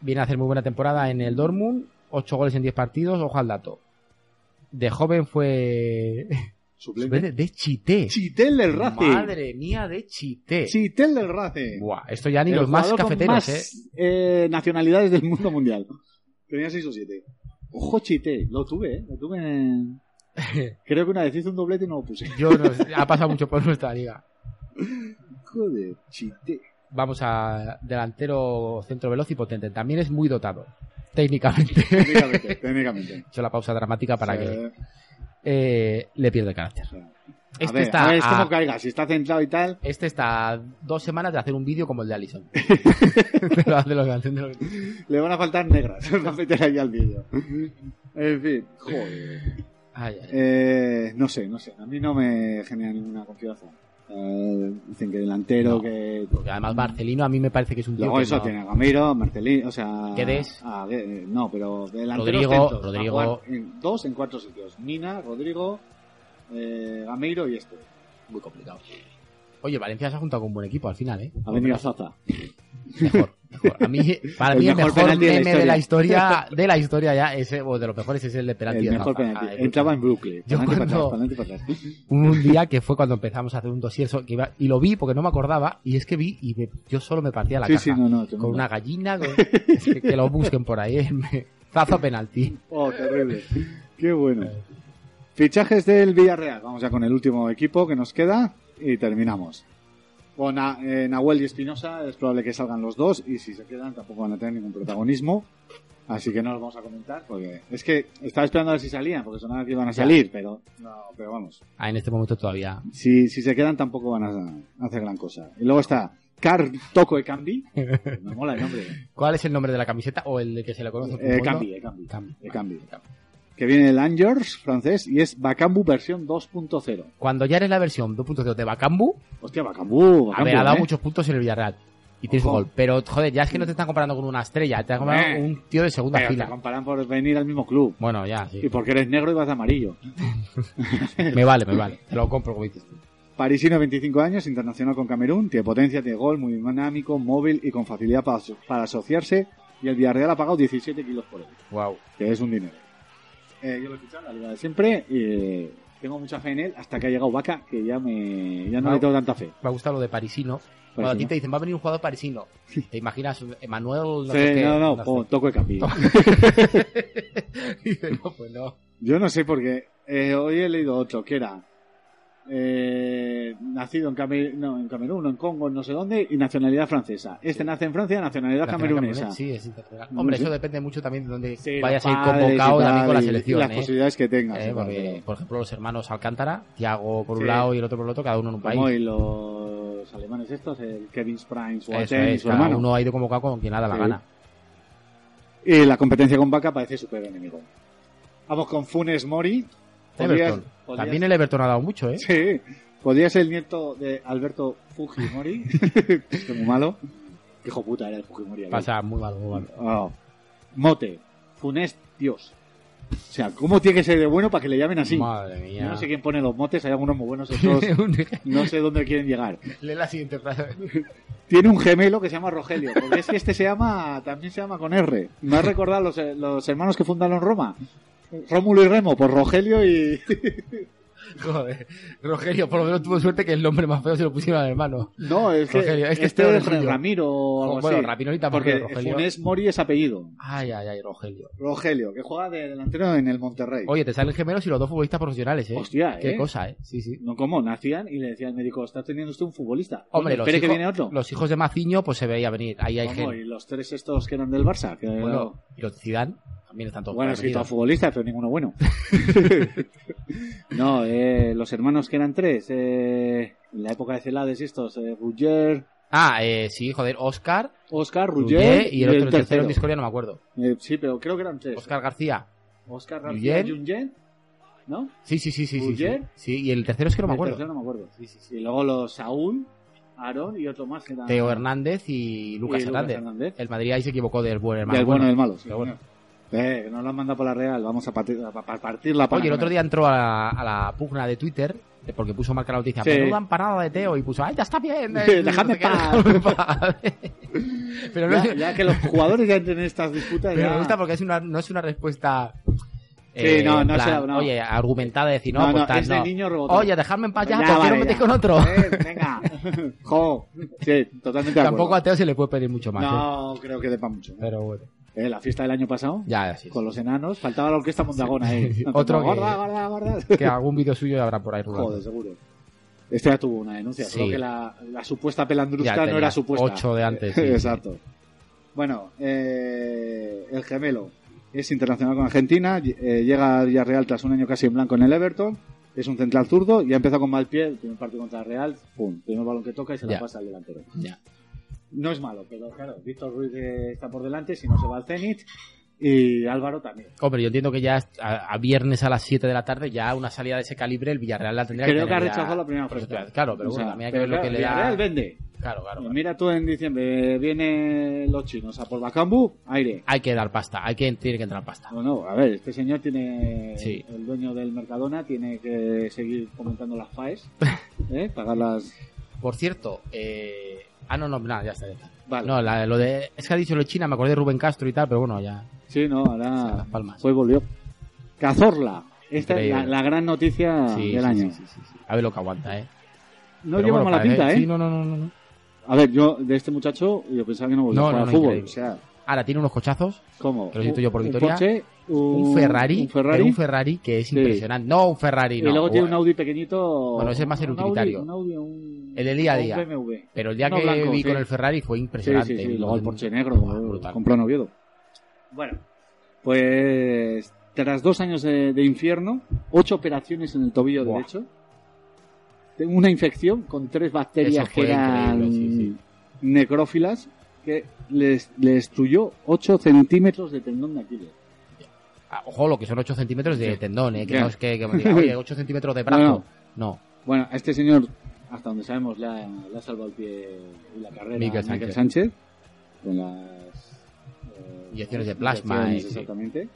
E: Viene a hacer muy buena temporada en el Dortmund. 8 goles en 10 partidos, ojo al dato. De joven fue. Suplente de Chité.
D: Chitel del Racing.
E: Madre mía, de Chité.
D: Chitel del Racing.
E: Buah, esto ya ni
D: El
E: los más
D: jugador con
E: cafeteros,
D: más,
E: eh.
D: eh, nacionalidades del mundo mundial. Tenía 6 o 7. Ojo, chite, lo tuve, eh, lo tuve en... Creo que una vez hice un doblete y no lo puse.
E: Yo no sé, ha pasado mucho por nuestra liga.
D: Joder, chite.
E: Vamos a delantero centro veloz y potente. También es muy dotado. Técnicamente.
D: Técnicamente, técnicamente.
E: He hecho la pausa dramática para
D: Sí.
E: que eh, le pierda el carácter.
D: A
E: Este
D: ver,
E: está
D: a ver, es
E: a-
D: como caiga, si está centrado y tal.
E: Este está a dos semanas de hacer un vídeo como el de Allison. De lo- de lo- de lo-
D: Le van a faltar negras para meter ahí al vídeo. En fin, joder.
E: Ay, ay.
D: Eh, no sé, no sé. A mí no me genera ninguna confianza. Eh, dicen que delantero,
E: No.
D: que... Mm.
E: Porque además Marcelino a mí me parece que es un tío
D: Luego
E: que
D: eso
E: no-
D: tiene a Gamero, Marcelino, o sea...
E: Guedes.
D: Ah, Guedes, no, pero delanteros
E: Rodrigo,
D: centros,
E: Rodrigo.
D: a jugar en dos en cuatro sitios. Mina, Rodrigo, eh, Gameiro y este.
E: muy complicado. Oye, Valencia se ha juntado con un buen equipo al final, ¿eh?
D: Ha venido Zaza.
E: Mejor, mejor. A mí, para
D: El
E: mí, el
D: mejor
E: mejor,
D: penalti de la
E: meme de la historia, de la historia ya, ese, o de los mejores es el de penalti.
D: El
E: de
D: mejor
E: Rafa.
D: penalti.
E: Ay,
D: Entraba en Brooklyn.
E: Ah, Yo
D: Penalti para
E: cuando-
D: atrás, penalti para atrás.
E: un día que fue cuando empezamos a hacer un dossier so- que iba- y lo vi porque no me acordaba y es que vi y me- yo solo me partía la
D: Sí,
E: caja
D: sí, no, no.
E: con una gallina con- es que, que lo busquen por ahí eh, me- zazo penalti
D: Oh, terrible. Qué bueno. Fichajes del Villarreal. Vamos ya con el último equipo que nos queda y terminamos. Con Na- eh, Nahuel y Espinosa es probable que salgan los dos y si se quedan tampoco van a tener ningún protagonismo. Así que no los vamos a comentar porque es que estaba esperando a ver si salían porque sonaba que iban a
E: Ya.
D: salir, pero no, pero vamos.
E: ah, en este momento todavía
D: Si, si se quedan tampoco van a hacer gran cosa. Y luego está Car Toco e Cambi. Me mola el nombre. ¿eh?
E: ¿cuál es el nombre de la camiseta o el de que se le conoce
D: Eh, Cambi, eh, Cambi. E Cambi. Que viene del Angers francés y es Bacambu versión 2.0.
E: cuando ya eres la versión 2.0 de Bacambu
D: Hostia, Bacambú,
E: a
D: Bacambú.
E: ver ha dado
D: ¿eh?
E: muchos puntos en el Villarreal y tienes
D: Ojo.
E: un gol pero joder ya es que no te están comparando con una estrella te están comparando
D: Eh.
E: con un tío de segunda
D: Pero te
E: fila
D: comparan por venir al mismo club.
E: bueno ya sí.
D: Y porque eres negro y vas de amarillo.
E: me vale me vale te lo compro como dices
D: Parisino, 25 años, internacional con Camerún. Tiene potencia, tiene gol, muy dinámico, móvil y con facilidad para, aso- para asociarse. Y el Villarreal ha pagado 17 kilos por él,
E: wow
D: que es un dinero. Eh, yo lo he fichado en la liga de siempre. y eh, tengo mucha fe en él hasta que ha llegado Vaca, que ya, me, ya no
E: Wow.
D: le tengo tanta fe.
E: me ha gustado lo de parisino. Cuando a ti
D: Parisino.
E: te dicen, va a venir un jugador parisino, te imaginas Emanuel, no
D: Sí,
E: sé qué.
D: no, no,
E: sé.
D: po, toco de Cambi.
E: Dice, no, pues no.
D: Yo no sé por qué. Eh, hoy he leído otro que era eh, nacido en, Camer- no, en Camerún, no, en Congo, en no sé dónde, y nacionalidad francesa. Este nace en Francia, nacionalidad
E: Nacional
D: camerunesa.
E: camerunés, Sí, es internacional.
D: No
E: Hombre,
D: sé.
E: eso depende mucho también de dónde
D: Mm. Sí,
E: vayas a ir
D: los padres
E: convocado
D: y
E: también con la
D: tal, y-
E: selección.
D: y las
E: ¿eh?
D: posibilidades que tengas.
E: Eh,
D: sí,
E: porque,
D: pero-
E: por ejemplo, los hermanos Alcántara, Thiago por un
D: Sí. Pues
E: lado y el otro por el otro, cada uno en un
D: Como
E: país.
D: y los alemanes estos, el Kevin Sprine, su
E: Eso
D: y
E: es,
D: su
E: cada
D: hermano.
E: uno ha ido convocado con quien le da la
D: Sí.
E: gana.
D: Y la competencia con Vaca parece súper enemigo. Vamos con Funes Mori. Podrías-
E: Everton.
D: podrías-
E: También el Everton ha dado mucho, ¿eh?
D: Sí, podría ser el nieto de Alberto Fujimori. es que muy malo. Qué hijo puta era el Fujimori. aquel.
E: Pasa muy mal, muy mal.
D: Oh. Mote, Funes, Dios. O sea, ¿cómo tiene que ser de bueno para que le llamen así?
E: Madre mía.
D: Ah, Yo no sé quién pone los motes, hay algunos muy buenos, otros no sé dónde quieren llegar.
E: Lee la siguiente frase.
D: Tiene un gemelo que se llama Rogelio, porque es que este se llama, también se llama con R. Me has recordado eh, los, los hermanos que fundaron Roma. Rómulo pues y Remo, por Rogelio y...
E: Joder, Rogelio, por lo menos tuvo suerte que el nombre más feo se lo pusieron al hermano.
D: No, es que,
E: Rogelio, es que
D: este
E: este
D: es
E: Rogelio.
D: Ramiro o algo
E: Bueno,
D: así.
E: Ramiro ahorita
D: Porque
E: porque Rogelio-
D: Funes Mori es apellido.
E: Ay, ay, ay, Rogelio.
D: Rogelio, que juega de delantero en el Monterrey.
E: Oye, te salen gemelos y los dos futbolistas profesionales, ¿eh?
D: Hostia,
E: Qué
D: ¿eh?
E: cosa, ¿eh? Sí, sí.
D: No, como nacían y le decía al médico, está teniendo usted un futbolista.
E: Hombre, los
D: espere
E: hijos,
D: que viene otro.
E: los hijos de Maciño, pues se veía venir. Ahí hay
D: Vamos,
E: gente.
D: y los tres estos que eran del Barça. Que
E: Bueno, y los de Zidane también están todos
D: Bueno,
E: por
D: es que
E: apellido.
D: todos futbolistas, pero ninguno bueno. no, eh, los hermanos que eran tres, eh, en la época de Celades y estos, eh, Rugger,
E: Ah, eh, sí, joder, Oscar,
D: Oscar,
E: Rullé
D: Rugger
E: y el otro, el tercero en discordia, no me acuerdo.
D: Eh, sí, pero creo que eran tres.
E: Oscar García.
D: Oscar García,
E: Ruller.
D: Jungen, ¿no?
E: Sí, sí, sí, sí, sí, sí.
D: Ruller.
E: Sí, y el tercero es que no me
D: El
E: acuerdo.
D: tercero no me acuerdo. Y luego los Saúl, Aarón y otro más que eran...
E: Ah. Teo Hernández y Lucas,
D: Y Lucas
E: Hernández.
D: Hernández.
E: El Madrid ahí se equivocó del buen hermano.
D: Del bueno y del malo, sí,
E: Pero bueno.
D: Eh, que nos lo han mandado por la Real, vamos a, partir, a pa- partirla para
E: Oye, el otro día entró a la, a la pugna de Twitter de- porque puso marca la noticia.
D: Sí.
E: Menuda empanada de Teo y puso, ¡ay, ya está bien! eh, no
D: Dejadme
E: sé qué,
D: paz.
E: dejadme paz". Pero no,
D: ya, ya que los jugadores ya entren en estas disputas,
E: pero
D: ya-
E: me gusta porque es una, no es una respuesta. eh,
D: Sí, no,
E: en
D: no
E: plan,
D: sea- no.
E: Oye, argumentada de decir, no,
D: No,
E: pues
D: no,
E: tal,
D: es de
E: no.
D: niño robotón.
E: Oye, dejadme en paz ya,
D: Ya,
E: porque
D: vale,
E: no metéis
D: ya.
E: con otro.
D: Eh, venga. Jo. Sí, totalmente de acuerdo.
E: Tampoco a Teo se le puede pedir mucho más. ¿eh?
D: No, creo que depa mucho.
E: Pero bueno.
D: Eh, la fiesta del año pasado,
E: Ya, así es.
D: con los enanos, faltaba la orquesta Mondagón ahí.
E: Sí, otro que-
D: Gorda, gorda, gorda.
E: Que algún vídeo suyo habrá por ahí rulando.
D: Joder, seguro. Este ya tuvo una denuncia.
E: Sí.
D: Creo que la, la supuesta
E: Ya
D: pelandrusca no
E: tenía
D: era supuesta.
E: ocho de antes, sí, sí, sí.
D: Exacto. Bueno, eh, el gemelo es internacional con Argentina. ll- eh, llega a Villarreal tras un año casi en blanco en el Everton. Es un central zurdo y ha empezado con mal pie. El primer partido contra el Real, pum, primer balón que toca y se la
E: Ya.
D: pasa al delantero.
E: Ya.
D: No es malo, pero claro, Víctor Ruiz eh, está por delante, si no se va al Zenit. Y Álvaro también.
E: Hombre, yo entiendo que ya a, a viernes a las 7 de la tarde, ya una salida de ese calibre, el Villarreal la tendría
D: Creo
E: que
D: que ha
E: tener ya-
D: rechazado la primera
E: Pues,
D: oferta.
E: Claro, pero
D: O sea,
E: bueno, también hay que ver
D: pero
E: lo que
D: claro,
E: le da.
D: Villarreal vende.
E: Claro, claro. claro.
D: Mira tú en diciembre, eh, vienen los chinos a por Bacambu, aire.
E: Hay que dar pasta, hay que, tiene que entrar pasta.
D: No, no, a ver, este señor tiene,
E: Sí.
D: el dueño del Mercadona, tiene que seguir comentando las FAES, ¿eh? pagar las...
E: Por cierto, eh... ah, no, no, nada, ya está. ya está.
D: Vale.
E: No, la- lo de. Es que ha dicho lo de China, me acordé de Rubén Castro y tal, pero bueno, ya.
D: Sí, no, ahora
E: Las Palmas.
D: Ah, fue y volvió. Cazorla, esta es la,
E: Increíble.
D: la gran noticia
E: Sí,
D: del
E: sí,
D: año.
E: sí, sí, sí, sí. A ver lo que aguanta, ¿eh?
D: No
E: Pero
D: lleva
E: bueno,
D: mala
E: para-
D: pinta, ¿eh?
E: Sí, no, no, no, no, no.
D: A ver, yo de este muchacho, yo pensaba que no volvía
E: No,
D: a jugar
E: no,
D: al
E: no,
D: fútbol, o
E: increíble.
D: sea,
E: Ahora tiene unos cochazos,
D: ¿cómo?
E: Que lo siento yo por
D: un
E: Vitoria.
D: Porsche, un,
E: un Ferrari,
D: un
E: pero un Ferrari que es
D: Sí.
E: impresionante. No, un Ferrari,
D: y
E: no.
D: luego tiene un
E: Bueno,
D: Audi pequeñito...
E: Bueno, ese es más el
D: un Audi,
E: utilitario.
D: Un Audi, un...
E: El de día a
D: un
E: día.
D: BMW.
E: Pero el día
D: No,
E: que
D: blanco,
E: vi
D: sí.
E: con el Ferrari fue impresionante.
D: Sí, sí, sí. Luego el Porsche negro,
E: Buah, brutal.
D: compró en Oviedo. Bueno, pues tras dos años de, de infierno, ocho operaciones en el tobillo
E: Buah.
D: derecho, tengo una infección con tres bacterias
E: Eso fue
D: que eran
E: increíble, sí, sí.
D: necrófilas que les, le destruyó 8 centímetros de tendón de Aquiles.
E: Ah, Ojo, lo que son 8 centímetros de tendón, ¿eh? Que
D: Ya.
E: no es que, que me diga, oye, 8 centímetros de brazo.
D: No,
E: No,
D: no. Bueno, a este señor, hasta donde sabemos, le ha, le ha salvado el pie y la carrera
E: Mikel
D: a
E: Sánchez.
D: con las eh,
E: Inyecciones de plasma,
D: inyecciones,
E: eh, sí.
D: exactamente.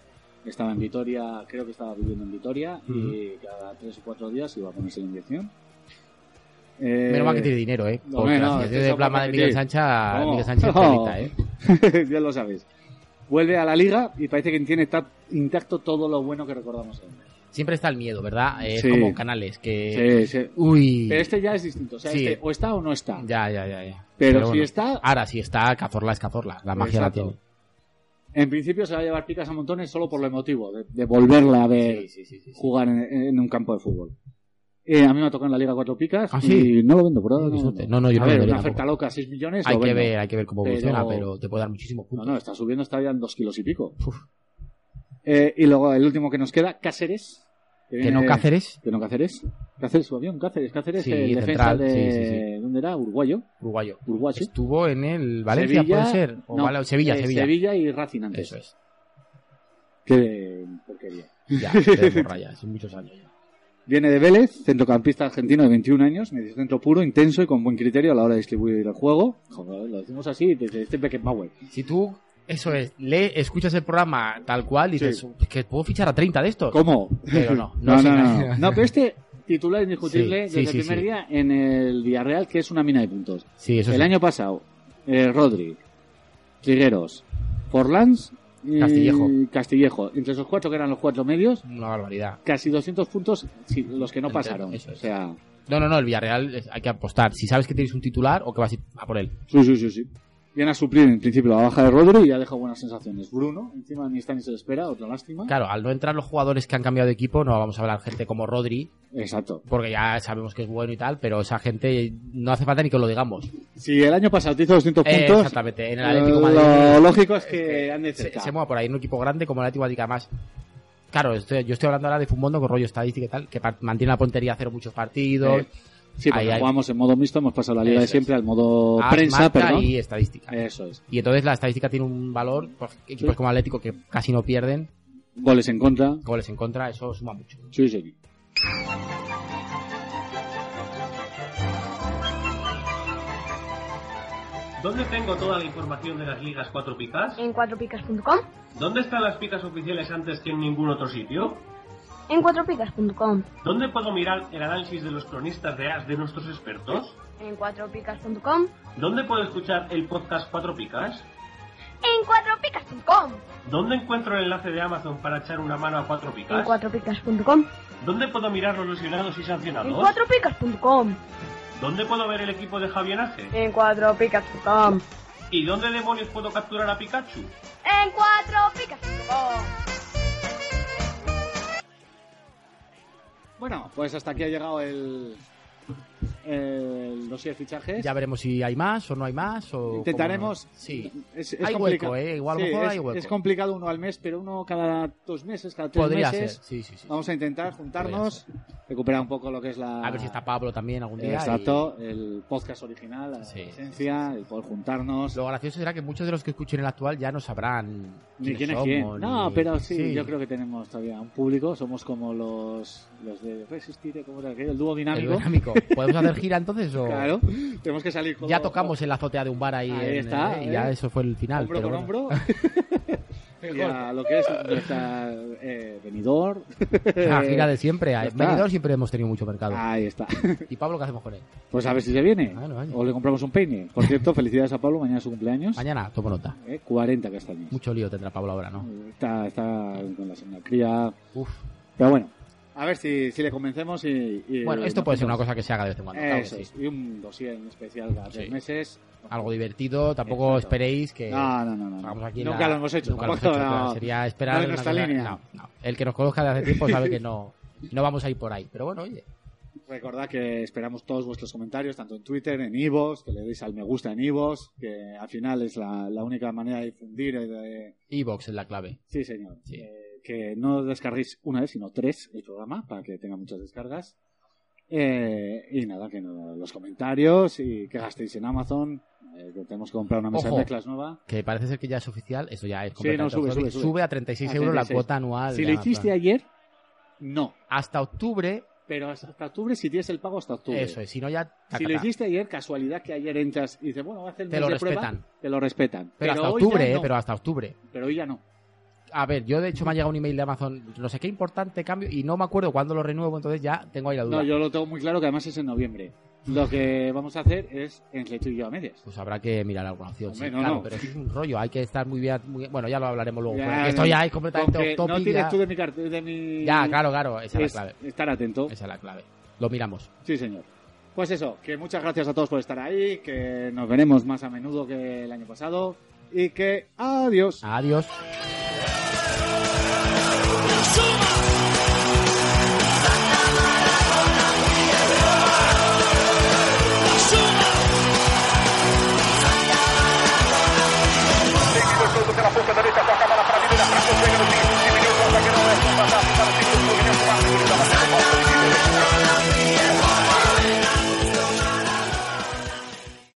D: Estaba en Vitoria, creo que estaba viviendo en Vitoria y
E: Ujú.
D: cada tres o cuatro días iba a ponerse la inyección. Eh,
E: Menos mal que tiene dinero, ¿eh?
D: no,
E: Porque
D: no,
E: la
D: no,
E: asociación
D: eso
E: de plasma
D: para
E: de Miguel
D: repetir.
E: Sánchez,
D: No.
E: Miguel Sánchez es
D: No.
E: perrita, ¿eh?
D: ya lo sabes. Vuelve a la liga y parece que tiene ta- intacto todo lo bueno que recordamos. de él.
E: Siempre está el miedo, ¿verdad? Eh, Es
D: Sí.
E: como canales
D: Sí,
E: que...
D: sí.
E: Uy.
D: Pero este ya es distinto. O, sea,
E: Eh, Sí.
D: este o está o no está.
E: Ya, ya, ya, ya.
D: Pero si
E: bueno.
D: está-
E: Ahora, si está, Cazorla es Cazorla. La magia
D: Exacto.
E: la tiene.
D: En principio se va a llevar picas a montones solo por lo emotivo, de, de volverla a ver
E: Sí, sí, sí, sí, sí.
D: jugar en, en un campo de fútbol. Eh, a mí me ha tocado en la Liga Cuatro Picas
E: ¿Ah, sí?
D: y no lo vendo por ahora.
E: Qué suerte. No, no, yo
D: a
E: no lo
D: ver,
E: vendo
D: una
E: tampoco.
D: oferta loca, 6 millones.
E: Hay
D: lo
E: que
D: vendo.
E: ver, hay que ver cómo
D: Pero-
E: evoluciona, pero te puede dar muchísimos
D: No,
E: puntos.
D: no, está subiendo, está ya en 2 kilos y pico.
E: Uf.
D: Eh, y luego el último que nos queda, Cáceres.
E: que no
D: viene-
E: Cáceres,
D: Que no Cáceres. Cáceres, su avión, Cáceres. Cáceres,
E: Sí,
D: el defensa
E: central,
D: de...
E: sí, sí, sí.
D: ¿Dónde era? Uruguayo.
E: uruguayo.
D: Uruguayo.
E: Estuvo en el Valencia,
D: Sevilla-
E: puede ser. O
D: no,
E: Val- Sevilla,
D: eh,
E: Sevilla.
D: Sevilla y Racing antes.
E: Eso es.
D: Qué porquería.
E: Ya, te desmorraya, son muchos años ya.
D: Viene de Vélez, centrocampista argentino de 21 años, mediocentro puro, intenso y con buen criterio a la hora de distribuir el juego. Joder, lo decimos así desde este Beckenbauer.
E: Si tú, eso es, lee, escuchas el programa tal cual y dices,
D: Sí.
E: "Es que puedo fichar a 30 de estos.
D: ¿Cómo?
E: Pero no, no,
D: no,
E: sí,
D: no,
E: no.
D: no. No, pero este titular indiscutible
E: Sí, sí,
D: desde
E: sí,
D: el primer
E: sí.
D: día en el Villarreal, que es una mina de puntos.
E: Sí, eso
D: el
E: sí.
D: año pasado, eh, Rodri, Trigueros, Forlans eh,
E: Castillejo.
D: Castillejo. Entre esos cuatro que eran los cuatro medios,
E: Una barbaridad.
D: casi 200 puntos sí, los que no
E: Entre-
D: pasaron.
E: eso
D: O sea,
E: No, no, no, el Villarreal es- hay que apostar. Si sabes que tienes un titular o que vas a ir a por él.
D: sí, sí, sí, sí. Viene a suplir en principio la baja de Rodri y ha dejado buenas sensaciones. Bruno, encima ni está ni se le espera, otra lástima.
E: Claro, al no entrar los jugadores que han cambiado de equipo, no vamos a hablar gente como Rodri,
D: Exacto.
E: porque ya sabemos que es bueno y tal, pero esa gente no hace falta ni que lo digamos.
D: Si el año pasado te hizo 200
E: Eh,
D: puntos, eh,
E: exactamente, en el Atlético
D: lo
E: Madrid-
D: lógico es que ande
E: Se,
D: cerca.
E: se mueva por ahí en un equipo grande como el Atlético Madrid, que además. Claro, estoy- yo estoy hablando ahora de Fumondo con rollo estadístico y tal, que par- mantiene la puntería a cero muchos partidos.
D: Eh, Sí, porque
E: Ahí hay-
D: jugamos en modo mixto, hemos pasado la liga
E: Eso
D: de
E: es.
D: siempre al modo
E: Ah,
D: prensa,
E: marca
D: perdón.
E: y estadística.
D: Eso es.
E: Y entonces la estadística tiene un valor, pues, equipos
D: Sí.
E: como Atlético que casi no pierden,
D: Goles en contra.
E: goles en contra, eso suma mucho.
D: Sí, sí.
M: ¿Dónde tengo toda la información de las ligas 4 picas?
N: En cuatropicas.com.
M: ¿Dónde están las picas oficiales antes que en ningún otro sitio?
N: En cuatropicas.com.
M: ¿Dónde puedo mirar el análisis de los cronistas de AS de nuestros expertos?
N: En cuatropicas.com.
M: ¿Dónde puedo escuchar el podcast 4 picas?
N: En cuatropicas.com.
M: ¿Dónde encuentro el enlace de Amazon para echar una mano a 4
N: En
M: picas?
N: cuatropicas.com.
M: ¿Dónde puedo mirar los lesionados y
N: En
M: sancionados?
N: cuatropicas.com.
M: ¿Dónde puedo ver el equipo de Javier Ángel?
N: En cuatropicas.com.
M: ¿Y dónde demonios puedo capturar a Pikachu?
N: En cuatropicas.com.
D: Bueno, pues hasta aquí ha llegado el, el dossier de fichajes.
E: Ya veremos si hay más o no hay más. O
D: Intentaremos.
E: cómo no. Sí.
D: Es,
E: hay
D: complica-
E: hueco, ¿eh? Igual a lo
D: Sí,
E: mejor
D: es,
E: hay hueco.
D: es complicado uno al mes, pero uno cada dos meses, cada tres
E: Podría
D: meses.
E: ser, sí, sí, sí.
D: Vamos a intentar juntarnos, recuperar un poco lo que es la.
E: Pues
D: eh,
E: A ver si está Pablo también algún día.
D: Exacto, el podcast original, la esencia, el poder juntarnos.
E: Lo gracioso será que muchos de los que escuchen el actual ya no sabrán
D: Ni
E: quiénes
D: quién es
E: somos,
D: quién. No,
E: ni-
D: pero sí, yo creo que tenemos todavía un público. Somos como los, los de Resistir, ¿eh? ¿cómo era aquello? El dúo dinámico.
E: El dinámico. ¿Podemos hacer gira entonces o...?
D: Claro, tenemos que salir con
E: Ya tocamos en la azotea de un bar ahí.
D: Ahí
E: en-
D: está,
E: eh, y
D: ¿eh?
E: ya eso fue el final.
D: hombro
E: pero
D: con
E: bueno.
D: hombro. Y a lo que es nuestra eh, venidor.
E: La gira de siempre.
D: Ya
E: A
D: está. Ah.
E: Benidorm siempre hemos tenido mucho mercado.
D: Ahí está.
E: ¿Y Pablo qué hacemos con él?
D: Pues a ver si se viene. O le compramos un peine. Por cierto, felicidades a Pablo, mañana es su cumpleaños.
E: Mañana, tomo nota.
D: Eh, 40 castaños.
E: Mucho lío tendrá Pablo ahora, ¿no?
D: Está, está con la segunda cría.
E: Uf.
D: Pero bueno, a ver si, si le convencemos y. y-
E: Bueno, esto puede ser una cosa que se haga de vez en cuando. claro que
D: Eso
E: sí.
D: es. Y un dossier en especial cada tres
E: Sí.
D: meses.
E: Algo divertido, tampoco
D: Exacto.
E: esperéis que...
D: No, no, no, no.
E: hagamos aquí
D: Nunca
E: la-
D: lo hemos hecho,
E: Nunca lo hemos
D: tampoco,
E: hecho,
D: no.
E: claro, Sería esperar...
D: No es
E: una
D: nuestra
E: cosa-
D: línea.
E: no, no. El que nos conozca de hace tiempo sabe que no, no vamos a ir por ahí. Pero bueno, oye.
D: Recordad que esperamos todos vuestros comentarios, tanto en Twitter, en Ivos, que le deis al me gusta en Ivos, que al final es la, la única manera de difundir. y de-
E: Evox es la clave.
D: Sí, señor. Eh, que no descarguéis una vez, sino tres el programa, para que tenga muchas descargas. Eh, y nada, que no- los comentarios y que gastéis en Amazon, eh, que tenemos que comprar una mesa
E: Ojo.
D: de mezclas nueva.
E: Que parece ser que ya es oficial. Eso ya es
D: Sí, no,
E: completamente
D: sube,
E: oficial.
D: sube, sube.
E: a 36 euros la
D: 36.
E: cuota anual.
D: Si
E: de
D: lo
E: Amazon.
D: hiciste ayer, no.
E: Hasta octubre.
D: Pero hasta, hasta octubre si tienes el pago hasta octubre.
E: Eso es, si no ya... taca,
D: Si lo
E: taca.
D: hiciste ayer, casualidad que ayer entras y dices, bueno, voy a hacer el
E: Te
D: mes
E: lo
D: de prueba,
E: respetan.
D: te lo respetan.
E: Pero, hasta
D: hoy ya
E: octubre, eh,
D: no.
E: pero hasta octubre.
D: Pero hoy ya no.
E: A ver, yo de hecho me ha llegado un email de Amazon, no sé qué importante cambio, y no me acuerdo cuándo lo renuevo, entonces ya tengo ahí la duda.
D: No, yo lo tengo muy claro que además es en noviembre. Lo que vamos a hacer es entre tú y yo a medias.
E: Pues habrá que mirar alguna opción.
D: Hombre,
E: sí,
D: no,
E: claro,
D: no.
E: pero es un rollo, hay que estar muy bien. muy bien- Bueno, ya lo hablaremos luego.
D: Ya,
E: porque
D: no.
E: esto ya es completamente
D: Con que
E: off topic.
D: No tienes
E: ya.
D: tú de mi, cart- de mi-
E: Ya, claro, claro, esa es la clave.
D: Estar atento.
E: Esa es la clave. Lo miramos.
D: Sí, señor. Pues eso, que muchas gracias a todos por estar ahí, que nos veremos más a menudo que el año pasado y que adiós.
E: Adiós.
O: Seguido el producto a la punta derecha.